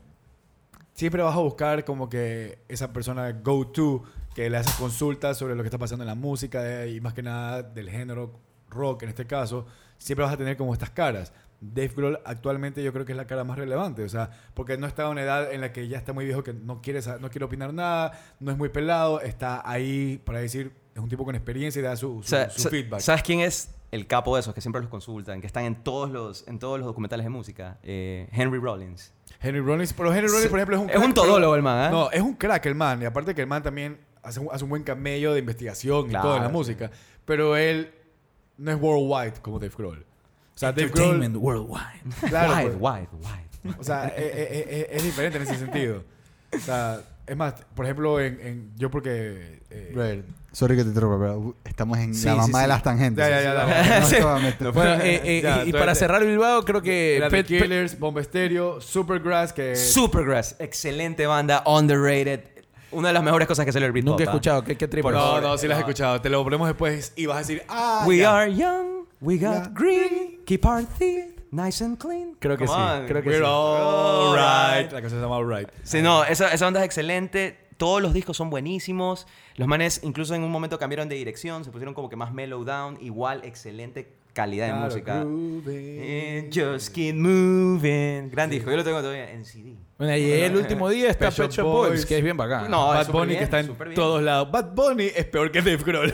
Speaker 3: siempre vas a buscar como que esa persona go-to que le haces consultas sobre lo que está pasando en la música eh, y más que nada del género rock en este caso. Siempre vas a tener como estas caras. Dave Grohl actualmente yo creo que es la cara más relevante, o sea, porque no está a una edad en la que ya está muy viejo que no quiere, sa- no quiere opinar nada, no es muy pelado, está ahí para decir, es un tipo con experiencia y da su, su-
Speaker 1: O sea,
Speaker 3: su
Speaker 1: sa-
Speaker 3: feedback.
Speaker 1: ¿Sabes quién es el capo de esos que siempre los consultan, que están en todos los, en todos los documentales de música? Eh, Henry Rollins.
Speaker 3: Henry Rollins, pero Henry Rollins, por ejemplo, es un
Speaker 1: Es un
Speaker 3: pero-
Speaker 1: todólogo el man, ¿eh?
Speaker 3: No, es un crack el man. Y aparte que el man también hace un, hace un buen camello de investigación y todo en la
Speaker 1: Claro,
Speaker 3: música. Pero él no es worldwide como Dave Grohl. O sea, Dave
Speaker 4: Entertainment
Speaker 3: Grohl...
Speaker 4: Worldwide.
Speaker 3: [LAUGHS] Claro,
Speaker 1: wide,
Speaker 3: pues,
Speaker 1: wide, wide.
Speaker 3: o sea, eh, eh, eh, es, diferente en ese sentido. O sea, es más, por ejemplo, en, en- yo porque... eh,
Speaker 2: brother, sorry que te interrumpa, pero estamos en
Speaker 4: Sí,
Speaker 2: la
Speaker 4: sí,
Speaker 2: mamá
Speaker 4: sí.
Speaker 2: de las tangentes.
Speaker 3: Ya, ya, ya,
Speaker 2: No, [LAUGHS]
Speaker 3: ya.
Speaker 2: no, pues,
Speaker 1: Sí.
Speaker 2: estaba metido.
Speaker 4: Bueno, eh, eh,
Speaker 3: Ya,
Speaker 4: y, y
Speaker 3: tú
Speaker 4: para
Speaker 3: eres-
Speaker 4: cerrar Bilbao, creo que
Speaker 3: era The
Speaker 4: Pet- Pet-
Speaker 3: eh, Killers, Bomba Estéreo, Supergrass, que...
Speaker 1: Supergrass, excelente banda, underrated. Una de las mejores cosas que se le olvidó.
Speaker 4: nunca he escuchado. ¿Qué, qué tripas?
Speaker 3: no, no, sí las he escuchado. Te lo ponemos después y vas a decir... Ah,
Speaker 1: We
Speaker 3: ya.
Speaker 1: are young, we got
Speaker 2: Yeah.
Speaker 1: green, keep our teeth nice and clean.
Speaker 4: Creo que
Speaker 1: Come
Speaker 4: sí,
Speaker 1: on.
Speaker 4: creo que
Speaker 3: We're
Speaker 4: sí.
Speaker 3: all right.
Speaker 1: Alright.
Speaker 3: La canción se llama All Right.
Speaker 1: Sí, no, esa, esa banda es excelente. Todos los discos son buenísimos. Los manes incluso en un momento cambiaron de dirección, se pusieron como que más mellow down, igual excelente calidad de música. Eh, Just keep moving. Gran disco, yo lo tengo todavía en CD.
Speaker 4: Bueno, y el último día está
Speaker 3: Pet Shop
Speaker 4: Pet Shop Boys,
Speaker 3: Boys.
Speaker 4: que es bien bacán.
Speaker 1: No,
Speaker 3: Bad
Speaker 1: súper
Speaker 3: Bunny
Speaker 1: bien,
Speaker 3: que está en
Speaker 1: súper bien.
Speaker 3: todos lados. Bad Bunny es peor que Dave Grohl.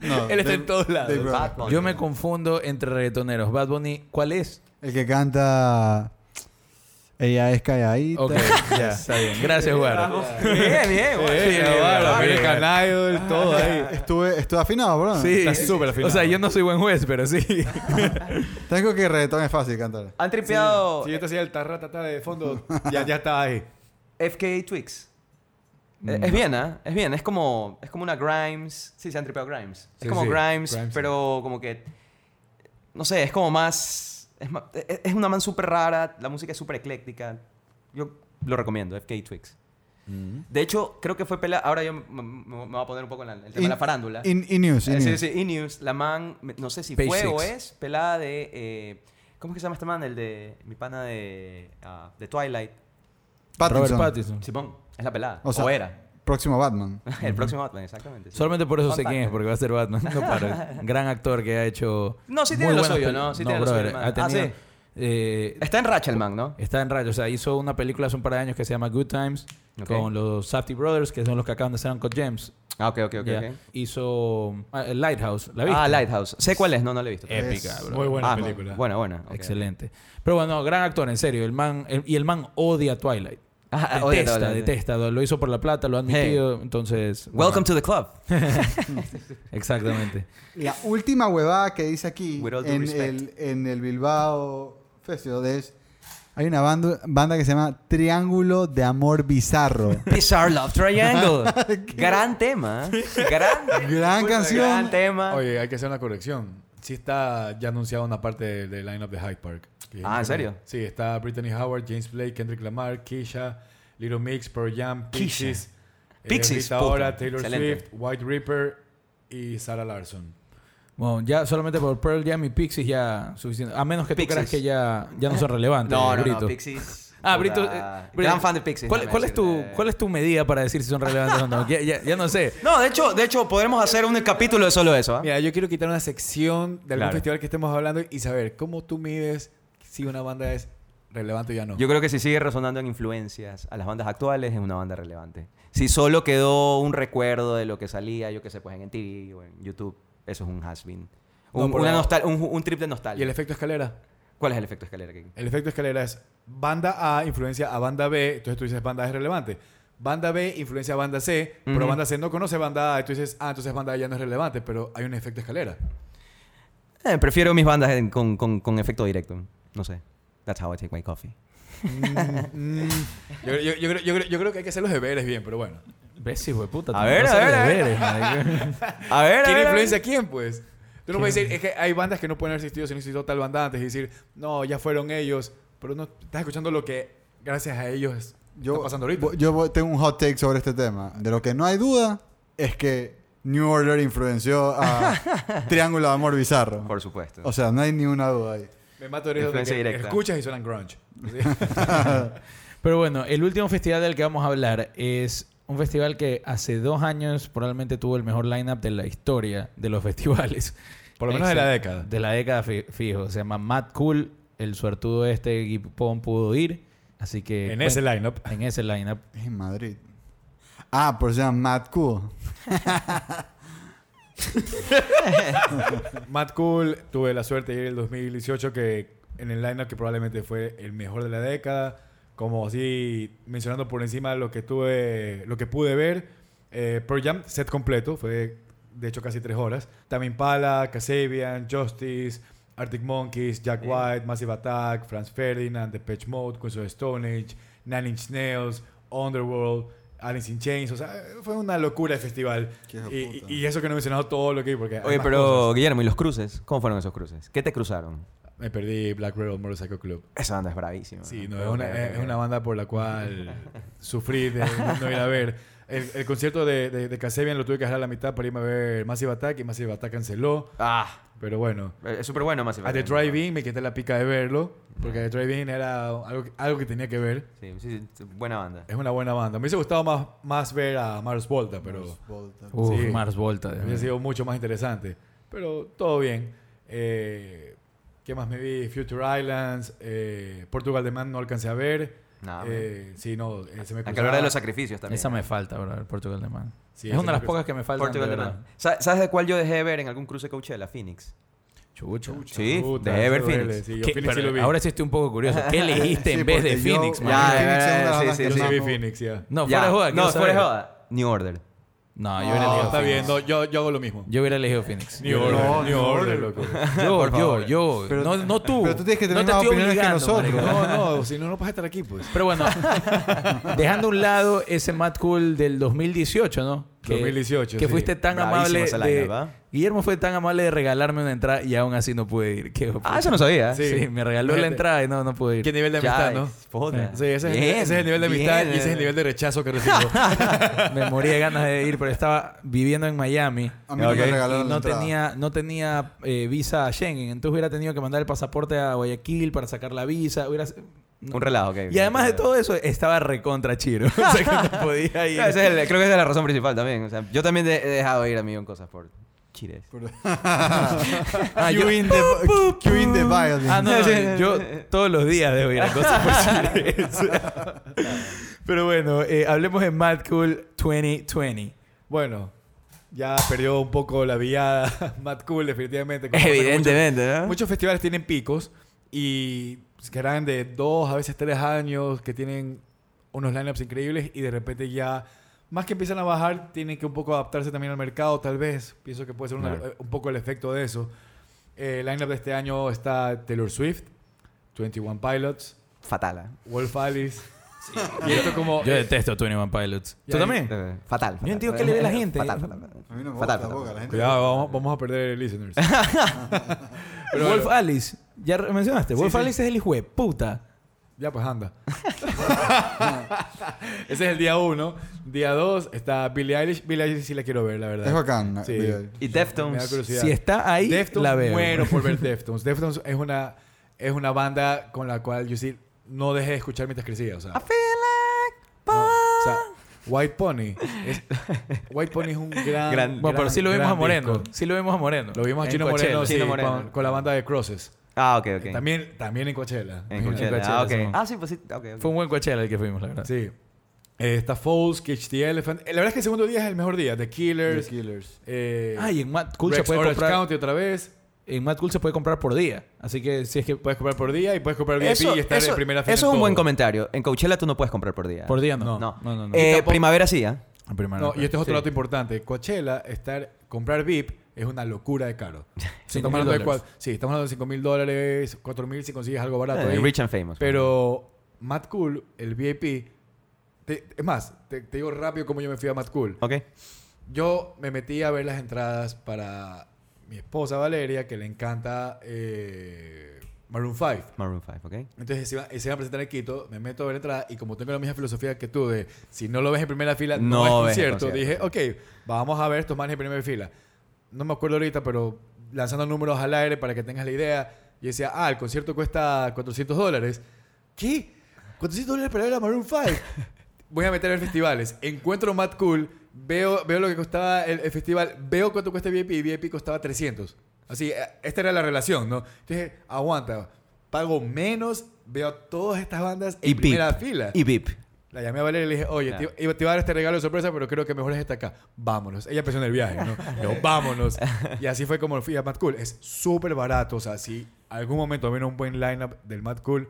Speaker 2: No,
Speaker 3: Él está
Speaker 2: Dave-
Speaker 3: en todos lados.
Speaker 2: Dave Grohl.
Speaker 1: Bad Bunny.
Speaker 4: [LAUGHS] Yo me confundo entre reggaetoneros. Bad Bunny, ¿cuál es?
Speaker 2: El que canta Ella es calladita.
Speaker 4: Ok, [LAUGHS]
Speaker 2: Ya.
Speaker 4: está bien. Gracias, Eduardo.
Speaker 1: Bien, bien, güey.
Speaker 3: Eh,
Speaker 1: Bien,
Speaker 3: Navarro,
Speaker 1: bien,
Speaker 3: Pérez
Speaker 1: bien.
Speaker 3: Canayo,
Speaker 1: [LAUGHS]
Speaker 3: todo ahí.
Speaker 2: Estuve, estuve afinado, bro.
Speaker 4: Sí,
Speaker 3: Está súper afinado.
Speaker 4: O sea, yo no soy buen juez, pero sí.
Speaker 2: Tengo que reggaetón es fácil cantar.
Speaker 1: Han tripeado
Speaker 3: Si yo te hacía el tarratata de fondo, ya, ya
Speaker 1: [LAUGHS]
Speaker 3: estaba ahí.
Speaker 1: FK Twix.
Speaker 3: Mm.
Speaker 1: Eh, Es bien, ¿eh? Es bien. Es como, es como una Grimes. Sí, se han tripeado Grimes.
Speaker 3: Sí,
Speaker 1: es como
Speaker 3: sí,
Speaker 1: Grimes,
Speaker 3: Grimes,
Speaker 1: pero como que... No sé, es como más... Es, ma- es- es una man súper rara. La música es súper ecléctica. Yo lo recomiendo, FK Twix.
Speaker 3: Mm.
Speaker 1: De hecho, creo que fue pelea... Ahora yo me, me- me voy a poner un poco en la- el tema de
Speaker 2: In-
Speaker 1: la farándula.
Speaker 2: In, in news. in
Speaker 1: Eh, sí,
Speaker 2: news.
Speaker 1: sí, E-News. La man, me- no sé si
Speaker 4: Page
Speaker 1: fue o
Speaker 4: Six.
Speaker 1: es pelada de... eh, ¿Cómo es que se llama este man? El de... Mi pana de... ah, de Twilight.
Speaker 2: Pattinson,
Speaker 4: Robert Pattinson.
Speaker 1: Simón. Es la pelada.
Speaker 2: O
Speaker 1: O,
Speaker 2: sea-
Speaker 1: era. [LAUGHS]
Speaker 2: Próximo Batman.
Speaker 1: El próximo Batman, exactamente. sí.
Speaker 4: Solamente por eso
Speaker 1: Fun
Speaker 4: sé
Speaker 1: fact.
Speaker 4: quién es, porque va a ser Batman. No para.
Speaker 1: [LAUGHS]
Speaker 4: Gran actor que ha hecho.
Speaker 1: No, sí
Speaker 4: muy
Speaker 1: tiene lo
Speaker 4: buenas
Speaker 1: suyo,
Speaker 4: peli-
Speaker 1: ¿no? Sí tiene lo
Speaker 4: brother,
Speaker 1: suyo, hermano.
Speaker 4: Ha
Speaker 1: Ah,
Speaker 4: tenido,
Speaker 1: sí.
Speaker 4: eh,
Speaker 1: Está en Ratchet el man, ¿no?
Speaker 4: Está en radio, o sea, hizo una película hace un par de años que se llama Good Times
Speaker 1: Ok.
Speaker 4: con los Safety Brothers, que son los que acaban de hacer Uncle James.
Speaker 1: Ah, ok, ok, ok.
Speaker 4: Ya.
Speaker 1: ok.
Speaker 4: Hizo ah, Lighthouse, ¿la viste?
Speaker 1: Ah, Lighthouse. Sé cuál es, no, no lo he visto.
Speaker 2: Eh,
Speaker 4: Épica,
Speaker 2: Es
Speaker 4: bro.
Speaker 3: Muy buena
Speaker 1: Ah,
Speaker 3: película.
Speaker 1: Buena, buena. ok.
Speaker 4: Excelente. Pero bueno, gran actor, en serio. El man, el- y el man odia Twilight.
Speaker 1: Ah, [LAUGHS]
Speaker 4: detesta,
Speaker 1: odia Twilight.
Speaker 4: detesta. Lo hizo por la plata, lo ha admitido. Entonces. bueno,
Speaker 1: Welcome to the club.
Speaker 4: Exactamente.
Speaker 2: La última huevada que dice aquí
Speaker 1: With all due
Speaker 2: en el,
Speaker 1: respect.
Speaker 2: en el Bilbao Festival es... Hay una banda, banda que se llama Triángulo de Amor [LAUGHS] Bizarro.
Speaker 1: Bizarre Love Triangle.
Speaker 2: [LAUGHS]
Speaker 1: gran tema. ¿eh? Gran,
Speaker 2: Gran canción.
Speaker 1: Gran tema.
Speaker 3: Oye, hay que hacer una corrección. Sí está ya anunciada una parte del de Line Up de Hyde Park. Que-
Speaker 1: Ah, ¿en serio?
Speaker 3: Sí, está Brittany Howard, James Blake, Kendrick Lamar, Keisha, Little Mix, Pearl Jam,
Speaker 1: Keisha.
Speaker 3: Pixies, eh,
Speaker 1: Pixies,
Speaker 3: Rita
Speaker 1: puta.
Speaker 3: Ora, Taylor
Speaker 1: Excelente.
Speaker 3: Swift, White Reaper y Sarah Larson.
Speaker 4: Bueno, ya solamente por Pearl Jam y Pixies ya suficiente. A menos que tú
Speaker 1: Pixies.
Speaker 4: creas que ya, ya
Speaker 1: [LAUGHS]
Speaker 4: no son relevantes.
Speaker 1: No, no,
Speaker 4: Brito.
Speaker 1: no. Pixies. puta,
Speaker 4: Ah, Brito, eh, Brito,
Speaker 1: Gran fan de Pixies.
Speaker 4: ¿Cuál,
Speaker 1: déjame
Speaker 4: cuál es tu,
Speaker 1: decirte.
Speaker 4: ¿Cuál es tu medida para decir si son relevantes o no? Ya, ya- ya no sé.
Speaker 1: No, de hecho, de hecho, podremos hacer un capítulo de solo eso. ¿ah?
Speaker 3: Mira, yo quiero quitar una sección de algún
Speaker 1: Claro.
Speaker 3: festival que estemos hablando y saber cómo tú mides si una banda es relevante o ya no.
Speaker 1: Yo creo que si sigue resonando en influencias a las bandas actuales, es una banda relevante. Si solo quedó un recuerdo de lo que salía, yo que sé, pues en MTV o en YouTube, eso es un has-been. Un,
Speaker 3: No, pero-
Speaker 1: una nostal- un, un trip de nostalgia.
Speaker 3: ¿Y el efecto escalera?
Speaker 1: ¿Cuál es el efecto escalera? Kiki?
Speaker 3: El efecto escalera es banda A influencia a banda B, entonces tú dices banda A es relevante. Banda B influencia a banda C, pero
Speaker 1: Ujú.
Speaker 3: banda C no conoce banda A, y tú dices, ah, entonces banda A ya no es relevante, pero hay un efecto escalera. [LAUGHS]
Speaker 1: Eh, prefiero mis bandas en- con, con- con efecto directo. No sé. That's how I take my coffee.
Speaker 3: Mm, mm. yo, yo- yo creo, yo creo- yo creo que hay que hacer los deberes bien, pero bueno.
Speaker 4: Ves, hijo de puta.
Speaker 1: A
Speaker 4: tenés
Speaker 1: ver,
Speaker 4: que
Speaker 1: a
Speaker 4: hacer
Speaker 1: ver, a ver.
Speaker 4: deberes, eh,
Speaker 1: [LAUGHS]
Speaker 4: marico.
Speaker 1: A ver, a ver, a
Speaker 3: ¿Quién
Speaker 1: ver.
Speaker 3: influencia a quién, pues? Tú no puedes decir, es que hay bandas que no pueden haber existido si no existió tal banda antes y decir, no, ya fueron ellos, pero no estás escuchando lo que gracias a ellos
Speaker 2: Yo,
Speaker 3: está pasando ahorita.
Speaker 2: vo- yo vo- tengo un hot take sobre este tema. De lo que no hay duda es que New Order influenció [LAUGHS] a Triángulo de Amor Bizarro.
Speaker 1: Por supuesto.
Speaker 2: O sea, no hay ni una duda ahí.
Speaker 3: Me mato de risa de
Speaker 1: Influencia
Speaker 3: que
Speaker 1: directa.
Speaker 3: escuchas y suenan
Speaker 1: [LAUGHS]
Speaker 3: grunge.
Speaker 4: Pero bueno, el último festival del que vamos a hablar es un festival que hace dos años probablemente tuvo el mejor lineup de la historia de los [LAUGHS] festivales.
Speaker 3: Por lo menos de la
Speaker 4: Excel-
Speaker 3: década.
Speaker 4: De la década fi- fijo. Se llama Matt Cool, el suertudo este Gipón pudo ir. Así que.
Speaker 3: en ese
Speaker 4: cuen-
Speaker 3: lineup.
Speaker 4: En ese lineup.
Speaker 2: Es en Madrid. Ah, por se llama Matt Cool.
Speaker 3: Matt Cool, tuve la suerte de ir el 2018 que en el lineup que probablemente fue el mejor de la década, como así mencionando por encima lo que tuve, lo que pude ver, eh, Pearl Jam set completo, fue de hecho casi tres horas. También Pala, Kasabian, Justice, Arctic Monkeys, Jack White, Massive Attack, Franz Ferdinand, Depeche Mode, Queens of the Stone Age, Nine Inch Nails, Underworld, Alice in Chains, o sea, fue una locura el festival.
Speaker 2: Qué hijo de
Speaker 3: Y,
Speaker 2: puta.
Speaker 3: y- y eso que no he mencionado todo lo que hay, porque hay
Speaker 1: Oye,
Speaker 3: más
Speaker 1: pero
Speaker 3: cosas.
Speaker 1: Guillermo, ¿y los cruces? ¿Cómo fueron esos cruces? ¿Qué te cruzaron?
Speaker 3: Me perdí Black Rebel Motorcycle Club.
Speaker 1: Esa banda es bravísima.
Speaker 3: Sí, no,
Speaker 1: Pero
Speaker 3: es, una,
Speaker 1: Ah, ok,
Speaker 3: es
Speaker 1: ok.
Speaker 3: una banda por la cual
Speaker 1: [LAUGHS]
Speaker 3: sufrí de no ir a ver. El, el concierto de, de, de Kasabian lo tuve que dejar a la mitad para irme a ver Massive Attack y Massive Attack canceló.
Speaker 1: Ah,
Speaker 3: Pero bueno,
Speaker 1: es súper bueno, más
Speaker 3: a The Drive-In me quité la pica de verlo porque The Drive-In era algo, algo que tenía que ver.
Speaker 1: Sí, sí, sí, buena banda.
Speaker 3: Es una buena banda. Me hubiese gustado más, más ver a Mars Volta, pero...
Speaker 4: Uf,
Speaker 3: Sí.
Speaker 4: Mars Volta. Dios mío.
Speaker 3: Hubiera sido mucho más interesante. Pero todo bien. Eh, ¿Qué más me vi? Future Islands, eh, Portugal de Man no alcancé a ver.
Speaker 1: Nada,
Speaker 3: Eh, sí, no, eh, se me
Speaker 1: Hay que
Speaker 3: cruzaba.
Speaker 1: hablar de los sacrificios también.
Speaker 4: Esa me falta, bro, el Portugal de Man.
Speaker 3: Sí,
Speaker 4: es
Speaker 3: esa
Speaker 4: una de las
Speaker 3: me
Speaker 4: pocas que me faltan.
Speaker 1: Portugal
Speaker 4: de
Speaker 1: de
Speaker 4: verdad.
Speaker 1: Man. Sa- ¿Sabes de cuál yo dejé de ver en algún cruce Coachella? Phoenix.
Speaker 4: Chucha.
Speaker 1: Sí,
Speaker 3: Puta,
Speaker 1: dejé de ver
Speaker 3: eso duele.
Speaker 1: Phoenix.
Speaker 3: Sí, yo
Speaker 4: ¿Qué-
Speaker 3: Phoenix sí
Speaker 4: pero
Speaker 3: lo vi.
Speaker 4: Ahora sí estoy un poco curioso. ¿Qué elegiste
Speaker 2: Sí,
Speaker 4: Este en vez de
Speaker 2: porque yo-
Speaker 4: Phoenix,
Speaker 2: Ya,
Speaker 4: man?
Speaker 1: Ya,
Speaker 2: Phoenix
Speaker 1: ya,
Speaker 2: es una
Speaker 1: ya,
Speaker 2: banda
Speaker 1: sí,
Speaker 2: que
Speaker 3: Yo
Speaker 1: sí,
Speaker 3: sí
Speaker 2: no-
Speaker 3: vi Phoenix, ya.
Speaker 4: No,
Speaker 1: Ya.
Speaker 4: fuera de joda. quiero
Speaker 1: No, fuera de
Speaker 4: saber.
Speaker 1: joda. New Order.
Speaker 4: No, yo
Speaker 2: No,
Speaker 4: hubiera
Speaker 3: No,
Speaker 4: elegido
Speaker 3: está
Speaker 4: Phoenix.
Speaker 3: bien, no, yo, yo hago lo mismo.
Speaker 4: Yo hubiera elegido Phoenix.
Speaker 3: Ni
Speaker 2: No,
Speaker 3: orden,
Speaker 2: no,
Speaker 3: ni
Speaker 2: no,
Speaker 3: orden,
Speaker 2: no.
Speaker 3: loco.
Speaker 4: Yo, yo,
Speaker 1: favor.
Speaker 4: yo.
Speaker 2: Pero-
Speaker 4: no, no tú.
Speaker 2: pero tú tienes que tener
Speaker 4: te
Speaker 2: más
Speaker 4: estoy
Speaker 2: opiniones que
Speaker 4: obligando,
Speaker 2: nosotros.
Speaker 4: marico.
Speaker 3: No, no, si no, no vas a estar aquí, pues.
Speaker 1: [LAUGHS]
Speaker 4: Pero bueno, dejando a un lado ese Mad Cool del 2018, ¿no?
Speaker 3: 2018,
Speaker 4: Que
Speaker 3: sí.
Speaker 4: fuiste tan
Speaker 1: Bravísimo
Speaker 4: amable.
Speaker 1: esa
Speaker 4: de-
Speaker 1: lineup, ¿ah?
Speaker 4: Guillermo fue tan amable de regalarme una entrada y aún así no pude ir. Qué hijo de
Speaker 1: Ah,
Speaker 4: puta.
Speaker 1: eso no sabía.
Speaker 3: Sí.
Speaker 4: Sí, me regaló la
Speaker 3: Fíjate.
Speaker 4: entrada y no, no pude ir.
Speaker 3: ¿Qué nivel de
Speaker 1: Ya,
Speaker 3: amistad, no?
Speaker 1: foda.
Speaker 3: Sí, ese es, el-
Speaker 1: Bien,
Speaker 3: ese es el nivel de
Speaker 1: bien.
Speaker 3: amistad y ese es el nivel de rechazo que recibo.
Speaker 4: Me moría de ganas de ir, pero estaba viviendo en Miami.
Speaker 2: A mí no me
Speaker 1: Ok.
Speaker 4: Y
Speaker 2: regalaron la
Speaker 4: no
Speaker 2: entrada.
Speaker 4: tenía, no tenía eh, visa a Schengen, entonces hubiera tenido que mandar el pasaporte a Guayaquil para sacar la visa. hubiera-
Speaker 1: Un relajo, ok.
Speaker 4: Y además de todo eso, estaba recontra chiro. [LAUGHS] o sea que no podía
Speaker 2: [LAUGHS]
Speaker 4: ir.
Speaker 1: Claro, ese es el- creo que esa es la razón principal también. O sea, yo también de- he dejado de ir a millón cosas por chires.
Speaker 4: Ah, yo-
Speaker 2: Cueing the- Cueing the Violin.
Speaker 4: Ah, no,
Speaker 3: [LAUGHS]
Speaker 4: no, yo todos los días debo ir a cosas posibles.
Speaker 3: [LAUGHS]
Speaker 4: Pero bueno, eh, hablemos de Mad Cool 2020.
Speaker 3: Bueno, ya perdió un poco la viada. [LAUGHS] Matt Cool, definitivamente. como pasa con
Speaker 1: Evidentemente, ¿no?
Speaker 3: muchos- Muchos festivales tienen picos y que eran de dos, a veces tres años, que tienen unos lineups increíbles y de repente ya, más que empiezan a bajar, tienen que un poco adaptarse también al mercado, tal vez. Pienso que puede ser una- eh,
Speaker 1: Claro.
Speaker 3: un poco el efecto de eso. Eh, El lineup de este año está Taylor Swift, 21 Pilots,
Speaker 1: Fatal. ¿ah?
Speaker 3: Wolf Alice. Y esto como...
Speaker 4: Yo detesto 21 Pilots.
Speaker 3: Y
Speaker 4: ¿Tú
Speaker 3: ahí-
Speaker 4: también?
Speaker 1: Fatal. Eh, Fatal. Eh,
Speaker 4: Yo entiendo que le ve la gente.
Speaker 1: Fatal, fatal. fatal.
Speaker 2: A mí no me
Speaker 1: Fatal,
Speaker 2: gusta la
Speaker 1: fatal.
Speaker 2: boca, la gente.
Speaker 3: Cuidado, vamos, vamos a perder listeners. Pero
Speaker 4: Wolf
Speaker 3: bueno.
Speaker 4: Alice. Ya re- mencionaste.
Speaker 3: Sí,
Speaker 4: Wolf
Speaker 3: sí.
Speaker 4: Alice es el hijo de puta.
Speaker 3: Ya, pues anda. [LAUGHS] Ese es el día uno. Día dos está Billie Eilish. Billie Eilish sí la quiero ver, la verdad.
Speaker 2: Es bacán.
Speaker 3: Sí.
Speaker 2: mira.
Speaker 1: Y
Speaker 3: Me da
Speaker 1: Deftones.
Speaker 3: curiosidad.
Speaker 4: Si está ahí,
Speaker 3: Deftones,
Speaker 4: la veo.
Speaker 3: muero por ver Deftones. Deftones es una, es una banda con la cual yo sí no dejé de escuchar mientras crecía. O sea,
Speaker 1: Ah,
Speaker 3: no, o sea, White Pony. es- White Pony es un gran.
Speaker 1: Gran-
Speaker 4: [LAUGHS] Bueno, pero
Speaker 3: gran-
Speaker 4: sí lo vimos a
Speaker 3: gran
Speaker 4: Moreno.
Speaker 3: disco.
Speaker 4: Sí lo vimos a Moreno.
Speaker 3: Lo vimos a
Speaker 4: En
Speaker 3: Chino
Speaker 4: Coachella.
Speaker 3: Moreno, sí,
Speaker 1: Chino Moreno.
Speaker 3: Con, con la banda de Crosses.
Speaker 1: Ah, ok, ok.
Speaker 3: eh, También, también en Coachella.
Speaker 1: En
Speaker 3: Imagínate.
Speaker 1: Coachella.
Speaker 4: Coachella,
Speaker 1: Ah, ok.
Speaker 4: Simón.
Speaker 1: Ah, sí, pues sí. ok, ok.
Speaker 4: Fue un buen Coachella el que fuimos, la verdad.
Speaker 3: Sí. Eh, está Falls, Catch the Elephant. Eh, La verdad es que el segundo día es el mejor día. The Killers.
Speaker 2: The Killers.
Speaker 3: Eh,
Speaker 4: Ah, y en Mad Cool se
Speaker 3: Rex
Speaker 4: puede
Speaker 3: Orange
Speaker 4: comprar...
Speaker 3: County otra vez.
Speaker 4: En Mad Cool se puede comprar por día. Así que si es que...
Speaker 3: Puedes comprar por día y puedes comprar VIP y estar en primera fila.
Speaker 1: eso
Speaker 3: en
Speaker 1: es un buen
Speaker 3: todo.
Speaker 1: comentario. En Coachella tú no puedes comprar por día.
Speaker 4: Por día no.
Speaker 1: No.
Speaker 4: No, no, no.
Speaker 1: Eh,
Speaker 3: Y tampoco-
Speaker 1: Primavera sí, ¿ah?
Speaker 4: En primera
Speaker 3: No,
Speaker 4: no.
Speaker 3: y este es otro
Speaker 1: Sí.
Speaker 3: dato importante. Coachella, estar, comprar VIP es una locura
Speaker 1: [LAUGHS]
Speaker 3: de caro.
Speaker 4: Cinco
Speaker 3: Estamos
Speaker 4: mil
Speaker 3: hablando de
Speaker 4: dólares.
Speaker 3: cua- sí, estamos hablando de 5 mil dólares, 4 mil si consigues algo barato.
Speaker 1: Eh,
Speaker 3: ahí.
Speaker 1: Rich and Famous.
Speaker 3: Pero Matt Cool, el VIP, te- es más, te, te digo rápido cómo yo me fui a Mad Cool.
Speaker 1: Ok.
Speaker 3: Yo me metí a ver las entradas para mi esposa Valeria, que le encanta eh, Maroon 5.
Speaker 1: Maroon 5, ok.
Speaker 3: Entonces se iban se iban a presentar en Quito, me meto a ver la entrada y como tengo la misma filosofía que tú de si no lo ves en primera fila no,
Speaker 1: No
Speaker 3: es
Speaker 1: ves el
Speaker 3: concierto, dije,
Speaker 1: concierto,
Speaker 3: ok, vamos a ver estos manes en primera fila. No me acuerdo ahorita, pero lanzando números al aire para que tengas la idea, yo decía, ah, el concierto cuesta 400 dólares. ¿Qué? 400 dólares para ver a Maroon 5. [LAUGHS] Voy a meter en festivales. Encuentro Mad Cool, veo, veo lo que costaba el, el festival, veo cuánto cuesta VIP y VIP costaba 300. Así, eh, esta era la relación, ¿no? Entonces, aguanta, pago menos, veo a todas estas bandas en
Speaker 1: Y
Speaker 3: primera
Speaker 1: VIP.
Speaker 3: fila.
Speaker 1: Y VIP.
Speaker 3: La llamé a Valeria y le dije, oye,
Speaker 1: Claro.
Speaker 3: te, iba- te iba a dar este regalo de sorpresa, pero creo que mejor es esta acá. Vámonos. Ella pensó en el viaje,
Speaker 1: [LAUGHS]
Speaker 3: ¿no? Yo, vámonos. Y así fue como fui a Mad Cool. Es súper barato. O sea, si algún momento viene un buen lineup del Mad Cool,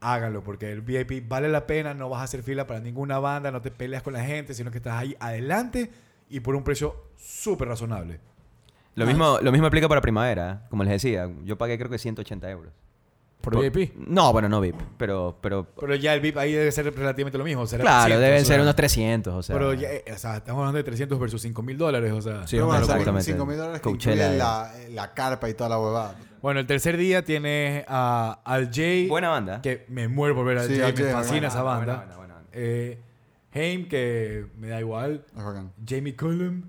Speaker 3: hágalo, porque el VIP vale la pena. No vas a hacer fila para ninguna banda, no te peleas con la gente, sino que estás ahí adelante y por un precio súper razonable.
Speaker 1: Lo mismo, lo mismo aplica para primavera, ¿eh? como les decía. Yo pagué creo que 180 euros.
Speaker 4: ¿Por VIP?
Speaker 1: No, bueno, no VIP, pero... pero
Speaker 3: Pero ya el VIP ahí debe ser relativamente lo mismo. será
Speaker 1: claro,
Speaker 3: 300,
Speaker 1: deben
Speaker 3: o sea,
Speaker 1: ser unos 300, o sea...
Speaker 3: Pero ya, eh, o sea, estamos hablando de 300 versus 5 mil dólares, o sea.
Speaker 4: Sí,
Speaker 2: Pero bueno,
Speaker 4: una locura.
Speaker 1: exactamente.
Speaker 2: 5 mil dólares que
Speaker 1: Coachella,
Speaker 2: incluye
Speaker 1: eh.
Speaker 2: la, la carpa y toda la huevada.
Speaker 3: Bueno, el tercer día tiene a, al Jay.
Speaker 1: Buena banda.
Speaker 3: Que me muero por ver al
Speaker 2: Sí,
Speaker 3: Jay.
Speaker 2: al Jay,
Speaker 3: me
Speaker 2: buena
Speaker 3: fascina esa
Speaker 1: banda, buena banda,
Speaker 3: banda.
Speaker 1: buena banda.
Speaker 3: Eh, Haim, que me da igual.
Speaker 2: Es bacán.
Speaker 3: Jamie Cullum.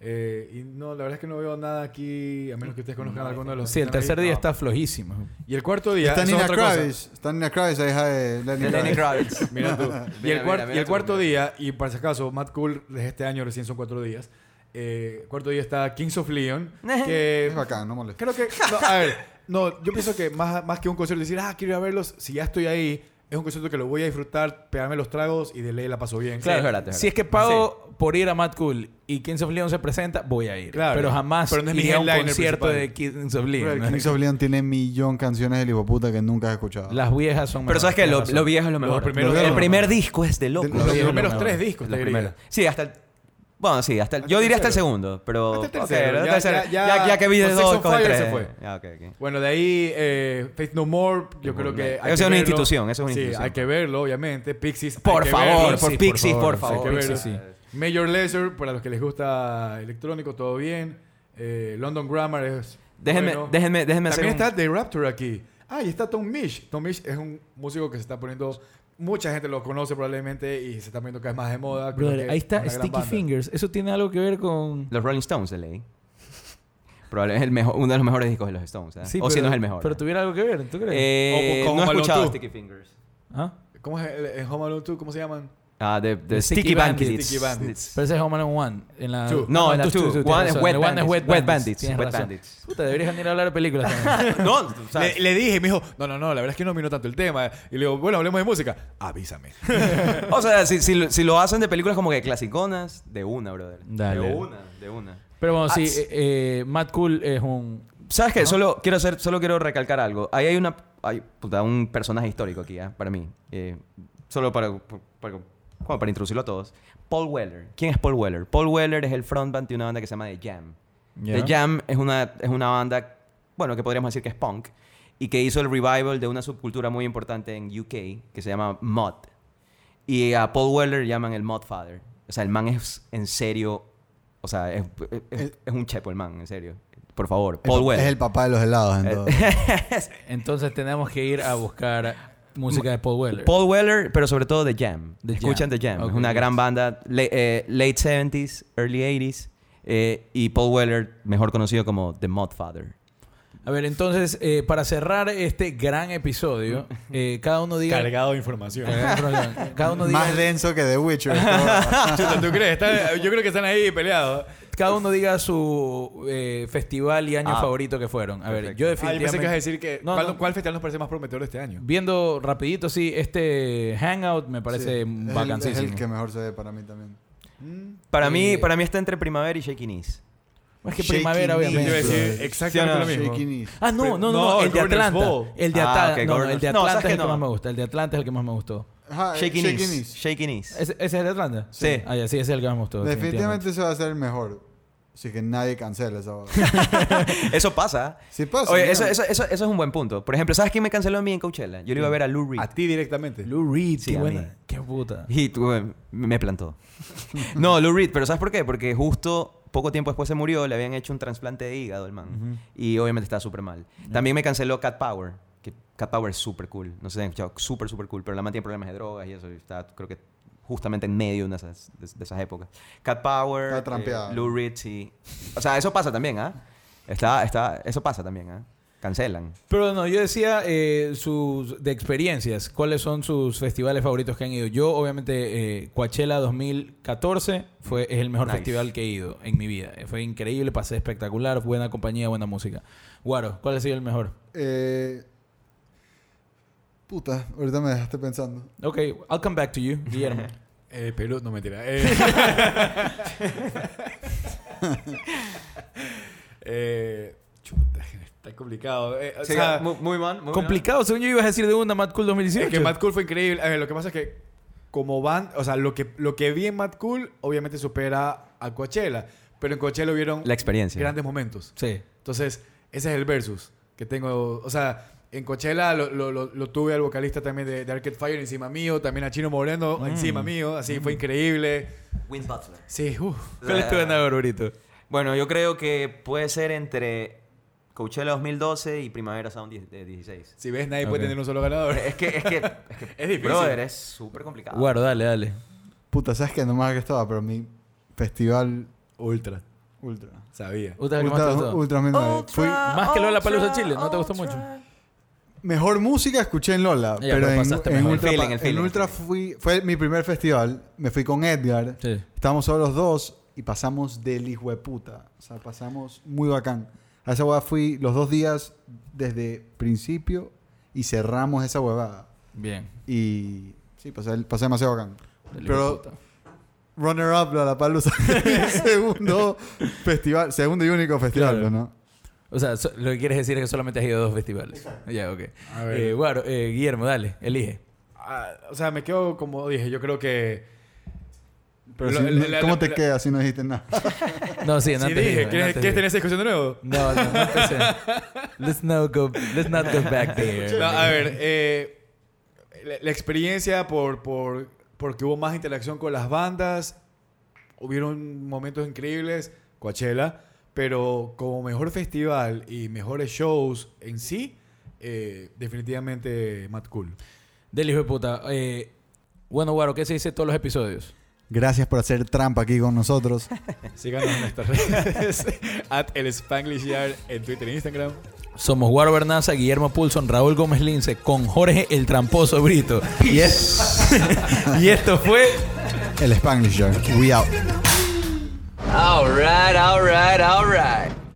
Speaker 3: eh, y no, la verdad es que no veo nada aquí, a menos que ustedes conozcan alguno de los.
Speaker 4: Sí,
Speaker 3: que
Speaker 4: el
Speaker 3: están ahí.
Speaker 4: tercer día
Speaker 3: No.
Speaker 4: está flojísimo.
Speaker 3: Y el cuarto día.
Speaker 2: Está
Speaker 3: eso es
Speaker 2: Nina
Speaker 3: otra cosa.
Speaker 2: Kravis. Está Nina Kravis, la hija de Lenny
Speaker 1: De Lenny
Speaker 2: Kravitz.
Speaker 1: Kravitz.
Speaker 3: [LAUGHS] Mira tú. y,
Speaker 1: Mira, mira,
Speaker 3: el cuart- y el
Speaker 1: mira tú,
Speaker 3: cuarto
Speaker 1: mira.
Speaker 3: día, y por si acaso, Matt Cool, de este año recién son cuatro días. eh, cuarto día está Kings
Speaker 1: [LAUGHS]
Speaker 3: of Leon. que
Speaker 2: Es bacán, no molesta.
Speaker 3: Creo que. no, a ver, no, yo pienso que más, más que un concierto, decir, ah, quiero ir a verlos, si ya estoy ahí, es un concierto que lo voy a disfrutar, pegarme los tragos y de ley la paso bien.
Speaker 1: es verdad, es
Speaker 4: si es que pago por ir a Mad Cool y Kings of Leon se presenta, voy a ir.
Speaker 3: Claro.
Speaker 4: Pero jamás
Speaker 3: Pero no es mi
Speaker 4: iré a un
Speaker 3: headliner
Speaker 4: concierto de
Speaker 3: principal.
Speaker 4: Kings of
Speaker 2: Pero
Speaker 4: Leon.
Speaker 2: el
Speaker 4: ¿no?
Speaker 2: Kings of Leon tiene millón canciones del hijo puta que nunca has escuchado.
Speaker 4: Las viejas son
Speaker 1: Pero
Speaker 4: mejores,
Speaker 1: sabes que lo,
Speaker 4: tienes
Speaker 1: lo
Speaker 4: razón.
Speaker 1: viejo es lo
Speaker 3: Los
Speaker 1: mejor.
Speaker 3: primeros
Speaker 1: el
Speaker 3: dos.
Speaker 1: primer disco es de loco.
Speaker 2: De-
Speaker 3: Los
Speaker 2: Lo digo,
Speaker 3: primeros
Speaker 4: lo
Speaker 3: tres
Speaker 4: mejor.
Speaker 3: discos,
Speaker 1: Los
Speaker 3: te diría.
Speaker 1: primeros. Sí, hasta el... Bueno, sí, hasta el-
Speaker 3: Hasta
Speaker 1: yo
Speaker 3: el
Speaker 1: diría hasta el
Speaker 3: tercero.
Speaker 1: segundo, pero...
Speaker 3: Hasta el
Speaker 1: ok,
Speaker 3: tercero,
Speaker 1: hasta el
Speaker 3: ya-
Speaker 1: tercero.
Speaker 3: ya-
Speaker 1: Ya,
Speaker 3: ya
Speaker 1: ya, que vi de
Speaker 3: con Sex
Speaker 1: dos,
Speaker 3: on
Speaker 1: con
Speaker 3: Fire
Speaker 1: tres.
Speaker 3: se fue.
Speaker 1: Ah, ok, ok.
Speaker 3: Bueno, de ahí, eh, Faith No More, yo creo que.
Speaker 1: Eso
Speaker 3: hay
Speaker 1: es
Speaker 3: que
Speaker 1: una
Speaker 3: verlo.
Speaker 1: institución, eso es una
Speaker 3: Sí,
Speaker 1: institución.
Speaker 3: hay que verlo, obviamente. Pixies. hay
Speaker 1: Por
Speaker 3: que
Speaker 1: favor,
Speaker 3: verlo.
Speaker 1: por Pixies, por favor.
Speaker 3: Hay que verlo.
Speaker 4: Sí, sí.
Speaker 3: Major Lazer, para los que les gusta electrónico, todo bien. Eh, London Grammar es.
Speaker 1: Déjenme,
Speaker 3: bueno.
Speaker 1: déjenme, déjenme hacer
Speaker 3: También
Speaker 1: un-
Speaker 3: está The Raptor aquí. Ah, y está Tom Misch. Tom Misch es un músico que se está poniendo. Mucha gente lo conoce probablemente y se está poniendo cada vez más de moda. Creo
Speaker 4: Brother,
Speaker 3: que
Speaker 4: ahí
Speaker 3: es una
Speaker 4: está
Speaker 3: gran
Speaker 4: Sticky
Speaker 3: banda.
Speaker 4: Fingers. Eso tiene algo que ver con...
Speaker 1: Los Rolling Stones de ley. Probablemente es el mejor, uno de los mejores discos de los Stones. ¿eh?
Speaker 4: Sí,
Speaker 1: o si
Speaker 4: pero-
Speaker 1: no es el mejor.
Speaker 4: Pero
Speaker 1: ¿eh?
Speaker 4: tuviera algo que ver, ¿tú crees?
Speaker 1: Eh,
Speaker 3: O- o como
Speaker 1: no he
Speaker 3: Malone
Speaker 1: escuchado
Speaker 3: Two.
Speaker 1: Sticky Fingers.
Speaker 4: ¿Ah?
Speaker 3: ¿Cómo es el, en Home Alone 2? ¿Cómo se llaman?
Speaker 1: Ah, de, de
Speaker 4: The
Speaker 1: Sticky,
Speaker 4: Sticky
Speaker 1: Bandits.
Speaker 3: Bandits. Sticky Bandits.
Speaker 4: Pero ese es Home Alone One. En la...
Speaker 3: Two.
Speaker 1: No, en la
Speaker 4: tú, tú,
Speaker 1: two.
Speaker 4: tú, tienes
Speaker 1: One es
Speaker 4: razón.
Speaker 1: Wet
Speaker 4: El One es
Speaker 1: Bandits.
Speaker 4: Wet
Speaker 1: Wet
Speaker 4: Bandits.
Speaker 1: Bandits,
Speaker 4: Tienes
Speaker 1: Wet
Speaker 4: razón.
Speaker 1: Bandits. [LAUGHS]
Speaker 4: Puta, deberías venir a hablar de películas también.
Speaker 1: no, tú sabes.
Speaker 3: Le, le dije y me dijo, no, no, no, la verdad es que no miro tanto el tema. Y le digo, bueno, hablemos de música. Avísame.
Speaker 1: [LAUGHS] O sea, si, si, lo- si lo hacen de películas como que clasiconas, de una, brother.
Speaker 4: Dale.
Speaker 1: De una, de una.
Speaker 4: Pero bueno,
Speaker 1: Ah,
Speaker 4: sí,
Speaker 1: sí.
Speaker 4: eh, eh, Matt Cool es un...
Speaker 1: ¿Sabes qué? Solo, quiero hacer, solo quiero recalcar algo. Ahí hay una... Hay, puta, un personaje histórico aquí, ¿ah? Para mí. Eh, solo para, para, bueno, para introducirlo a todos. Paul Weller. ¿Quién es Paul Weller? Paul Weller es el frontman de una banda que se llama The Jam.
Speaker 4: Ya.
Speaker 1: The Jam es una, es una banda, bueno, que podríamos decir que es punk. Y que hizo el revival de una subcultura muy importante en UK que se llama Mod. Y a Paul Weller llaman el Mod Father. O sea, el man es en serio... O sea, es, es- es-
Speaker 2: Eh.
Speaker 1: es un chepo el man, en serio. Por favor,
Speaker 2: Es-
Speaker 1: Paul Weller.
Speaker 2: Es el papá de los helados, entonces.
Speaker 4: Entonces tenemos que ir a buscar música de Paul Weller.
Speaker 1: Paul Weller, pero sobre todo The Jam.
Speaker 4: The
Speaker 1: Escuchan
Speaker 4: Jam.
Speaker 1: The Jam.
Speaker 4: Ok,
Speaker 1: es una gran
Speaker 4: nice.
Speaker 1: banda. le- eh, late 70s, early 80s. eh, y Paul Weller, mejor conocido como The Mod Father.
Speaker 4: A ver, entonces, eh, para cerrar este gran episodio, eh, cada uno [LAUGHS] diga... [LAUGHS] Eh.
Speaker 3: Cargado de información.
Speaker 4: cada uno diga,
Speaker 2: Más denso que The Witcher. todo.
Speaker 3: [LAUGHS] Chuta, ¿Tú crees? Está- yo creo que están ahí peleados.
Speaker 4: cada uno diga su eh, festival y año
Speaker 1: Ah.
Speaker 4: favorito que fueron. A ver,
Speaker 1: Perfecto.
Speaker 4: yo
Speaker 3: Ah, yo pensé que
Speaker 4: definitivamente...
Speaker 3: ibas a decir que.
Speaker 4: No,
Speaker 3: ¿cuál,
Speaker 4: no.
Speaker 3: cuál festival nos parece más prometedor este año?
Speaker 4: Viendo rapidito, sí, este Hangout me parece
Speaker 2: Sí. Es el-
Speaker 4: vacancísimo.
Speaker 2: Es el que mejor se ve para mí también.
Speaker 1: Para, mí,
Speaker 4: Eh,
Speaker 1: para mí está entre Primavera y Shaking Knees.
Speaker 4: Es que
Speaker 2: Shaking
Speaker 4: primavera,
Speaker 2: Knees,
Speaker 3: Yo iba a
Speaker 4: obviamente.
Speaker 2: bro.
Speaker 3: decir exactamente
Speaker 1: Sí,
Speaker 3: lo
Speaker 1: no,
Speaker 3: mismo.
Speaker 2: Shaking It.
Speaker 4: Ah, no, no, no,
Speaker 3: No,
Speaker 4: el de
Speaker 3: Governor's
Speaker 4: Atlanta.
Speaker 3: Ball.
Speaker 4: El de
Speaker 1: Ah,
Speaker 4: Atlanta,
Speaker 1: ok,
Speaker 4: no, no, el
Speaker 1: Governor's-
Speaker 4: de
Speaker 1: No,
Speaker 4: Atlanta
Speaker 1: ¿sabes
Speaker 4: es
Speaker 1: que
Speaker 4: el que
Speaker 1: no?
Speaker 4: más me gusta. El de Atlanta es el que más me gustó.
Speaker 2: Ajá, eh,
Speaker 1: Shaking
Speaker 2: Shaking
Speaker 1: Knees.
Speaker 2: It. [LAUGHS]
Speaker 1: Shaking Knees.
Speaker 4: ¿Ese, ese es el de Atlanta?
Speaker 1: Sí.
Speaker 4: Ah, ya, sí, ese es el que más me gustó.
Speaker 2: Definitivamente ese va a ser el mejor. Si es que nadie cancela esa
Speaker 4: [LAUGHS]
Speaker 2: boda.
Speaker 1: Eso pasa.
Speaker 2: Sí pasa,
Speaker 1: Oye,
Speaker 2: mira.
Speaker 1: eso, eso, eso, eso es un buen punto. Por ejemplo, ¿sabes quién me canceló a mí en Coachella? Yo lo iba a ver a Lou Reed.
Speaker 3: A ti directamente.
Speaker 4: Lou Reed,
Speaker 1: Sí,
Speaker 4: qué
Speaker 1: a
Speaker 4: buena.
Speaker 1: mí.
Speaker 4: Qué puta.
Speaker 1: Y tú, eh, me plantó. no, Lou Reed, pero ¿sabes por qué? Porque justo poco tiempo después se murió, le habían hecho un trasplante de hígado al man. Y obviamente estaba súper mal. También me canceló Cat Power. Que Cat Power es súper cool. No sé si han escuchado, súper, súper cool. Pero la man tiene problemas de drogas y eso. Y está, creo que justamente en medio de, una de esas, de- de esas épocas. Cat Power, eh,
Speaker 2: Está trampeado.
Speaker 1: Lou Reed, sí. O sea, eso pasa también, ¿ah? Está, está, eso pasa también, ¿ah? Cancelan.
Speaker 4: Pero no, yo decía eh, sus de experiencias. ¿Cuáles son sus festivales favoritos que han ido? Yo, obviamente, eh, Coachella 2014 fue, es el mejor
Speaker 1: Nice.
Speaker 4: festival que he ido en mi vida. Eh, Fue increíble, pasé espectacular, buena compañía, buena música. Guaro, ¿cuál ha sido el mejor?
Speaker 2: Eh, puta, ahorita me dejaste pensando.
Speaker 4: Ok, I'll come back to you, [LAUGHS] Guillermo.
Speaker 3: Eh, Perú, no mentira. Eh, eh, chuta, está complicado. Eh, o sea,
Speaker 1: muy, muy mal. muy mal.
Speaker 4: Complicado, según yo ibas a decir de una Mad Cool
Speaker 3: es
Speaker 4: 2018.
Speaker 3: que Mad Cool fue increíble. A ver, lo que pasa es que como van, o sea, lo que, lo que vi en Mad Cool obviamente supera a Coachella, pero en Coachella hubieron
Speaker 1: La experiencia.
Speaker 3: grandes momentos.
Speaker 4: Sí.
Speaker 3: Entonces, ese es el versus que tengo. O sea, en Coachella lo, lo- lo- lo tuve al vocalista también de, de Arcade Fire encima mío, también a Chino Moreno encima mío, así fue increíble.
Speaker 1: Win Butler.
Speaker 3: Sí, uh.
Speaker 4: ¿Cuál es tu ganador, Brito?
Speaker 1: Bueno, yo creo que puede ser entre Coachella 2012 y Primavera Sound 10 de 16.
Speaker 3: Si ves, nadie
Speaker 4: Ok.
Speaker 3: puede tener un
Speaker 2: [LAUGHS]
Speaker 3: solo ganador. [LAUGHS]
Speaker 1: Es que, es que, es
Speaker 3: Es difícil.
Speaker 1: Brother, es súper complicado.
Speaker 4: Guaro, dale, dale.
Speaker 2: Puta, ¿sabes qué? No me acuerdo que estaba, pero mi festival
Speaker 3: Ultra.
Speaker 2: ultra.
Speaker 3: Sabía.
Speaker 4: Ultra, ¿qué más te
Speaker 2: Ultra,
Speaker 4: gustó?
Speaker 2: ultra 2009. Fui-
Speaker 4: Más que Lola Palusa Chile, ¿no te gustó mucho?
Speaker 2: Mejor música escuché en Lola, pero
Speaker 4: Ya, pero
Speaker 2: en,
Speaker 4: pasaste
Speaker 2: en
Speaker 4: mejor.
Speaker 2: Ultra,
Speaker 1: El feeling,
Speaker 2: pa-
Speaker 1: el feeling,
Speaker 2: en
Speaker 1: el
Speaker 2: Ultra fui, fue mi primer festival, me fui con Edgar,
Speaker 4: Sí.
Speaker 2: estábamos solo los dos y pasamos del hijo de puta, o sea, pasamos muy bacán. A esa hueá fui los dos días desde principio y cerramos esa huevada.
Speaker 4: Bien.
Speaker 2: Y sí, pasé, pasé demasiado bacán.
Speaker 4: Del hijo de
Speaker 2: Pero
Speaker 4: puta.
Speaker 2: runner up la Palusa, [LAUGHS] segundo festival, segundo y único festival,
Speaker 4: Claro.
Speaker 2: ¿no?
Speaker 4: O sea, so- lo que quieres decir es que solamente has ido a dos festivales. Ya, ok.
Speaker 3: A ver.
Speaker 4: Eh, Guaro, eh, Guillermo, dale, elige.
Speaker 3: Ah, o sea, me quedo como dije, yo creo que.
Speaker 2: Pero
Speaker 3: Lo-
Speaker 2: si-
Speaker 3: la- la-
Speaker 2: ¿cómo
Speaker 3: la-
Speaker 2: te quedas si no dijiste
Speaker 4: [LAUGHS]
Speaker 2: nada?
Speaker 4: No, sí,
Speaker 3: Sí,
Speaker 4: no antes
Speaker 3: dije,
Speaker 4: dijo,
Speaker 3: ¿quieres,
Speaker 4: antes
Speaker 3: quieres tener
Speaker 4: dijo.
Speaker 3: esa discusión de nuevo?
Speaker 4: No, no, no empecé. Let's not go, let's not go back there.
Speaker 3: [LAUGHS] No, a ver, eh, la, la experiencia por, por, porque hubo más interacción con las bandas, hubieron momentos increíbles, Coachella, pero como mejor festival y mejores shows en sí, eh, definitivamente Mad Cool.
Speaker 4: Del hijo de puta. Eh, bueno, Guaro, ¿qué se dice en todos los episodios?
Speaker 2: Gracias por hacer trampa aquí con nosotros.
Speaker 3: Síganos en nuestras redes, [LAUGHS] at el Spanglish Yard en Twitter e Instagram.
Speaker 4: Somos Guaro Bernaza, Guillermo Pulson, Raúl Gómez Lince con Jorge el Tramposo Brito. Y, es- y esto fue
Speaker 2: El Spanglish Jar. We out.
Speaker 5: All right, all right, all right.